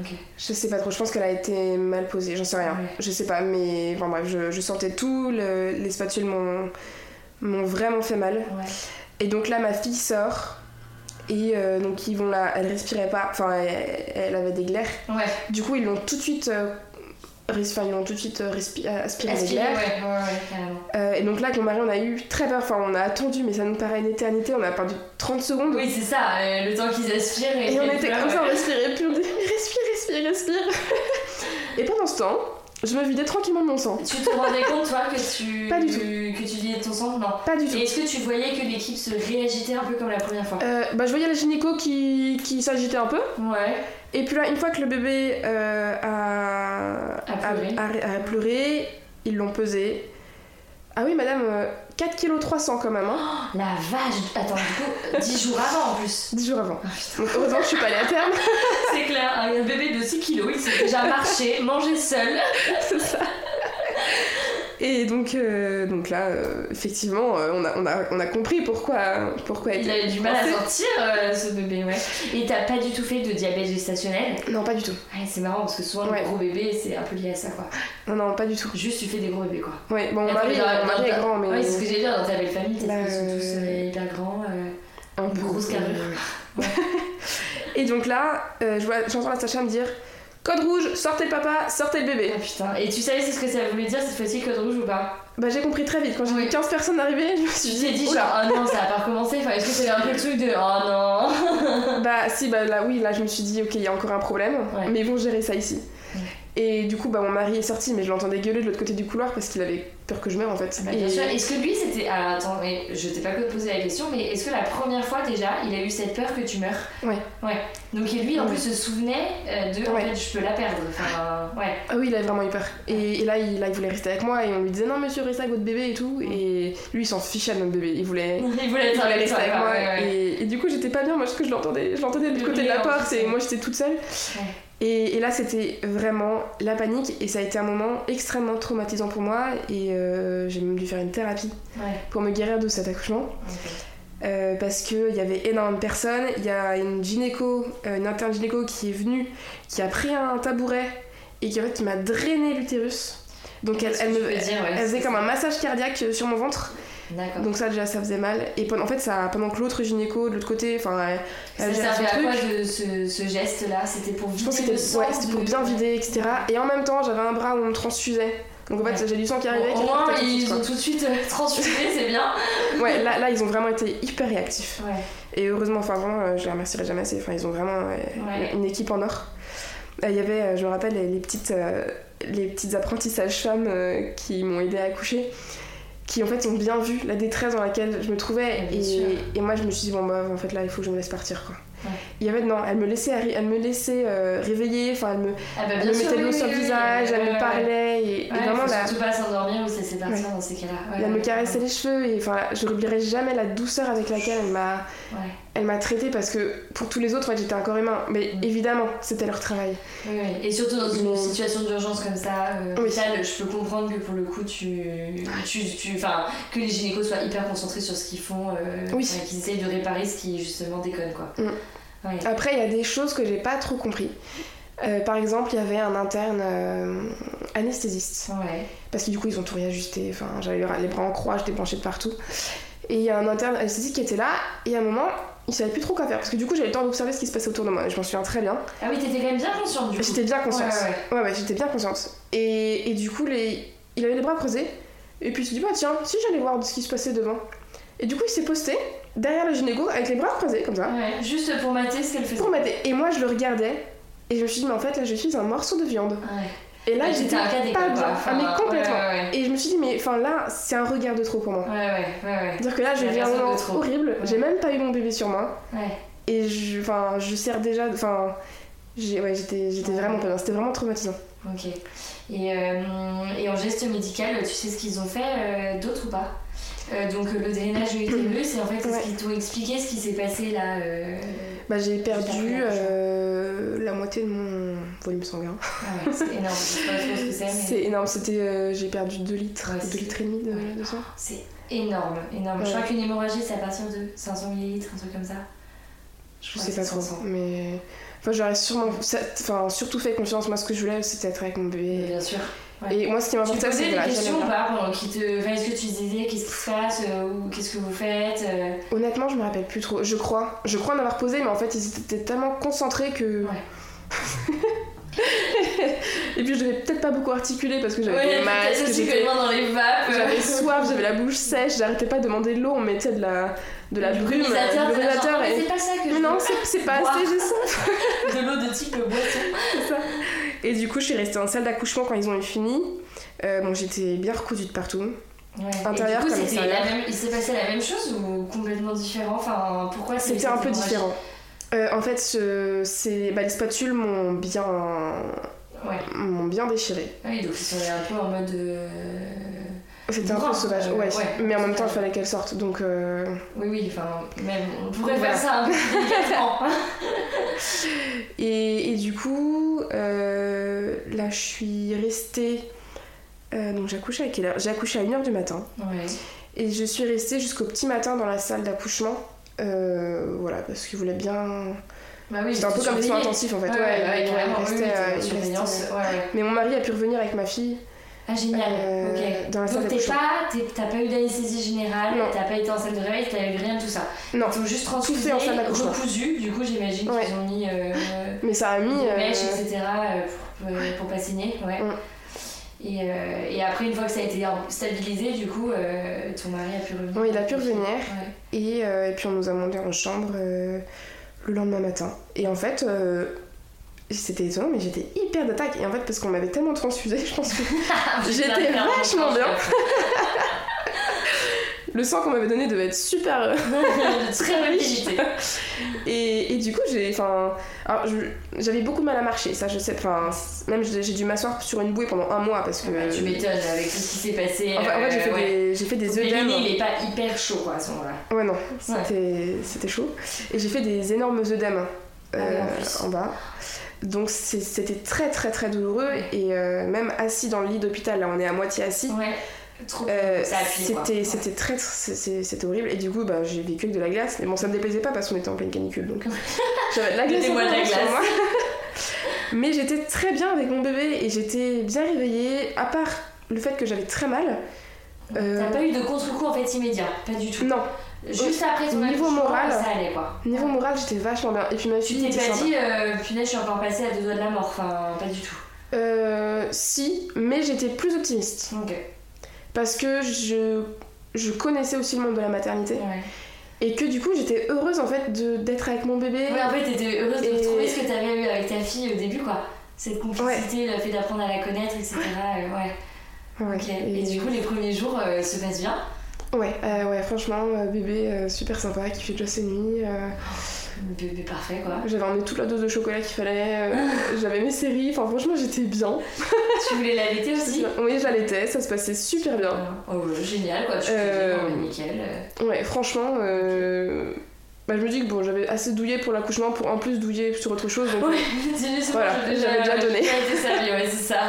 S2: Ok.
S4: Je sais pas trop, je pense qu'elle a été mal posée, j'en sais rien.
S2: Ouais.
S4: Je sais pas, mais bon, bref, je, je sentais tout, le- les spatules m'ont m'ont vraiment fait mal.
S2: Ouais.
S4: Et donc là, ma fille sort, et euh, donc ils vont la. Elle respirait pas, enfin, elle, elle avait des glaires.
S2: Ouais.
S4: Du coup, ils l'ont tout de suite. euh, res- Enfin, ils l'ont tout de suite euh, respi- euh, aspiré les
S2: Aspiré, ouais,
S4: glaires.
S2: ouais, ouais, carrément.
S4: Euh, et donc là, avec mon mari, on a eu très peur. Enfin, on a attendu, mais ça nous paraît une éternité. On a perdu 30 secondes.
S2: Oui, c'est ça, euh, le temps qu'ils aspirent et,
S4: Et on
S2: qu'elles
S4: était
S2: pleurent,
S4: comme ça, on
S2: ouais.
S4: respirait, puis on dit respire, respire, respire. et pendant ce temps, je me vidais tranquillement de mon sang.
S2: Tu te rendais compte, toi, que tu.
S4: Pas du tout.
S2: Que tu vidais ton sang Non.
S4: Pas du tout.
S2: Et est-ce que tu voyais que l'équipe se réagitait un peu comme la première fois
S4: Euh, bah, je voyais la gynéco qui, qui s'agitait un peu.
S2: Ouais.
S4: Et puis là, une fois que le bébé euh, a,
S2: A pleuré.
S4: a- a- a pleuré, ils l'ont pesé. Ah oui, madame, euh, 4,3 kg quand même, hein,
S2: La vache Attends, du coup, 10 jours avant en plus.
S4: 10 jours avant. Donc Ah, heureusement que je suis pas allée à terme.
S2: C'est clair, un bébé de 6 kilos, il s'est déjà marché, mangé seul.
S4: Et donc, euh, donc là, euh, effectivement, euh, on, a, on, a, on a compris pourquoi, pourquoi
S2: Il
S4: était
S2: a eu du mal à
S4: coincée.
S2: sortir, euh, ce bébé, ouais. Et t'as pas du tout fait de diabète gestationnel
S4: Non, pas du tout.
S2: Ouais, c'est marrant parce que souvent,
S4: Ouais.
S2: le gros bébé, c'est un peu lié à ça, quoi.
S4: Non, non, pas du tout.
S2: Juste, tu fais des gros bébés, quoi.
S4: Ouais, bon, mon
S2: Attends,
S4: mari,
S2: mais dans la-
S4: mon mari
S2: dans
S4: est
S2: ta-
S4: grand, mais
S2: Ouais, c'est ce que j'ai dit, dans ta belle famille, t'es
S4: Là,
S2: ils sont tous
S4: euh,
S2: euh, hyper grands. euh.
S4: un peu.
S2: grosse carrure.
S4: Ouais. Et donc là, euh, je vois- j'entends la Sacha me dire Code rouge, sortez le papa, sortez le bébé.
S2: Ah, putain. Et tu savais c'est ce que ça voulait dire cette fois-ci, code rouge ou pas
S4: Bah, j'ai compris très vite. Quand j'ai
S2: Oui.
S4: vu 15 personnes arriver, je me
S2: Tu
S4: suis
S2: t'es
S4: dit
S2: dit, genre,
S4: Oula.
S2: oh non, ça a pas recommencé. Enfin, est-ce que c'était un peu le truc de, oh non
S4: Bah, si, bah là, oui, là, je me suis dit Ok, il y a encore un problème,
S2: Ouais.
S4: mais ils vont gérer ça ici.
S2: Ouais.
S4: Et du coup, bah, mon mari est sorti, mais je l'entendais gueuler de l'autre côté du couloir parce qu'il avait peur que je meure en fait.
S2: Bah,
S4: Et-
S2: Bien sûr. Est-ce que lui, c'était. Ah, attends, mais je t'ai pas posé la question, mais est-ce que la première fois déjà, il a eu cette peur que tu meurs
S4: Ouais.
S2: Ouais. Donc, et lui, en
S4: Ouais.
S2: plus, se souvenait euh, de. En
S4: Ouais.
S2: fait, je peux la perdre. Enfin, euh, ouais.
S4: Ah oui, il avait vraiment eu peur. Et, et là, il, là, il voulait rester avec moi et on lui disait non, monsieur, restez avec votre bébé et tout. Et lui, il s'en fichait de notre bébé. Il voulait,
S2: Il voulait
S4: il
S2: être
S4: voulait
S2: avec
S4: rester
S2: toi.
S4: avec
S2: quoi,
S4: moi.
S2: ouais, ouais.
S4: Et, et du coup, j'étais pas bien, moi, parce que je l'entendais, je l'entendais du
S2: Le
S4: côté de la
S2: bruit, en
S4: porte
S2: plus,
S4: et
S2: ouais.
S4: moi, j'étais toute seule. Et, et là, c'était vraiment la panique et ça a été un moment extrêmement traumatisant pour moi. Et euh, j'ai même dû faire une thérapie
S2: Ouais.
S4: pour me guérir de cet accouchement.
S2: Ok.
S4: Euh, parce qu'il y avait énormément de personnes. Il y a une gynéco, euh, une interne gynéco qui est venue, qui a pris un tabouret et qui en fait qui m'a drainé l'utérus. Donc elle,
S2: Qu'est-ce
S4: elle
S2: que tu
S4: me-
S2: peux dire, ouais,
S4: elle
S2: c'est-
S4: faisait comme un massage cardiaque euh, sur mon ventre.
S2: D'accord.
S4: Donc ça déjà ça faisait mal. Et pendant, en fait ça, pendant que l'autre gynéco de l'autre côté, enfin elle-
S2: Ça
S4: elle gérait son
S2: servait à
S4: euh, truc.
S2: quoi de ce, ce geste-là C'était pour
S4: Je
S2: vider
S4: pense que
S2: le
S4: c'était
S2: sang
S4: ouais, c'était pour
S2: de-
S4: bien vider, etc. Et en même temps j'avais un bras où on me transfusait. Donc en fait
S2: Ouais.
S4: j'ai du sang qui
S2: Bon,
S4: arrivait. qui
S2: au moins,
S4: repartait tout de suite,
S2: ils ont tout de suite euh, transfusé, c'est bien.
S4: quoi. Ouais là, là ils ont vraiment été hyper réactifs.
S2: Ouais.
S4: Et heureusement, enfin vraiment, euh, je les remercierai jamais assez. Enfin, ils ont vraiment euh,
S2: Ouais.
S4: une équipe en or. Euh, Il y avait, euh, je me rappelle, les, les petites, euh, les petites apprenties sages-femmes euh, qui m'ont aidé à accoucher, qui en fait ont bien vu la détresse dans laquelle je me trouvais.
S2: Bien sûr.
S4: Et, et moi, je me suis dit, bon, bah, en fait, là, il faut que je me laisse partir. Quoi.
S2: Ouais.
S4: Et en fait, non, elle me laissait, arri- elle me laissait euh, réveiller, enfin, elle me,
S2: Ah bah,
S4: elle
S2: bien
S4: me
S2: sûr,
S4: mettait de l'eau
S2: oui,
S4: sur le
S2: oui, oui,
S4: visage,
S2: oui,
S4: elle
S2: ouais,
S4: me
S2: ouais.
S4: parlait, et, et
S2: Ouais,
S4: vraiment,
S2: faut
S4: la,
S2: surtout pas s'endormir ou c'est partir dans ces cas-là. Ouais,
S4: elle me
S2: ouais.
S4: caressait les cheveux, et enfin, je n'oublierai jamais la douceur avec laquelle elle m'a.
S2: Ouais.
S4: Elle m'a traitée parce que pour tous les autres, ouais, j'étais un corps humain. Mais
S2: Mm.
S4: évidemment, c'était leur travail.
S2: Oui, oui. Et surtout dans une
S4: Mais-
S2: situation d'urgence comme ça, euh,
S4: Oui.
S2: hôpital, je peux comprendre que pour le coup, tu, tu, tu- enfin, que les gynécos soient hyper concentrés sur ce qu'ils font, euh,
S4: Oui.
S2: ouais, qu'ils essayent de réparer ce qui justement déconne, quoi.
S4: Mm.
S2: Ouais.
S4: Après, il y a des choses que j'ai pas trop compris. Euh, par exemple, il y avait un interne euh, anesthésiste.
S2: Ouais.
S4: Parce que du coup, ils ont tout réajusté. Enfin, j'avais les- les bras en croix, j'étais penchée de partout. Et il y a un interne anesthésiste qui était là. Et à un moment, il savait plus trop quoi faire. Parce que du coup, j'avais le temps d'observer ce qui se passait autour de moi. Et je m'en souviens très bien.
S2: Ah oui, t'étais quand même bien consciente du coup.
S4: J'étais bien consciente.
S2: Ouais,
S4: Ouais, ouais, j'étais bien consciente. Et, et du coup, les... il avait les bras croisés. Et puis je me suis dit, bah tiens, si j'allais voir ce qui se passait devant. Et du coup, il s'est posté derrière le gynéco avec les bras croisés, comme ça.
S2: Ouais. Juste pour mater ce qu'elle faisait.
S4: Pour m'aider. Et moi, je le regardais. Et je me suis dit, mais en fait, là, je suis un morceau de viande.
S2: Ouais.
S4: Et là,
S2: Ouais,
S4: j'étais
S2: t'étais un cas d'école,
S4: pas bien.
S2: quoi.
S4: Ah,
S2: Enfin,
S4: mais complètement.
S2: Ouais, ouais,
S4: Et je me suis dit, mais enfin là, c'est un regard de trop pour moi.
S2: ouais. Ouais, ouais, ouais,
S4: C'est-à-dire que là, j'ai
S2: La
S4: vu un
S2: personne
S4: moment
S2: de trop.
S4: horrible. J'ai même pas eu mon bébé sur moi.
S2: ouais. Ouais.
S4: Et je, enfin, je sers déjà. Enfin, j'ai- ouais, j'étais j'étais
S2: Ouais.
S4: vraiment pas bien. C'était vraiment traumatisant.
S2: Ok. Et, euh, et en geste médical, tu sais ce qu'ils ont fait euh, d'autres ou pas Euh, Donc euh, le drainage de l'utérus, et en fait, c'est
S4: Ouais.
S2: ce qu'ils t'ont expliqué, ce qui s'est passé là euh,
S4: Bah, j'ai perdu euh, la moitié de mon volume sanguin.
S2: Ah ouais, c'est énorme. Je sais pas trop ce que c'est, mais-
S4: C'est énorme, c'était euh, j'ai perdu 2 litres,
S2: Ouais,
S4: 2
S2: c'est-
S4: litres et demi de,
S2: ouais.
S4: de sang.
S2: C'est énorme, énorme. Je
S4: Ouais.
S2: crois qu'une hémorragie, c'est à partir de 500 millilitres, un truc comme ça.
S4: Je
S2: crois
S4: sais
S2: que
S4: pas
S2: c'est
S4: trop,
S2: 500.
S4: mais enfin, j'aurais sûrement, ça- enfin surtout fait confiance. Moi, ce que je voulais, c'était être avec mon bébé.
S2: Bien sûr. ouais.
S4: Et moi, ce qui
S2: Tu te
S4: m'importait,
S2: posais
S4: c'est
S2: des
S4: voilà,
S2: questions
S4: j'allais
S2: ou
S4: voir.
S2: pas pendant qu'ils te... Enfin, est-ce que tu disais qu'est-ce qui se passe euh, ou qu'est-ce que vous faites euh,
S4: Honnêtement, je me rappelle plus trop. Je crois, je crois en avoir posé, mais en fait, ils étaient tellement concentrés que.
S2: Ouais.
S4: et puis, je devais peut-être pas beaucoup articuler parce que j'avais
S2: Ouais,
S4: des masques,
S2: peut-être que
S4: j'étais-
S2: j'ai les mains dans les vapes.
S4: J'avais soif, j'avais la bouche sèche, j'arrêtais pas de demander de l'eau, on mettait de la, de la
S2: Du
S4: brume, euh,
S2: brumisateur,
S4: du
S2: c'est la
S4: brumisateur
S2: genre,
S4: et-
S2: mais Ah, c'est pas ça que je
S4: Mais non, c'est- c'est pas
S2: Boire.
S4: assez, j'ai soif.
S2: veux. De l'eau de type boisson.
S4: c'est ça. Et du coup, je suis restée en salle d'accouchement quand ils ont eu fini. Euh, bon, j'étais bien recousue de partout.
S2: Ouais.
S4: Intérieur
S2: Et du coup,
S4: comme
S2: c'était
S4: extérieur.
S2: la même- Il s'est passé la même chose ou complètement différent Enfin, pourquoi Ah, c'est-
S4: C'était un
S2: cette
S4: peu
S2: hémorragie
S4: différent. Euh, en fait, ce- c'est- bah, les spatules m'ont bien,
S2: Ouais.
S4: m'ont bien déchirée.
S2: Oui, donc ils sont allés un peu en mode. euh,
S4: C'était un
S2: Brun,
S4: peu sauvage,
S2: euh,
S4: ouais.
S2: ouais.
S4: Mais en même temps, il fallait qu'elle sorte, donc... euh,
S2: Oui, oui, enfin, même. On pourrait
S4: Voilà.
S2: faire ça un peu délicatement.
S4: Et, et du coup, euh, là, je suis restée... euh, donc j'accouchais à quelle heure J'ai accouché à 1h du matin.
S2: Ouais.
S4: Et je suis restée jusqu'au petit matin dans la salle d'accouchement. Euh, voilà, parce qu'ils voulaient bien...
S2: Bah oui,
S4: C'était un peu comme des soins intensifs, en fait.
S2: Ouais, ouais,
S4: ouais,
S2: ouais,
S4: il
S2: carrément,
S4: restait,
S2: oui, oui,
S4: euh,
S2: t'es en
S4: il
S2: surveillance,
S4: restait-
S2: ouais, ouais.
S4: Mais mon mari a pu revenir avec ma fille.
S2: Ah, génial,
S4: Euh,
S2: ok.
S4: dans la salle
S2: Donc, t'es
S4: d'accouchement.
S2: pas- t'es- t'as pas eu d'anesthésie générale,
S4: Non.
S2: t'as pas été en salle de réveil, t'as eu rien de tout ça.
S4: Non,
S2: Ils ont juste
S4: fait en
S2: transfusé,
S4: salle d'accouchement.
S2: recousu, du coup, j'imagine
S4: Ouais.
S2: qu'ils ont mis euh,
S4: mais ça a mis...
S2: des
S4: euh,
S2: mèches, etc., euh, pour, euh, pour pas saigner, ouais.
S4: Mm.
S2: Et, euh, et après, une fois que ça a été stabilisé, du coup, euh, ton mari a pu revenir.
S4: Oui, il a pu revenir.
S2: Ouais.
S4: Et, euh, et puis on nous a monté en chambre euh, le lendemain matin. Et en fait, euh, c'était étonnant, mais j'étais hyper d'attaque. Et en fait, parce qu'on m'avait tellement transfusé, je pense que
S2: Ah,
S4: Ah, j'étais vachement bien. le sang qu'on m'avait donné devait être super. euh,
S2: Très bonne rigidité.
S4: Et, et du coup, j'ai, enfin, alors, je- j'avais beaucoup de mal à marcher. Ça, je sais. Enfin, même j'ai j'ai dû m'asseoir sur une bouée pendant un mois parce que.
S2: Ouais, Ah Euh, bah, tu m'étonnes avec tout ce qui s'est passé.
S4: En fait, en fait, j'ai
S2: euh,
S4: fait,
S2: ouais.
S4: des, j'ai fait des
S2: Mais
S4: œdèmes.
S2: l'aîné, il est pas hyper chaud quoi, à ce moment-là.
S4: Ouais, non, c'était c'était chaud. Et j'ai fait des énormes œdèmes
S2: Ah
S4: euh,
S2: oui, en plus.
S4: en bas. Donc c'est- c'était très très très douloureux
S2: Ouais.
S4: et euh, même assis dans le lit d'hôpital, là on est à moitié assis.
S2: Ouais, trop.
S4: euh,
S2: ça appuie, quoi.
S4: c'était
S2: Ouais.
S4: c'était très, très- c'est- c'est- c'était horrible et du coup bah, j'ai vécu avec de la glace mais bon ça me déplaisait pas parce qu'on était en pleine canicule donc euh, j'avais de la glace,
S2: Mettez-moi de la
S4: sur
S2: glace.
S4: moi. mais j'étais très bien avec mon bébé et j'étais bien réveillée à part le fait que j'avais très mal euh,
S2: T'as pas eu de contre-coup en fait immédiat, pas du tout.
S4: non
S2: Juste après ton
S4: niveau
S2: accouchement,
S4: moral,
S2: ça allait quoi.
S4: niveau moral j'étais vachement bien et puis ma
S2: Tu
S4: fille
S2: t'es
S4: était
S2: pas
S4: sympa.
S2: dit, euh, punaise, je suis encore passée à deux doigts de la mort, enfin, pas du tout.
S4: Euh, si, mais j'étais plus optimiste.
S2: Ok.
S4: Parce que je, je connaissais aussi le monde de la maternité.
S2: Ouais.
S4: Et que du coup, j'étais heureuse en fait de- d'être avec mon bébé.
S2: Ouais, en fait, t'étais heureuse de
S4: Et-
S2: retrouver ce que t'avais eu avec ta fille au début quoi. Cette complicité, le fait d'apprendre à la connaître, etc. euh, ouais.
S4: Ouais,
S2: Ok.
S4: et-
S2: Et du coup, les premiers jours euh, se passent bien.
S4: ouais, euh, ouais, franchement, euh, bébé euh, super sympa qui fait de la sémie. euh,
S2: Bébé parfait quoi.
S4: J'avais emmené toute la dose de chocolat qu'il fallait. euh, J'avais mes séries. Enfin, franchement, j'étais bien.
S2: tu voulais l'allaiter aussi
S4: Oui, j'allaitais. Ça se passait super bien.
S2: Oh, ouais, génial quoi, tu
S4: Euh,
S2: te dis, bon, bah, nickel. euh.
S4: Ouais, franchement, euh, bah, je me dis que bon, j'avais assez douillé pour l'accouchement pour en plus douiller sur autre chose. donc,
S2: Ouais, c'est juste
S4: Voilà,
S2: moi,
S4: j'avais déjà donné.
S2: Ouais, c'est ça, oui, ouais, c'est ça.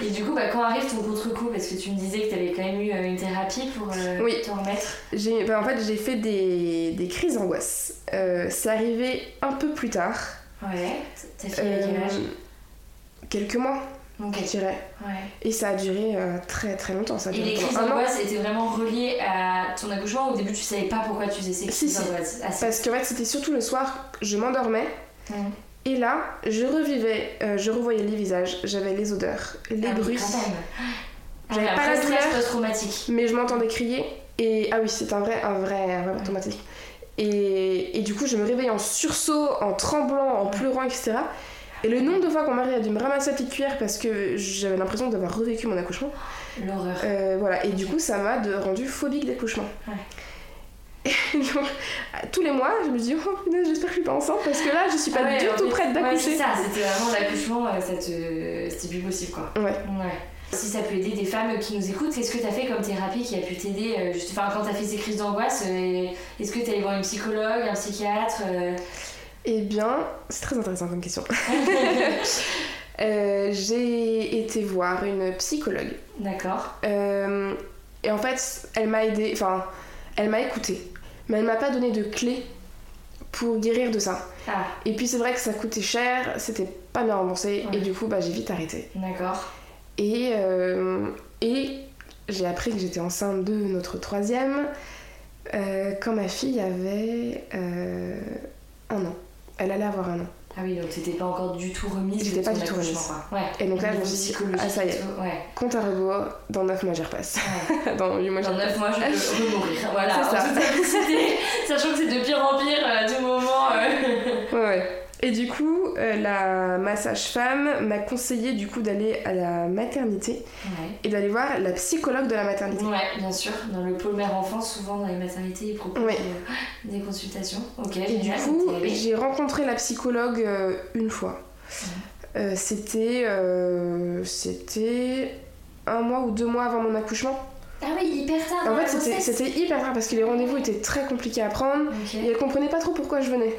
S2: Et du coup, bah, quand arrive ton contre-coup, parce que tu me disais que t'avais quand même eu euh, une thérapie pour euh,
S4: Oui.
S2: te remettre.
S4: J'ai- ben, en fait, j'ai fait des, des crises d'angoisse. Euh, c'est arrivé un peu plus tard.
S2: Ouais, t'as fille à quel
S4: Euh,
S2: âge
S4: Quelques mois,
S2: Ok,
S4: je dirais.
S2: ouais.
S4: Et ça a duré euh, très très longtemps. Ça a
S2: Et
S4: duré
S2: les
S4: pendant
S2: crises
S4: un an.
S2: d'angoisse étaient vraiment reliées à ton accouchement Au début, tu savais pas pourquoi tu faisais ces
S4: Si,
S2: crises
S4: si.
S2: d'angoisse Ah, si.
S4: Parce que en fait, c'était surtout le soir, je m'endormais.
S2: Mm.
S4: Et là, je revivais, euh, je revoyais les visages, j'avais les odeurs, les
S2: Ah oui,
S4: bruits.
S2: quand même. Ah,
S4: J'avais
S2: mais
S4: pas
S2: après,
S4: la
S2: stress
S4: douleur.
S2: post-traumatique.
S4: Mais je m'entendais crier. Et ah oui, c'est un vrai, un vrai, un vrai traumatisme. Et, et du coup, je me réveillais en sursaut, en tremblant, en pleurant, etc. Et le nombre de fois qu'on mari a dû me ramasser la petite cuillère parce que j'avais l'impression d'avoir revécu mon accouchement,
S2: L'horreur.
S4: euh, voilà. Et du coup, ça m'a de- rendu phobique d'accouchement.
S2: Ouais.
S4: Et donc, tous les mois, je me dis, oh punaise, j'espère que je suis pas enceinte parce que là, je suis pas
S2: Ah ouais,
S4: du
S2: en
S4: tout
S2: fait,
S4: prête
S2: Ouais, c'est
S4: d'accoucher.
S2: ça, c'était vraiment l'accouchement, euh, ça te- c'était plus possible quoi.
S4: Ouais.
S2: Si ça peut aider des femmes qui nous écoutent, qu'est-ce que t'as fait comme thérapie qui a pu t'aider euh, juste- Enfin, quand t'as fait ces crises d'angoisse, euh, est-ce que t'es allé voir une psychologue, un psychiatre euh,
S4: Eh bien, c'est très intéressant comme question. Euh, j'ai été voir une psychologue.
S2: D'accord.
S4: Euh, et en fait, elle m'a aidée, enfin, elle m'a écoutée. Mais elle m'a pas donné de clé pour guérir de ça.
S2: Ah,
S4: Et puis c'est vrai que ça coûtait cher, c'était pas bien remboursé,
S2: Ouais.
S4: et du coup, bah, j'ai vite arrêté.
S2: d'accord.
S4: Et, euh, et j'ai appris que j'étais enceinte de notre troisième euh, quand ma fille avait euh, un an. Elle allait avoir un an.
S2: Ah oui, donc t'étais pas encore du tout remise. de
S4: J'étais pas
S2: ton
S4: du tout
S2: accouchement,
S4: remise.
S2: quoi. Ouais.
S4: Et donc là, je me suis dit,
S2: Psychologique
S4: ah, ça y est.
S2: et tout, Ouais.
S4: Compte à rebours, dans 9 mois j'y repasse.
S2: ouais.
S4: dans 8 mois j'y
S2: Dans
S4: repasse.
S2: 9 mois, je peux remourir. Voilà,
S4: C'est
S2: en
S4: ça.
S2: toute simplicité, sachant que c'est de pire en pire euh, du moment. euh.
S4: Ouais, ouais. Et du coup, euh, la ma sage-femme m'a conseillé du coup d'aller à la maternité
S2: Ouais.
S4: et d'aller voir la psychologue de la maternité.
S2: Ouais, bien sûr. Dans le pôle mère-enfant, souvent dans les maternités, ils proposent
S4: Ouais.
S2: euh, des consultations. Ok,
S4: Et
S2: génial.
S4: du coup,
S2: t'es allée.
S4: j'ai rencontré la psychologue euh, une fois.
S2: Mhm.
S4: Euh, c'était euh, c'était un mois ou deux mois avant mon accouchement.
S2: Ah oui, hyper tard.
S4: En
S2: dans la
S4: fait, c'était-
S2: grossesse.
S4: c'était hyper rare parce que les rendez-vous étaient très compliqués à prendre et
S2: Ok.
S4: elle comprenait pas trop pourquoi je venais.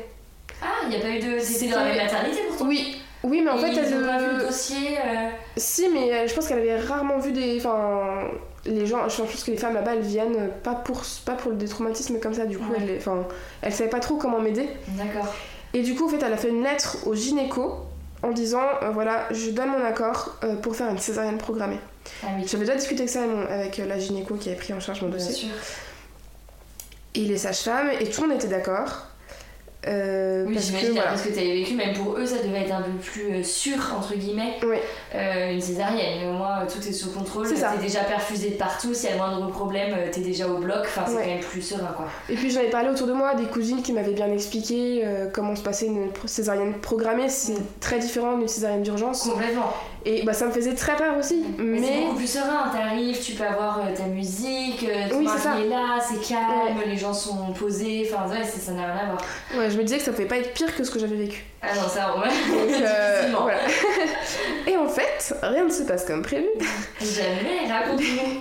S2: Ah, il n'y a pas eu de. C'était dans la même maternité pourtant.
S4: Oui, oui, mais en fait,
S2: ils
S4: elle
S2: ont pas vu
S4: euh,
S2: le dossier. euh,
S4: Si, mais euh, je pense qu'elle avait rarement vu des. Enfin, les gens. Je pense que les femmes là-bas, elles viennent euh, pas pour, pas pour des traumatismes comme ça. Du coup,
S2: Ouais.
S4: elle, enfin, elle savait pas trop comment m'aider.
S2: D'accord.
S4: Et du coup, en fait, elle a fait une lettre au gynéco en disant euh, voilà, je donne mon accord euh, pour faire une césarienne programmée.
S2: Ah oui.
S4: J'avais déjà discuté avec ça avec mon- avec euh, la gynéco qui avait pris en charge mon
S2: Bien
S4: dossier.
S2: sûr.
S4: Et les sages-femmes, et tout le monde était d'accord. Euh,
S2: Oui,
S4: parce que
S2: j'imagine,
S4: voilà.
S2: parce que tu avais vécu, même pour eux, ça devait être un peu plus euh, sûr, entre guillemets,
S4: Oui.
S2: euh, une césarienne. Mais au moins, euh, tout est sous contrôle.
S4: C'est ça.
S2: T'es déjà perfusé de partout. S'il y a le moindre problème, euh, t'es déjà au bloc. Enfin, c'est
S4: Ouais.
S2: quand même plus serein, quoi.
S4: Et puis j'en ai parlé autour de moi, des cousines qui m'avaient bien expliqué euh, comment se passait une pro- césarienne programmée. C'est
S2: Mm.
S4: très différent d'une césarienne d'urgence.
S2: Complètement.
S4: Et bah ça me faisait très peur aussi.
S2: Mm. Mais, c'est
S4: Mais
S2: beaucoup plus serein, t'arrives, tu peux avoir euh, ta musique, euh, ton
S4: Oui,
S2: mari
S4: c'est ça.
S2: est là, c'est calme, les gens sont posés, enfin ouais, c'est- ça n'a rien à voir.
S4: ouais, je me disais que ça pouvait pas être pire que ce que j'avais vécu.
S2: Ah non, ça, ouais,
S4: Donc, euh,
S2: difficilement.
S4: voilà. Et en fait, rien ne se passe comme prévu.
S2: Jamais, raconte-nous.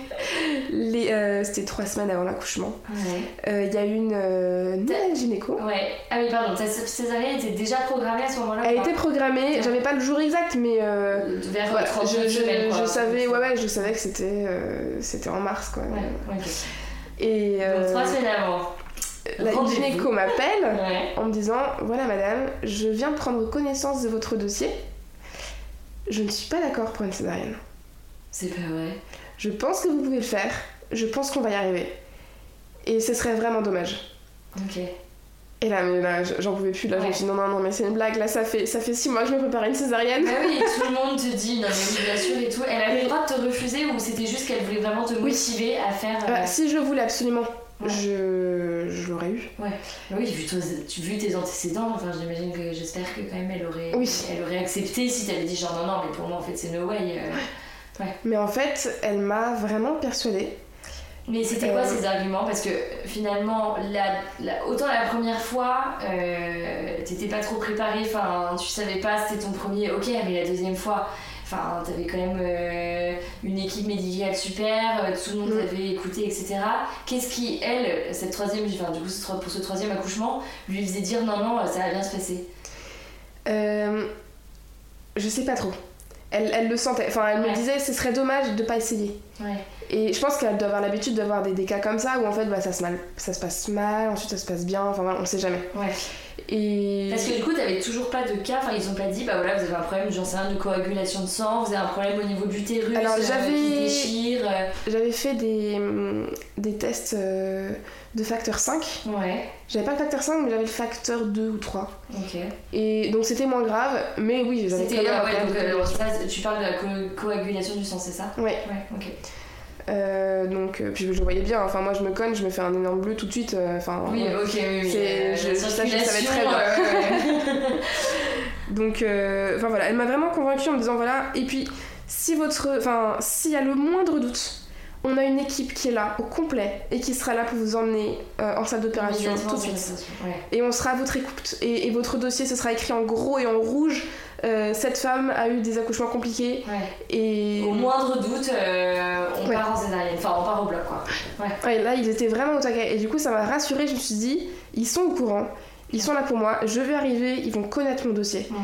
S4: Les, euh, C'était trois semaines avant l'accouchement.
S2: Ah ouais.
S4: Euh, Il y a eu une euh, nouvelle gynéco.
S2: ouais. Ah oui, pardon, ta césarienne était déjà programmée à ce moment-là
S4: Elle
S2: ou
S4: était
S2: pas
S4: programmée, j'avais pas le jour exact, mais euh,
S2: vers
S4: voilà,
S2: 30
S4: je, je-
S2: semaines, quoi.
S4: je savais, ouais, ouais, je savais que c'était, euh, c'était en mars quoi.
S2: Ouais, ok.
S4: Et
S2: Donc
S4: euh,
S2: 3 semaines avant.
S4: la
S2: rendez-vous.
S4: gynéco m'appelle.
S2: Ouais.
S4: en me disant voilà madame je viens de prendre connaissance de votre dossier je ne suis pas d'accord pour une césarienne
S2: C'est pas vrai.
S4: je pense que vous pouvez le faire je pense qu'on va y arriver et ce serait vraiment dommage
S2: Ok.
S4: et là, mais là j'en pouvais plus là je me suis dit non non non mais c'est une blague là ça fait ça fait six mois que je me prépare à une césarienne
S2: Ah oui, tout le monde te dit non mais oui bien sûr et tout. Elle avait le droit de te refuser ou c'était juste qu'elle voulait vraiment te motiver à faire. euh,
S4: Euh, si je le voulais absolument
S2: Ouais.
S4: je, je l'aurais eu
S2: Bah Oui, vu, tes- tu- vu tes antécédents, enfin, j'imagine que j'espère que quand même elle aurait,
S4: Oui.
S2: elle aurait accepté si t'avais dit genre non, non, mais pour moi en fait c'est no way. euh.
S4: mais en fait elle m'a vraiment persuadée
S2: Mais c'était quoi
S4: Euh.
S2: ces arguments Parce que finalement, la, la- autant la première fois, euh, t'étais pas trop préparé, enfin tu savais pas, c'était ton premier, ok, mais la deuxième fois, enfin t'avais quand même euh, une équipe médicale super, euh, tout le monde
S4: Mm.
S2: t'avait écouté, etc. Qu'est-ce qui, elle, cette troisième, enfin du coup ce tro- pour ce troisième accouchement, lui faisait dire non, non, ça va bien se passer
S4: Euh, je sais pas trop elle, elle le sentait enfin elle
S2: Ouais.
S4: me disait ce serait dommage de pas essayer
S2: Ouais.
S4: Et je pense qu'elle doit avoir l'habitude d'avoir des, des cas comme ça où en fait bah, ça, se mal, ça se passe mal, ensuite ça se passe bien, enfin voilà, on sait jamais.
S2: Ouais.
S4: Et.
S2: Parce que du coup, t'avais toujours pas de cas, enfin ils ont pas dit, bah voilà, vous avez un problème, j'en sais rien, de coagulation de sang, vous avez un problème au niveau du l'utérus,
S4: Alors,
S2: euh, qui
S4: j'avais-
S2: se déchire. euh,
S4: J'avais fait des, hum, des tests euh, de facteur 5.
S2: Ouais,
S4: J'avais pas le facteur 5, mais j'avais le facteur 2 ou 3.
S2: ok.
S4: Et donc c'était moins grave, mais oui, j'avais quand
S2: C'était,
S4: même un
S2: ah ouais,
S4: problème
S2: donc
S4: de
S2: euh,
S4: coagulation.
S2: ça, tu parles de la co- coagulation du sang, c'est ça
S4: Ouais,
S2: Ouais, ok.
S4: euh, donc euh, puis je le voyais bien, enfin moi je me cogne, je me fais un énorme bleu tout de suite, euh, enfin.
S2: Oui,
S4: ouais.
S2: ok, oui, oui.
S4: C'est-
S2: euh,
S4: je-
S2: la
S4: ça, je savais très
S2: circulation, euh, ouais, ouais.
S4: Donc, euh, enfin voilà, elle m'a vraiment convaincue en me disant voilà, et puis si votre. Enfin, s'il y a le moindre doute, On a une équipe qui est là au complet et qui sera là pour vous emmener euh, en salle d'opération
S2: Immédiatement,
S4: tout de
S2: sur la
S4: suite.
S2: station, ouais.
S4: Et on sera à votre écoute. Et, et votre dossier, ce sera écrit en gros et en rouge. Euh, cette femme a eu des accouchements compliqués
S2: Ouais.
S4: et...
S2: Au moindre doute, euh, on
S4: Ouais.
S2: part en césarienne. Enfin, on part au bloc, quoi.
S4: Ouais, là, ils étaient vraiment au taquet. Et du coup, ça m'a rassurée. Je me suis dit, ils sont au courant, ils sont là pour moi, je vais arriver, ils vont connaître mon dossier.
S2: Mm.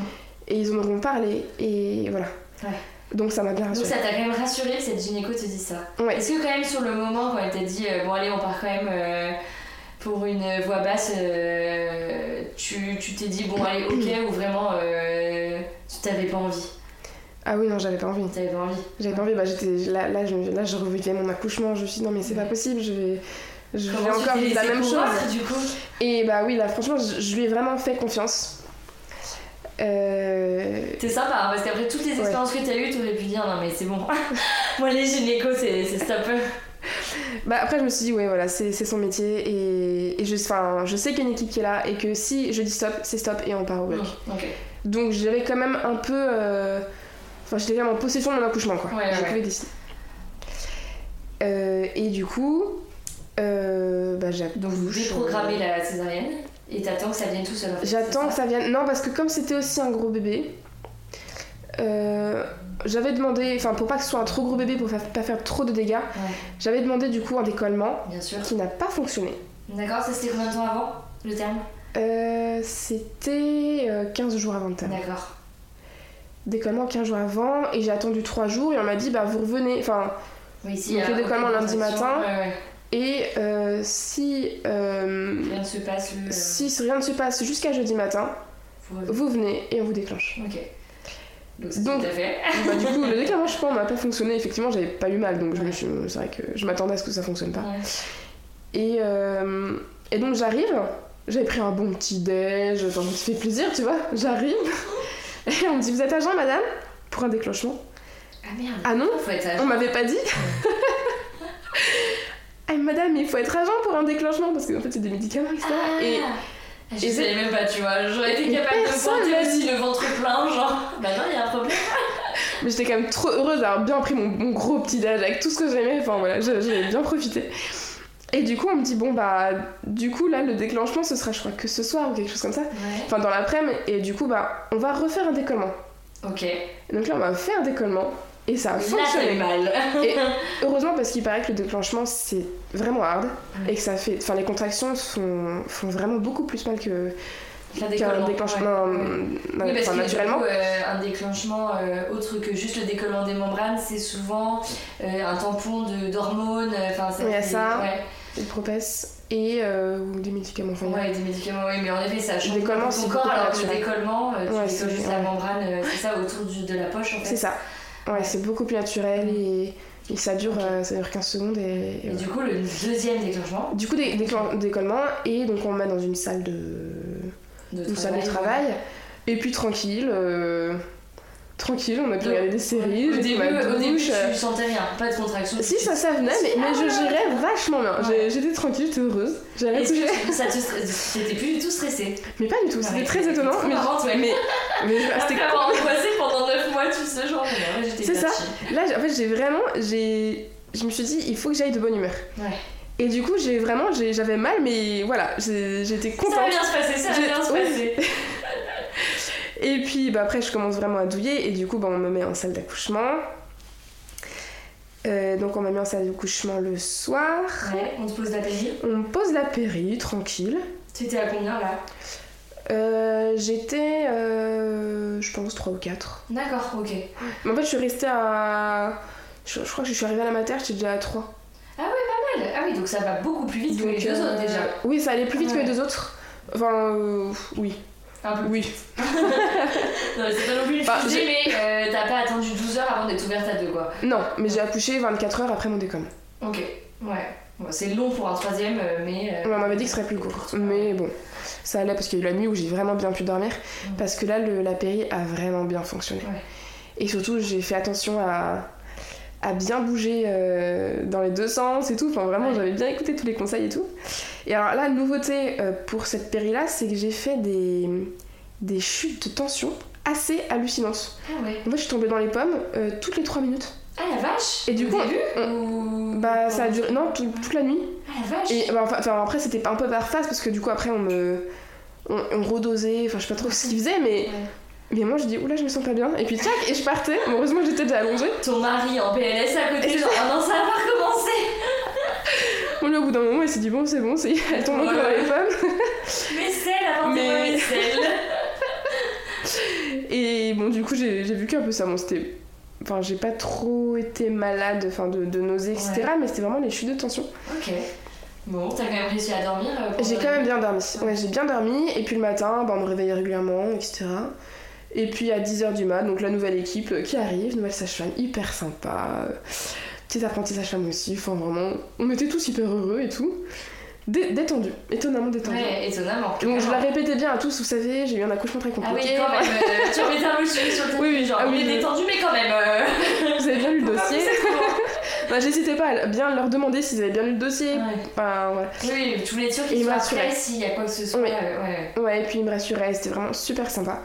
S4: Et ils en auront parlé, et voilà.
S2: Ouais.
S4: Donc ça m'a bien
S2: Donc
S4: rassurée.
S2: ça t'a quand même rassuré que cette gynéco te dise ça.
S4: Ouais.
S2: Est-ce que quand même sur le moment quand elle t'a dit euh, bon allez on part quand même euh, pour une voix basse, euh, tu tu t'es dit bon allez ok ou vraiment euh, tu t'avais pas envie,
S4: Ah oui, non, j'avais pas envie.
S2: t'avais pas envie.
S4: J'avais pas envie, bah, j'étais, là, là, je, là, je revivais mon accouchement. Je me suis dit, non, mais c'est pas possible, je vais, je vais
S2: Comment tu
S4: encore
S2: t'es
S4: vivre la
S2: laissé
S4: même chose.
S2: convaincre, du coup
S4: Et bah oui, là, franchement, je, je lui ai vraiment fait confiance. Euh,
S2: T'es sympa hein, parce qu'après toutes les
S4: Ouais.
S2: expériences que t'as eues t'aurais pu dire non mais c'est bon. Moi les gynécos c'est c'est stop.
S4: Bah après je me suis dit ouais voilà c'est c'est son métier et, et je, enfin, je sais qu'il y a une équipe qui est là et que si je dis stop c'est stop et on part au bloc.
S2: Ok.
S4: Donc j'avais quand même un peu... euh, Enfin j'étais quand même en possession de mon accouchement quoi.
S2: Ouais,
S4: je
S2: ouais.
S4: pouvais décider. Euh, et du coup... euh, bah, j'ai-
S2: Donc vous
S4: je-
S2: déprogrammez la césarienne et t'attends que ça vienne tout seul. en fait,
S4: euh, J'attends
S2: c'est
S4: que ça vienne. Non, parce que comme c'était aussi un gros bébé, euh, j'avais demandé, enfin pour pas que ce soit un trop gros bébé, pour fa- pas faire trop de dégâts, j'avais demandé du coup un décollement
S2: Bien sûr.
S4: qui n'a pas fonctionné.
S2: D'accord, ça c'était combien de temps avant le terme
S4: Euh, c'était euh, 15 jours avant le terme.
S2: D'accord.
S4: Décollement 15 jours avant, et j'ai attendu 3 jours, et on m'a dit, bah vous revenez. Enfin,
S2: Oui, si,
S4: Donc,
S2: euh,
S4: le décollement lundi
S2: compensation,
S4: matin.
S2: ouais, ouais.
S4: et euh, si, euh,
S2: Rien ne se passe le.
S4: si rien ne se passe jusqu'à jeudi matin,
S2: pour-
S4: vous venez et on vous déclenche.
S2: Ok. Donc, c'est
S4: Donc-
S2: tout à fait.
S4: bah, du coup, le décollement, je pense, n'a pas fonctionné. Effectivement, j'avais pas eu mal, donc je me
S2: Ouais.
S4: suis- c'est vrai que je m'attendais à ce que ça fonctionne pas.
S2: Ouais.
S4: Et, euh, et donc j'arrive, j'avais pris un bon petit déj, genre je me suis fait plaisir, tu vois, j'arrive. Et on me dit, vous êtes agent, madame Pour un déclenchement.
S2: Ah merde. euh,
S4: Ah non,
S2: Faut être à-
S4: on m'avait pas dit. Ah, madame, il faut être agent pour un déclenchement, parce qu'en fait c'est des médicaments, etc.
S2: Ah.
S4: Et
S2: Ah,
S4: et
S2: Je savais même pas, tu vois. J'aurais été
S4: Mais
S2: capable de me
S4: personne
S2: pointer
S4: m'a
S2: aussi le ventre plein, genre. Bah non, il y a un problème.
S4: mais j'étais quand même trop heureuse d'avoir bien pris mon, mon gros petit déj avec tout ce que j'aimais, enfin voilà, je- j'avais bien profité. Et du coup, on me dit, bon bah, du coup là, le déclenchement ce sera, je crois, que ce soir ou quelque chose comme ça,
S2: Ouais.
S4: enfin dans l'après-midi, et du coup, bah, on va refaire un décollement.
S2: Ok.
S4: Donc là, on m'a fait un décollement et ça a
S2: Là, t'as eu
S4: fonctionné.
S2: mal.
S4: Et heureusement, parce qu'il paraît que le déclenchement c'est vraiment hard et que ça fait. Enfin, les contractions font, font vraiment beaucoup plus mal que
S2: Là,
S4: qu'un
S2: décollement,
S4: déclenchement
S2: ouais.
S4: non, non,
S2: Oui, parce
S4: enfin,
S2: que
S4: naturellement.
S2: du coup, euh, un déclenchement euh, autre que juste le décollement des membranes, c'est souvent euh, un tampon de- d'hormones. euh, Enfin,
S4: Il y a
S2: fait-
S4: ça.
S2: Ouais.
S4: Des propesses et euh, ou des médicaments. enfin,
S2: Ouais, des médicaments, oui, mais en effet, ça change
S4: Le décollement,
S2: beaucoup
S4: c'est
S2: ton corps,
S4: beaucoup
S2: alors que
S4: plus
S2: le
S4: naturel.
S2: décollement, euh, tu
S4: Ouais,
S2: décolles
S4: c'est-
S2: juste la
S4: ouais.
S2: membrane, euh, c'est ça, autour du- de la poche, en fait.
S4: C'est ça. Ouais,
S2: Ouais. Mm.
S4: c'est beaucoup plus naturel et, et ça, dure,
S2: Ok.
S4: euh, ça dure 15 secondes. Et, et
S2: Et
S4: voilà.
S2: du coup, le deuxième déclenchement
S4: Du coup, des, déclen- décollement et donc on me met dans une salle de.
S2: de
S4: une salle de
S2: ouais.
S4: travail. Et puis tranquille, euh, tranquille, on a pu
S2: De-
S4: regarder des séries,
S2: Au
S4: j'ai pris
S2: début,
S4: ma
S2: au début,
S4: douche. euh,
S2: tu sentais rien, pas de contraction.
S4: Si
S2: tu-
S4: ça, ça venait, mais, mais je gérais vachement bien. J'ai- J'étais tranquille, j'étais heureuse. J'avais
S2: Est-ce
S4: touché.
S2: que tu- ça te stresse- T'étais plus du tout stressée.
S4: Mais pas du tout, c'était
S2: Ouais,
S4: très
S2: c'était
S4: étonnant.
S2: trop
S4: Mais,
S2: marrant, ouais.
S4: mais, mais je-
S2: Après
S4: Ah, c'était
S2: avoir angoissé pendant 9 mois, tu sais, genre, mais ouais, j'étais
S4: C'est ça.
S2: partie.
S4: Là, j'ai- en fait, j'ai vraiment. j'ai- Je me suis dit, il faut que j'aille de bonne humeur.
S2: Ouais.
S4: Et du coup, j'ai vraiment. j'ai- J'avais mal, mais voilà, j'ai- j'étais
S2: Ça va
S4: contente.
S2: bien se passer, ça va
S4: Je-
S2: bien se
S4: ouais.
S2: passer.
S4: Et puis bah, après, je commence vraiment à douiller et du coup, bah, on me met en salle d'accouchement. Euh, donc, on m'a mis en salle d'accouchement le soir.
S2: Ouais, on te pose la péri.
S4: On me pose la péri, tranquille.
S2: Tu étais à combien là
S4: Euh, J'étais, euh, je pense, 3 ou 4.
S2: D'accord, ok.
S4: Mais en fait, je suis restée à. Je, je crois que je suis arrivée à la mater, j'étais déjà à 3.
S2: Mal. Ah oui, donc ça va beaucoup plus vite que les deux autres déjà.
S4: euh, Oui, ça allait plus vite
S2: Ouais.
S4: que les deux autres. Enfin, euh, oui.
S2: Un peu
S4: Oui.
S2: Non, mais c'est pas non plus une
S4: Bah,
S2: fusée, mais euh, t'as pas attendu 12 heures avant d'être ouverte à deux, quoi.
S4: Non, mais j'ai accouché 24 heures après mon décom.
S2: Ok, ouais. Bon, c'est long pour un troisième, euh, mais. euh,
S4: On m'avait dit que ce serait plus court. Mais bon, ça allait parce qu'il y a eu la nuit où j'ai vraiment bien pu dormir. Parce que là, le, la péri a vraiment bien fonctionné.
S2: Ouais.
S4: Et surtout, j'ai fait attention à, à bien bouger euh, dans les deux sens et tout. Enfin, vraiment,
S2: Ouais.
S4: j'avais bien écouté tous les conseils et tout. Et alors là, nouveauté euh, pour cette péri-là, c'est que j'ai fait des, des chutes de tension assez hallucinantes.
S2: Ah ouais.
S4: En fait, je suis tombée dans les pommes euh, toutes les 3 minutes.
S2: Ah la la vache
S4: Et du
S2: au
S4: coup,
S2: début,
S4: on-
S2: ou-
S4: Bah ça a duré, non, tout- toute la nuit.
S2: Ah la vache
S4: Et bah, enfin, enfin, après c'était un peu par phase parce que du coup après on me... On, on redosait, enfin je sais pas trop ce qu'ils faisaient, mais,
S2: Ouais.
S4: mais moi je dis oula je me sens pas bien, et puis tchac, et je partais, Bon, heureusement j'étais déjà allongée,
S2: Ton mari en PLS à côté, genre Ah non, ça va pas recommencer
S4: Bon, lui, au bout d'un moment, il s'est dit bon, c'est bon, c'est... elle tombe encore dans les pommes.
S2: Vaisselle avant de
S4: Mais-
S2: faire vaisselle
S4: Et bon, du coup, j'ai, j'ai vu qu'un peu ça. Bon, c'était. Enfin, j'ai pas trop été malade, enfin, de, de nausées, etc.
S2: Ouais.
S4: Mais c'était vraiment les chutes de tension.
S2: Ok. Bon, t'as quand même réussi à dormir euh, pendant
S4: J'ai
S2: la
S4: quand même
S2: nuit.
S4: bien dormi. Ouais, j'ai bien dormi. Et puis le matin, bah, on me réveillait régulièrement, etc. Et puis à 10h du mat, donc la nouvelle équipe euh, qui arrive, nouvelle sage-femme hyper sympa. euh, Petite apprentie sage-femme aussi. Enfin, vraiment, on était tous hyper heureux et tout. Dé- détendu, étonnamment détendu.
S2: Ouais, étonnamment.
S4: Donc je la
S2: Clairement.
S4: répétais bien à tous, vous savez, j'ai eu un accouchement très
S2: Ah oui,
S4: compliqué.
S2: quand même. euh, tu remettais un peu le sujet sur le tapis,
S4: Oui, oui,
S2: genre,
S4: ah oui,
S2: on est
S4: oui.
S2: détendu, mais quand même. euh,
S4: Vous avez bien lu le
S2: pas
S4: dossier
S2: pousser trop.
S4: Bah, J'hésitais pas à bien leur demander s'ils avaient bien lu le dossier.
S2: Ouais.
S4: Enfin, voilà.
S2: Oui, tu voulais être sûr
S4: Et
S2: qu'il
S4: il
S2: soit
S4: m'a rassurée.
S2: prêt s'il y a quoi que ce soit.
S4: Oui.
S2: euh, ouais.
S4: Ouais, et puis ils me rassuraient, c'était vraiment super sympa.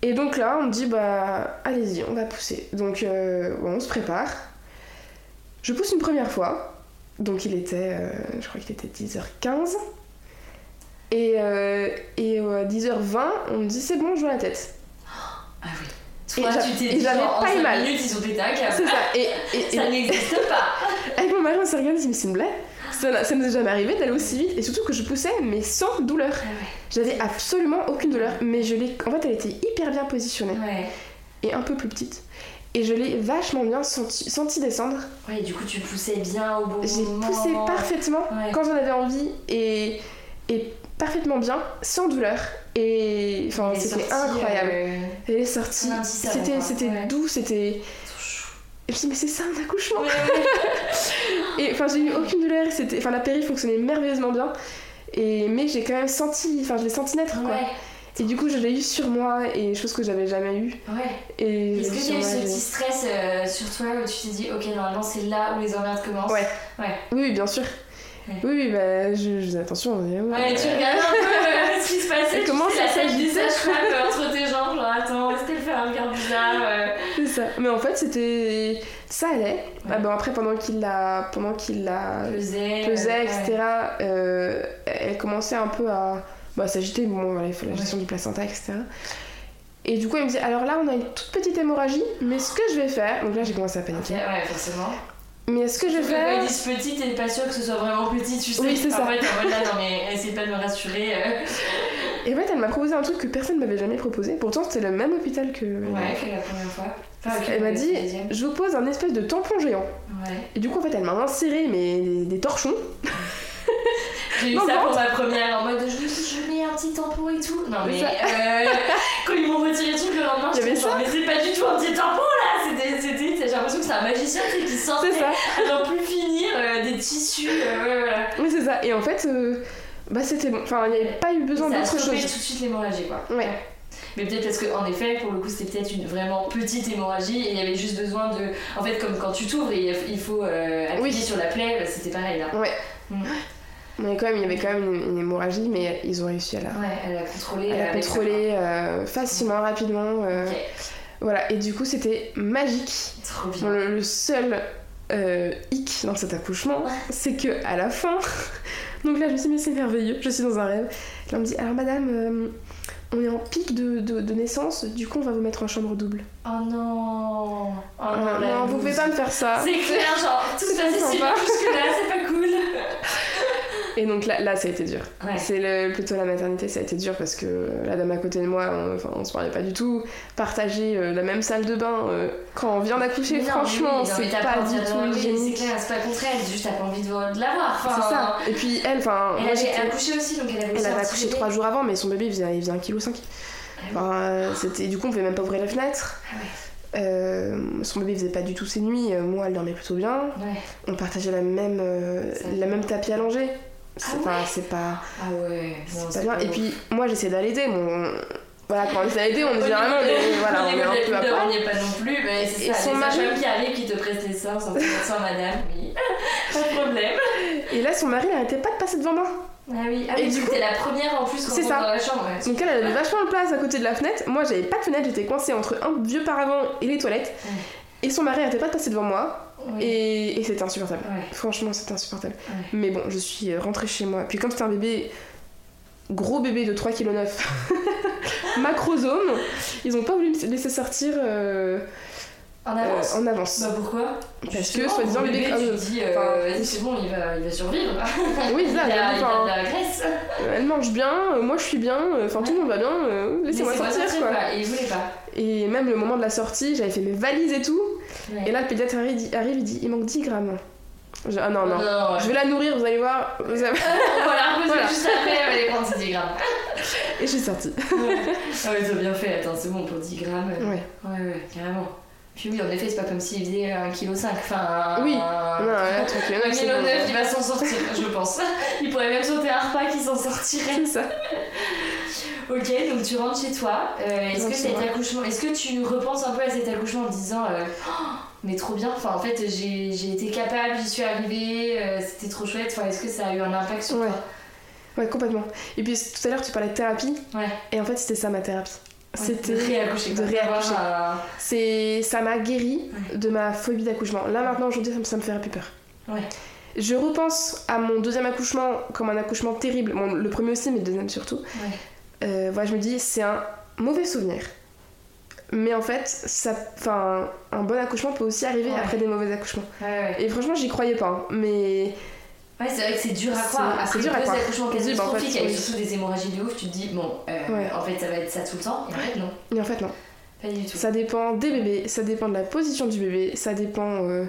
S4: Et donc là, on me dit, bah, allez-y, on va pousser. Donc, euh, bon, on se prépare. Je pousse une première fois. Donc, il était, euh, je crois qu'il était 10h15. Et, euh, et euh, à 10h20, on me dit, c'est bon, je vois la tête.
S2: Ah oui.
S4: Et
S2: Toi,
S4: j'a-
S2: tu
S4: et
S2: t'es dit,
S4: j'avais
S2: genre, en
S4: pas eu
S2: cinq
S4: mal.
S2: minutes, ils ont des tacs.
S4: C'est ça. Et, et- et-
S2: Ça n'existe pas.
S4: Avec mon mari, on s'est regardé, on s'est dit, mais c'est une blague. Ça, n'a- ça nous est jamais arrivé d'aller aussi vite. Et surtout que je poussais, mais sans douleur.
S2: Ah
S4: J'avais absolument aucune douleur. Mais je l'ai. En fait, elle était hyper bien positionnée.
S2: Ouais.
S4: Et un peu plus petite. Et je l'ai vachement bien senti, senti descendre.
S2: Ouais, du coup, tu poussais bien au bon
S4: J'ai
S2: moment.
S4: poussé parfaitement
S2: Oh. Ouais.
S4: quand j'en avais envie. Et, et parfaitement bien, sans douleur. Et. Enfin,
S2: Il est
S4: c'était
S2: sorti,
S4: incroyable.
S2: euh,
S4: Elle est sortie.
S2: un petit savon,
S4: C'était
S2: quoi.
S4: c'était
S2: Ouais.
S4: doux, c'était. Et je me suis dit, mais c'est ça un accouchement Et enfin, j'ai eu aucune douleur, c'était... Enfin, la péri fonctionnait merveilleusement bien, et... mais j'ai quand même senti, enfin, je l'ai senti naître, quoi.
S2: Ouais,
S4: Et du coup, je l'ai eu sur moi, et chose que j'avais jamais eue.
S2: ouais.
S4: Et
S2: Est-ce
S4: je l'ai
S2: que
S4: eu
S2: tu as eu
S4: sur
S2: ce
S4: moi, j'ai-
S2: petit stress euh, sur toi où tu t'es dit, ok, normalement c'est là où les emmerdes commencent
S4: Ouais.
S2: Ouais.
S4: Oui, oui, bien sûr.
S2: Ouais.
S4: Oui, oui, bah, je, je- attention. mais-
S2: Ouais, tu regardes un peu euh, ce qui se passait. tu
S4: Comment
S2: sais,
S4: ça
S2: la salle du
S4: s'agit ça
S2: sage-femme euh, entre tes jambes, genre attends, est-ce qu'elle fait un regard bizarre euh,
S4: C'est ça. Mais en fait, c'était... Ça allait. Ah, bon, après, pendant qu'il l'a... Pendant qu'il l'a...
S2: Pesait. euh,
S4: pesait,
S2: ouais.
S4: etc. euh, elle commençait un peu à bah, s'agiter, bon, voilà, il faut la gestion du placenta, etc. Et du coup, elle me dit alors là, on a une toute petite hémorragie, mais ce que je vais faire, donc là, j'ai commencé à
S2: Ok,
S4: paniquer.
S2: ouais, forcément.
S4: Mais ce que je vais
S2: Parce que Quand ils
S4: faire,
S2: disent petit, t'es pas sûr que ce soit vraiment petit, tu sais.
S4: Oui, c'est
S2: en
S4: ça.
S2: fait, en mode là, non mais essaye pas de me rassurer. euh.
S4: et en fait, elle m'a proposé un truc que personne m'avait jamais proposé. Pourtant, c'était le même hôpital que.
S2: Ouais, que la première fois. Enfin, que
S4: Elle m'a
S2: la
S4: dit,
S2: deuxième.
S4: je vous pose un espèce de tampon géant.
S2: Ouais.
S4: Et du coup, en fait, elle m'a inséré mais des, des torchons.
S2: J'ai eu
S4: Non,
S2: ça
S4: non.
S2: pour ma première en mode je, je mets un petit tampon et tout. Non mais
S4: Ça-
S2: euh, quand ils m'ont retiré le truc le lendemain,
S4: Il y
S2: j'étais
S4: avait
S2: genre mais c'est pas du tout un petit tampon là C'était- c'était- J'ai l'impression que c'est un magicien tu sais, qui sortait
S4: C'est ça.
S2: à n'en plus finir euh, des tissus. euh, ouais, voilà.
S4: Oui, c'est ça. Et en fait, euh, bah, c'était bon. Enfin, il n'y avait pas eu besoin
S2: ça a
S4: d'autre
S2: stoppé
S4: chose.
S2: tout de suite l'hémorragie quoi.
S4: Ouais.
S2: Mais peut-être parce que en effet pour le coup c'était peut-être une vraiment petite hémorragie et il y avait juste besoin de... En fait comme quand tu t'ouvres il il faut euh, appuyer
S4: Oui.
S2: sur la plaie, bah, c'était pareil là.
S4: Ouais.
S2: Mm.
S4: Mais quand même, il y avait quand même une, une hémorragie, mais ils ont réussi à la,
S2: Ouais, elle a contrôlé.
S4: Elle a
S2: avec ça, quoi.
S4: contrôlé euh, facilement, rapidement. euh,
S2: Ok.
S4: Voilà, et du coup, c'était magique.
S2: Trop bien.
S4: Bon, le, le seul euh, hic dans cet accouchement, c'est que à la fin, donc là, je me suis dit, mais c'est merveilleux, je suis dans un rêve. Là, on me dit, alors madame, euh, on est en pic de, de- de naissance, du coup, on va vous mettre en chambre double.
S2: Oh non Oh
S4: Euh,
S2: non, la
S4: non, vous
S2: loose.
S4: pouvez pas me faire ça.
S2: C'est clair, genre, tout
S4: C'est
S2: se
S4: pas
S2: passait si
S4: sympa.
S2: bien jusque-là, c'est pas cool
S4: Et donc là, là, ça a été dur.
S2: Ouais,
S4: C'est le- plutôt la maternité, ça a été dur parce que euh, la dame à côté de moi, on, enfin, on se parlait pas du tout. Partager euh, la même salle de bain euh, quand on vient d'accoucher,
S2: Mais non,
S4: franchement,
S2: mais oui, non, mais
S4: c'est
S2: t'as
S4: pas
S2: envie
S4: du
S2: de-
S4: tout
S2: oui, C'est
S4: hygiénique.
S2: clair, c'est pas le contraire, c'est juste t'as pas envie de, de l'avoir. Enfin,
S4: C'est ça. Et puis elle, enfin,
S2: Elle
S4: moi,
S2: avait
S4: j'étais-
S2: accouché aussi, donc elle avait
S4: elle
S2: aussi un
S4: avait
S2: petit
S4: accouché
S2: bébé.
S4: trois jours avant, mais son bébé il faisait, il faisait 1,5 kg. Enfin, euh, c'était, du coup, on pouvait même pas ouvrir la fenêtre.
S2: Ah
S4: Euh, son bébé faisait pas du tout ses nuits, euh, moi elle dormait plutôt bien.
S2: Ouais.
S4: On partageait la même, euh,
S2: Ça-
S4: la même tapis allongé. C'est,
S2: Ah
S4: enfin,
S2: ouais
S4: c'est pas.
S2: Ah ouais, non,
S4: C'est pas bien. Et puis moi j'essaie d'allaiter. Bon, on- voilà, quand on essaie d'allaiter, on est
S2: Au
S4: généralement
S2: niveau
S4: on est-
S2: de-
S4: voilà,
S2: au
S4: on est
S2: niveau de
S4: un
S2: la
S4: peu à
S2: pudeur,
S4: poil.
S2: on n'y est pas non plus, mais c'est
S4: Et
S2: ça,
S4: son
S2: les
S4: mari-
S2: sages-femmes qui arrivent, qui te pressent les seins, sans sans madame, oui. Pas de problème.
S4: Et là, son mari n'arrêtait pas de passer devant moi.
S2: Ah oui, ah
S4: Et
S2: oui,
S4: du
S2: tu
S4: coup-
S2: étais la première en plus quand
S4: C'est
S2: on
S4: ça.
S2: dans la chambre. ouais.
S4: Donc elle, elle avait vachement de place à côté de la fenêtre. Moi, j'avais pas de fenêtre, j'étais coincée entre un vieux paravent et les toilettes. Et son mari n'arrêtait pas de passer devant moi.
S2: Oui.
S4: Et, et c'était insupportable.
S2: Ouais.
S4: Franchement, c'était insupportable.
S2: Ouais.
S4: Mais bon, je suis euh, rentrée chez moi. Puis comme c'était un bébé, gros bébé de 3,9 kg, macrosome, ils ont pas voulu me laisser sortir euh,
S2: En
S4: euh,
S2: avance
S4: en avance.
S2: Bah pourquoi
S4: Parce que,
S2: Justement,
S4: soi-disant,
S2: pour
S4: le bébé.
S2: tu te dis, euh,
S4: enfin,
S2: vas-y, c'est bon, il va, il va survivre.
S4: oui,
S2: Bah, il
S4: ça,
S2: a, il a
S4: mais
S2: de
S4: enfin,
S2: la graisse.
S4: euh, elle mange bien, euh, moi je suis bien, euh, enfin tout le monde va bien, euh, laissez-moi
S2: Laissez-moi
S4: sortir, quoi.
S2: Et il voulait pas.
S4: Et même le moment de la sortie, j'avais fait mes valises et tout.
S2: Ouais.
S4: Et là, le pédiatre arrive, dit- arrive, il dit il manque 10 grammes. Je- ah non, non.
S2: ouais.
S4: Je vais la nourrir, vous allez voir. vous allez-
S2: On va la reposer
S4: Voilà.
S2: juste après, elle va aller prendre 10 grammes.
S4: Et je suis sortie.
S2: Ah ouais, ils ont bien fait, attends, c'est bon pour 10 grammes. Ouais,
S4: Ouais.
S2: ouais, carrément. Puis oui, en effet, c'est pas comme s'il faisait 1,5 kg. Enfin,
S4: Oui.
S2: un-
S4: Non, là, il y en a
S2: Un
S4: qui sont-
S2: kilo neuf, il va s'en sortir, je pense. Il pourrait même sauter un repas qui s'en sortirait.
S4: C'est ça.
S2: Ok, donc tu rentres chez toi. Euh, est-ce
S4: rentre
S2: que
S4: chez
S2: cet
S4: moi.
S2: accouchement, est-ce que tu repenses un peu à cet accouchement en te disant, euh, Oh, mais trop bien. Enfin, en fait, j'ai, j'ai été capable, j'y suis arrivée, euh, c'était trop chouette. Enfin, est-ce que ça a eu un impact sur
S4: Ouais.
S2: toi
S4: Ouais, complètement. Et puis tout à l'heure, tu parlais de thérapie.
S2: Ouais.
S4: Et en fait, c'était ça ma thérapie.
S2: de
S4: C'était.
S2: réaccoucher.
S4: de
S2: quoi. Ah.
S4: réaccoucher.
S2: D'avoir un-
S4: C'est... Ça m'a guéri de ma phobie d'accouchement. Là, maintenant, aujourd'hui, ça me, ça me fait plus peur.
S2: Ouais.
S4: Je repense à mon deuxième accouchement comme un accouchement terrible. Bon, le premier aussi, mais le deuxième surtout.
S2: Ouais.
S4: Euh, voilà, je me dis, c'est un mauvais souvenir. Mais en fait, ça, enfin, un bon accouchement peut aussi arriver
S2: Ouais.
S4: après des mauvais accouchements.
S2: Ouais, ouais.
S4: Et franchement, j'y croyais pas. hein. Mais
S2: Ouais, c'est vrai que c'est dur à croire.
S4: C'est-
S2: Après
S4: c'est dur à
S2: deux
S4: croire.
S2: accouchements
S4: On se dit, bah, en fait,
S2: catastrophiques avec
S4: oui.
S2: surtout des hémorragies de ouf, tu te dis, bon, euh,
S4: Ouais.
S2: en fait, ça va être ça tout le temps. Et en fait, non,
S4: mais en fait, non.
S2: pas du tout.
S4: Ça dépend des bébés, ça dépend de la position du bébé, ça dépend. euh,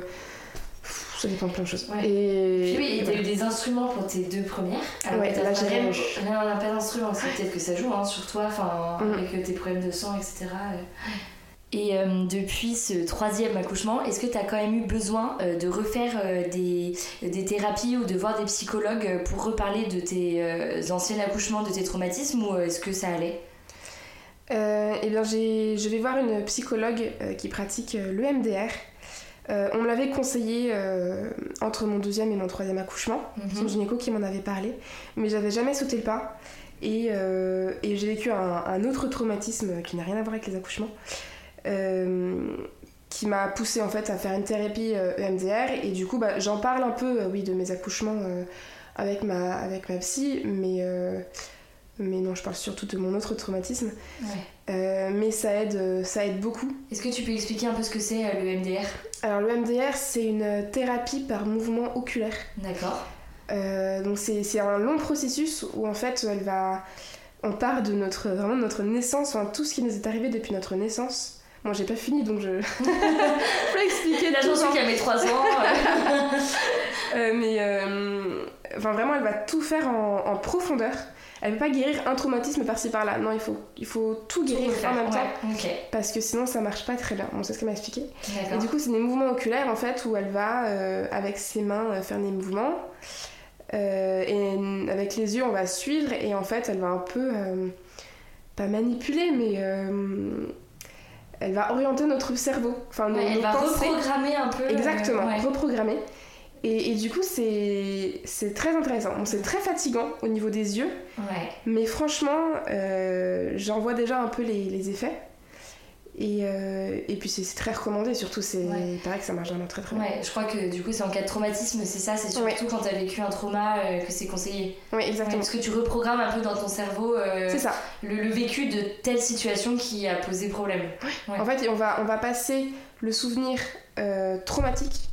S4: pff, Ça dépend de plein de choses.
S2: Ouais.
S4: Et.
S2: Puis oui,
S4: et
S2: et t'as
S4: voilà.
S2: eu des instruments pour tes deux premières. Alors
S4: Ouais,
S2: que t'as
S4: là,
S2: pas
S4: j'ai
S2: rien,
S4: rien.
S2: rien n'a pas d'instrument, c'est peut-être que ça joue hein, sur toi, enfin,
S4: Mm.
S2: avec euh, tes problèmes de sang, etc. euh. Et euh, depuis ce troisième accouchement, est-ce que t'as quand même eu besoin euh, de refaire euh, des, des thérapies ou de voir des psychologues euh, pour reparler de tes euh, anciens accouchements, de tes traumatismes, ou euh, est-ce que ça allait
S4: Euh, eh bien, j'ai- je vais voir une psychologue euh, qui pratique euh, le MDR. Euh, on me l'avait conseillé euh, entre mon deuxième et mon troisième accouchement. C'est mon gynéco qui m'en avait parlé, mais j'avais jamais sauté le pas. Et, euh, et j'ai vécu un, un autre traumatisme euh, qui n'a rien à voir avec les accouchements, euh, qui m'a poussée en fait à faire une thérapie euh, EMDR. Et du coup, bah, j'en parle un peu, euh, oui, de mes accouchements euh, avec, ma, avec ma psy, mais, euh, mais non, je parle surtout de mon autre traumatisme.
S2: Ouais.
S4: Euh, mais ça aide, euh, ça aide beaucoup.
S2: Est-ce que tu peux expliquer un peu ce que c'est euh, le MDR
S4: Alors, le MDR, c'est une thérapie par mouvement oculaire.
S2: D'accord.
S4: Euh, donc c'est c'est un long processus où en fait elle va on part de notre vraiment de notre naissance enfin tout ce qui nous est arrivé depuis notre naissance moi j'ai pas fini donc je je peux expliquer
S2: La
S4: tout,
S2: chanson
S4: hein.
S2: qui avait 3 ans. euh,
S4: Euh, mais euh, enfin vraiment elle va tout faire en, en profondeur elle peut pas guérir un traumatisme par-ci par-là non il faut il faut tout guérir en même temps
S2: Ouais, Ok,
S4: parce que sinon ça marche pas très bien bon c'est ce qu'elle m'a expliqué Et
S2: d'accord.
S4: du coup, c'est des mouvements oculaires en fait où elle va euh, avec ses mains euh, faire des mouvements Euh, et n- avec les yeux on va suivre et en fait elle va un peu euh, pas manipuler mais euh, elle va orienter notre cerveau, enfin nos,
S2: Ouais, elle
S4: nos
S2: va
S4: pensées.
S2: reprogrammer un peu. euh,
S4: Exactement,
S2: ouais.
S4: reprogrammer. Et, et du coup, c'est c'est très intéressant. Bon, c'est très fatigant au niveau des yeux,
S2: Ouais.
S4: mais franchement, euh, j'en vois déjà un peu les, les effets. Et, euh, et puis c'est c'est très recommandé, surtout c'est
S2: Ouais.
S4: il paraît que ça marche vraiment très très bien.
S2: Ouais, je crois que du coup c'est en cas de traumatisme, c'est ça, c'est surtout
S4: Ouais.
S2: quand t'as vécu un trauma euh, que c'est conseillé.
S4: Oui,
S2: Ouais,
S4: exactement.
S2: parce que tu reprogrammes un peu dans ton cerveau euh,
S4: C'est ça.
S2: le, le vécu de telle situation qui a posé problème. Ouais.
S4: En fait, on va, on va passer le souvenir euh, traumatique,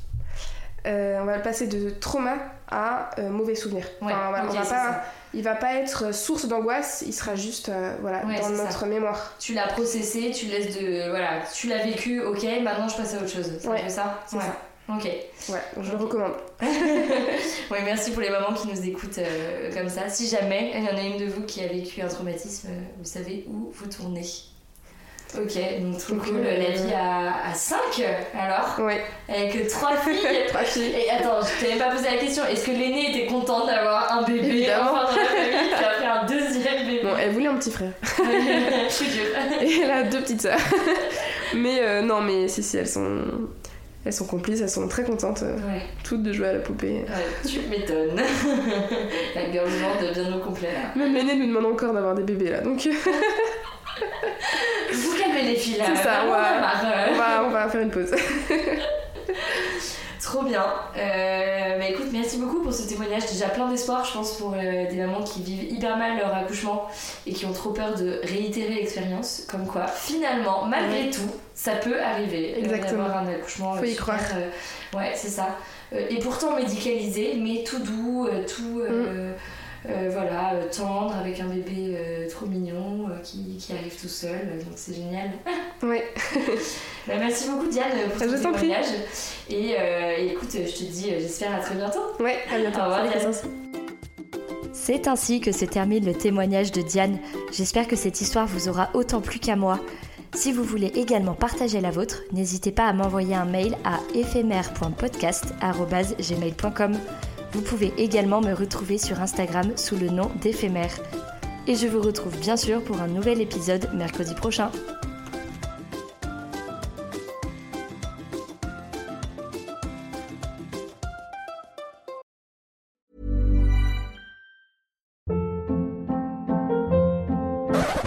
S4: euh, on va le passer de trauma à euh, mauvais souvenir.
S2: Ouais,
S4: Enfin, on va- on
S2: ok,
S4: va
S2: c'est
S4: pas-
S2: ça.
S4: il va pas être source d'angoisse, il sera juste euh, voilà,
S2: Ouais,
S4: dans
S2: c'est ça.
S4: notre mémoire.
S2: Tu l'as processé, tu laisses de. Voilà, tu l'as vécu, ok, maintenant je passe à autre chose. C'est
S4: Ouais,
S2: un peu ça
S4: c'est ça.
S2: Ok.
S4: Ouais, donc je le
S2: Ok.
S4: recommande.
S2: oui, merci pour les mamans qui nous écoutent euh, comme ça. Si jamais il y en a une de vous qui a vécu un traumatisme, euh, vous savez où vous tournez. Ok, donc trop
S4: Donc,
S2: cool.
S4: euh,
S2: La vie à, 5 alors,
S4: Ouais,
S2: avec trois filles.
S4: trois filles.
S2: Et attends, je t'avais pas posé la question. Est-ce que l'aînée était contente d'avoir un bébé
S4: Évidemment.
S2: enfin dans la famille, puis après un deuxième bébé
S4: Bon, elle voulait un petit frère.
S2: C'est dur.
S4: Et elle a deux petites sœurs. mais euh, non, mais si, si, elles sont, elles sont complices, elles sont très contentes, euh,
S2: Ouais,
S4: toutes de jouer à la poupée.
S2: ouais, tu m'étonnes. la girl band bien au complet. là.
S4: Même l'aînée nous demande encore d'avoir des bébés là, donc.
S2: Vous calmez les filles. là.
S4: C'est ça,
S2: Vraiment,
S4: ouais.
S2: on en a marre, euh.
S4: On va, on va faire une pause.
S2: Trop bien. Euh, bah écoute, merci beaucoup pour ce témoignage. Déjà plein d'espoir, je pense, pour euh, des mamans qui vivent hyper mal leur accouchement et qui ont trop peur de réitérer l'expérience. Comme quoi, finalement, malgré tout, ça peut arriver euh,
S4: Exactement.
S2: d'avoir un accouchement. euh,
S4: Faut y
S2: super,
S4: croire.
S2: euh, ouais, c'est ça. Euh, et pourtant médicalisé, mais tout doux, euh, tout. euh,
S4: Mm.
S2: euh, voilà, euh, tendre avec un bébé euh, trop mignon euh, qui, qui arrive tout seul, euh, donc c'est génial.
S4: Ouais.
S2: Bah, merci beaucoup Diane pour
S4: Je
S2: ton
S4: t'en prie.
S2: témoignage. Et euh, écoute, je te dis, euh, j'espère à très bientôt.
S4: Ouais, à bientôt.
S2: Au revoir,
S4: Salut,
S2: Diane.
S4: Constance.
S5: C'est ainsi que se termine le témoignage de Diane. J'espère que cette histoire vous aura autant plu qu'à moi. Si vous voulez également partager la vôtre, n'hésitez pas à m'envoyer un mail à éphémère.podcast.gmail.com. Vous pouvez également me retrouver sur Instagram sous le nom d'éphémère. Et je vous retrouve bien sûr pour un nouvel épisode mercredi prochain.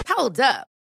S6: Hold up.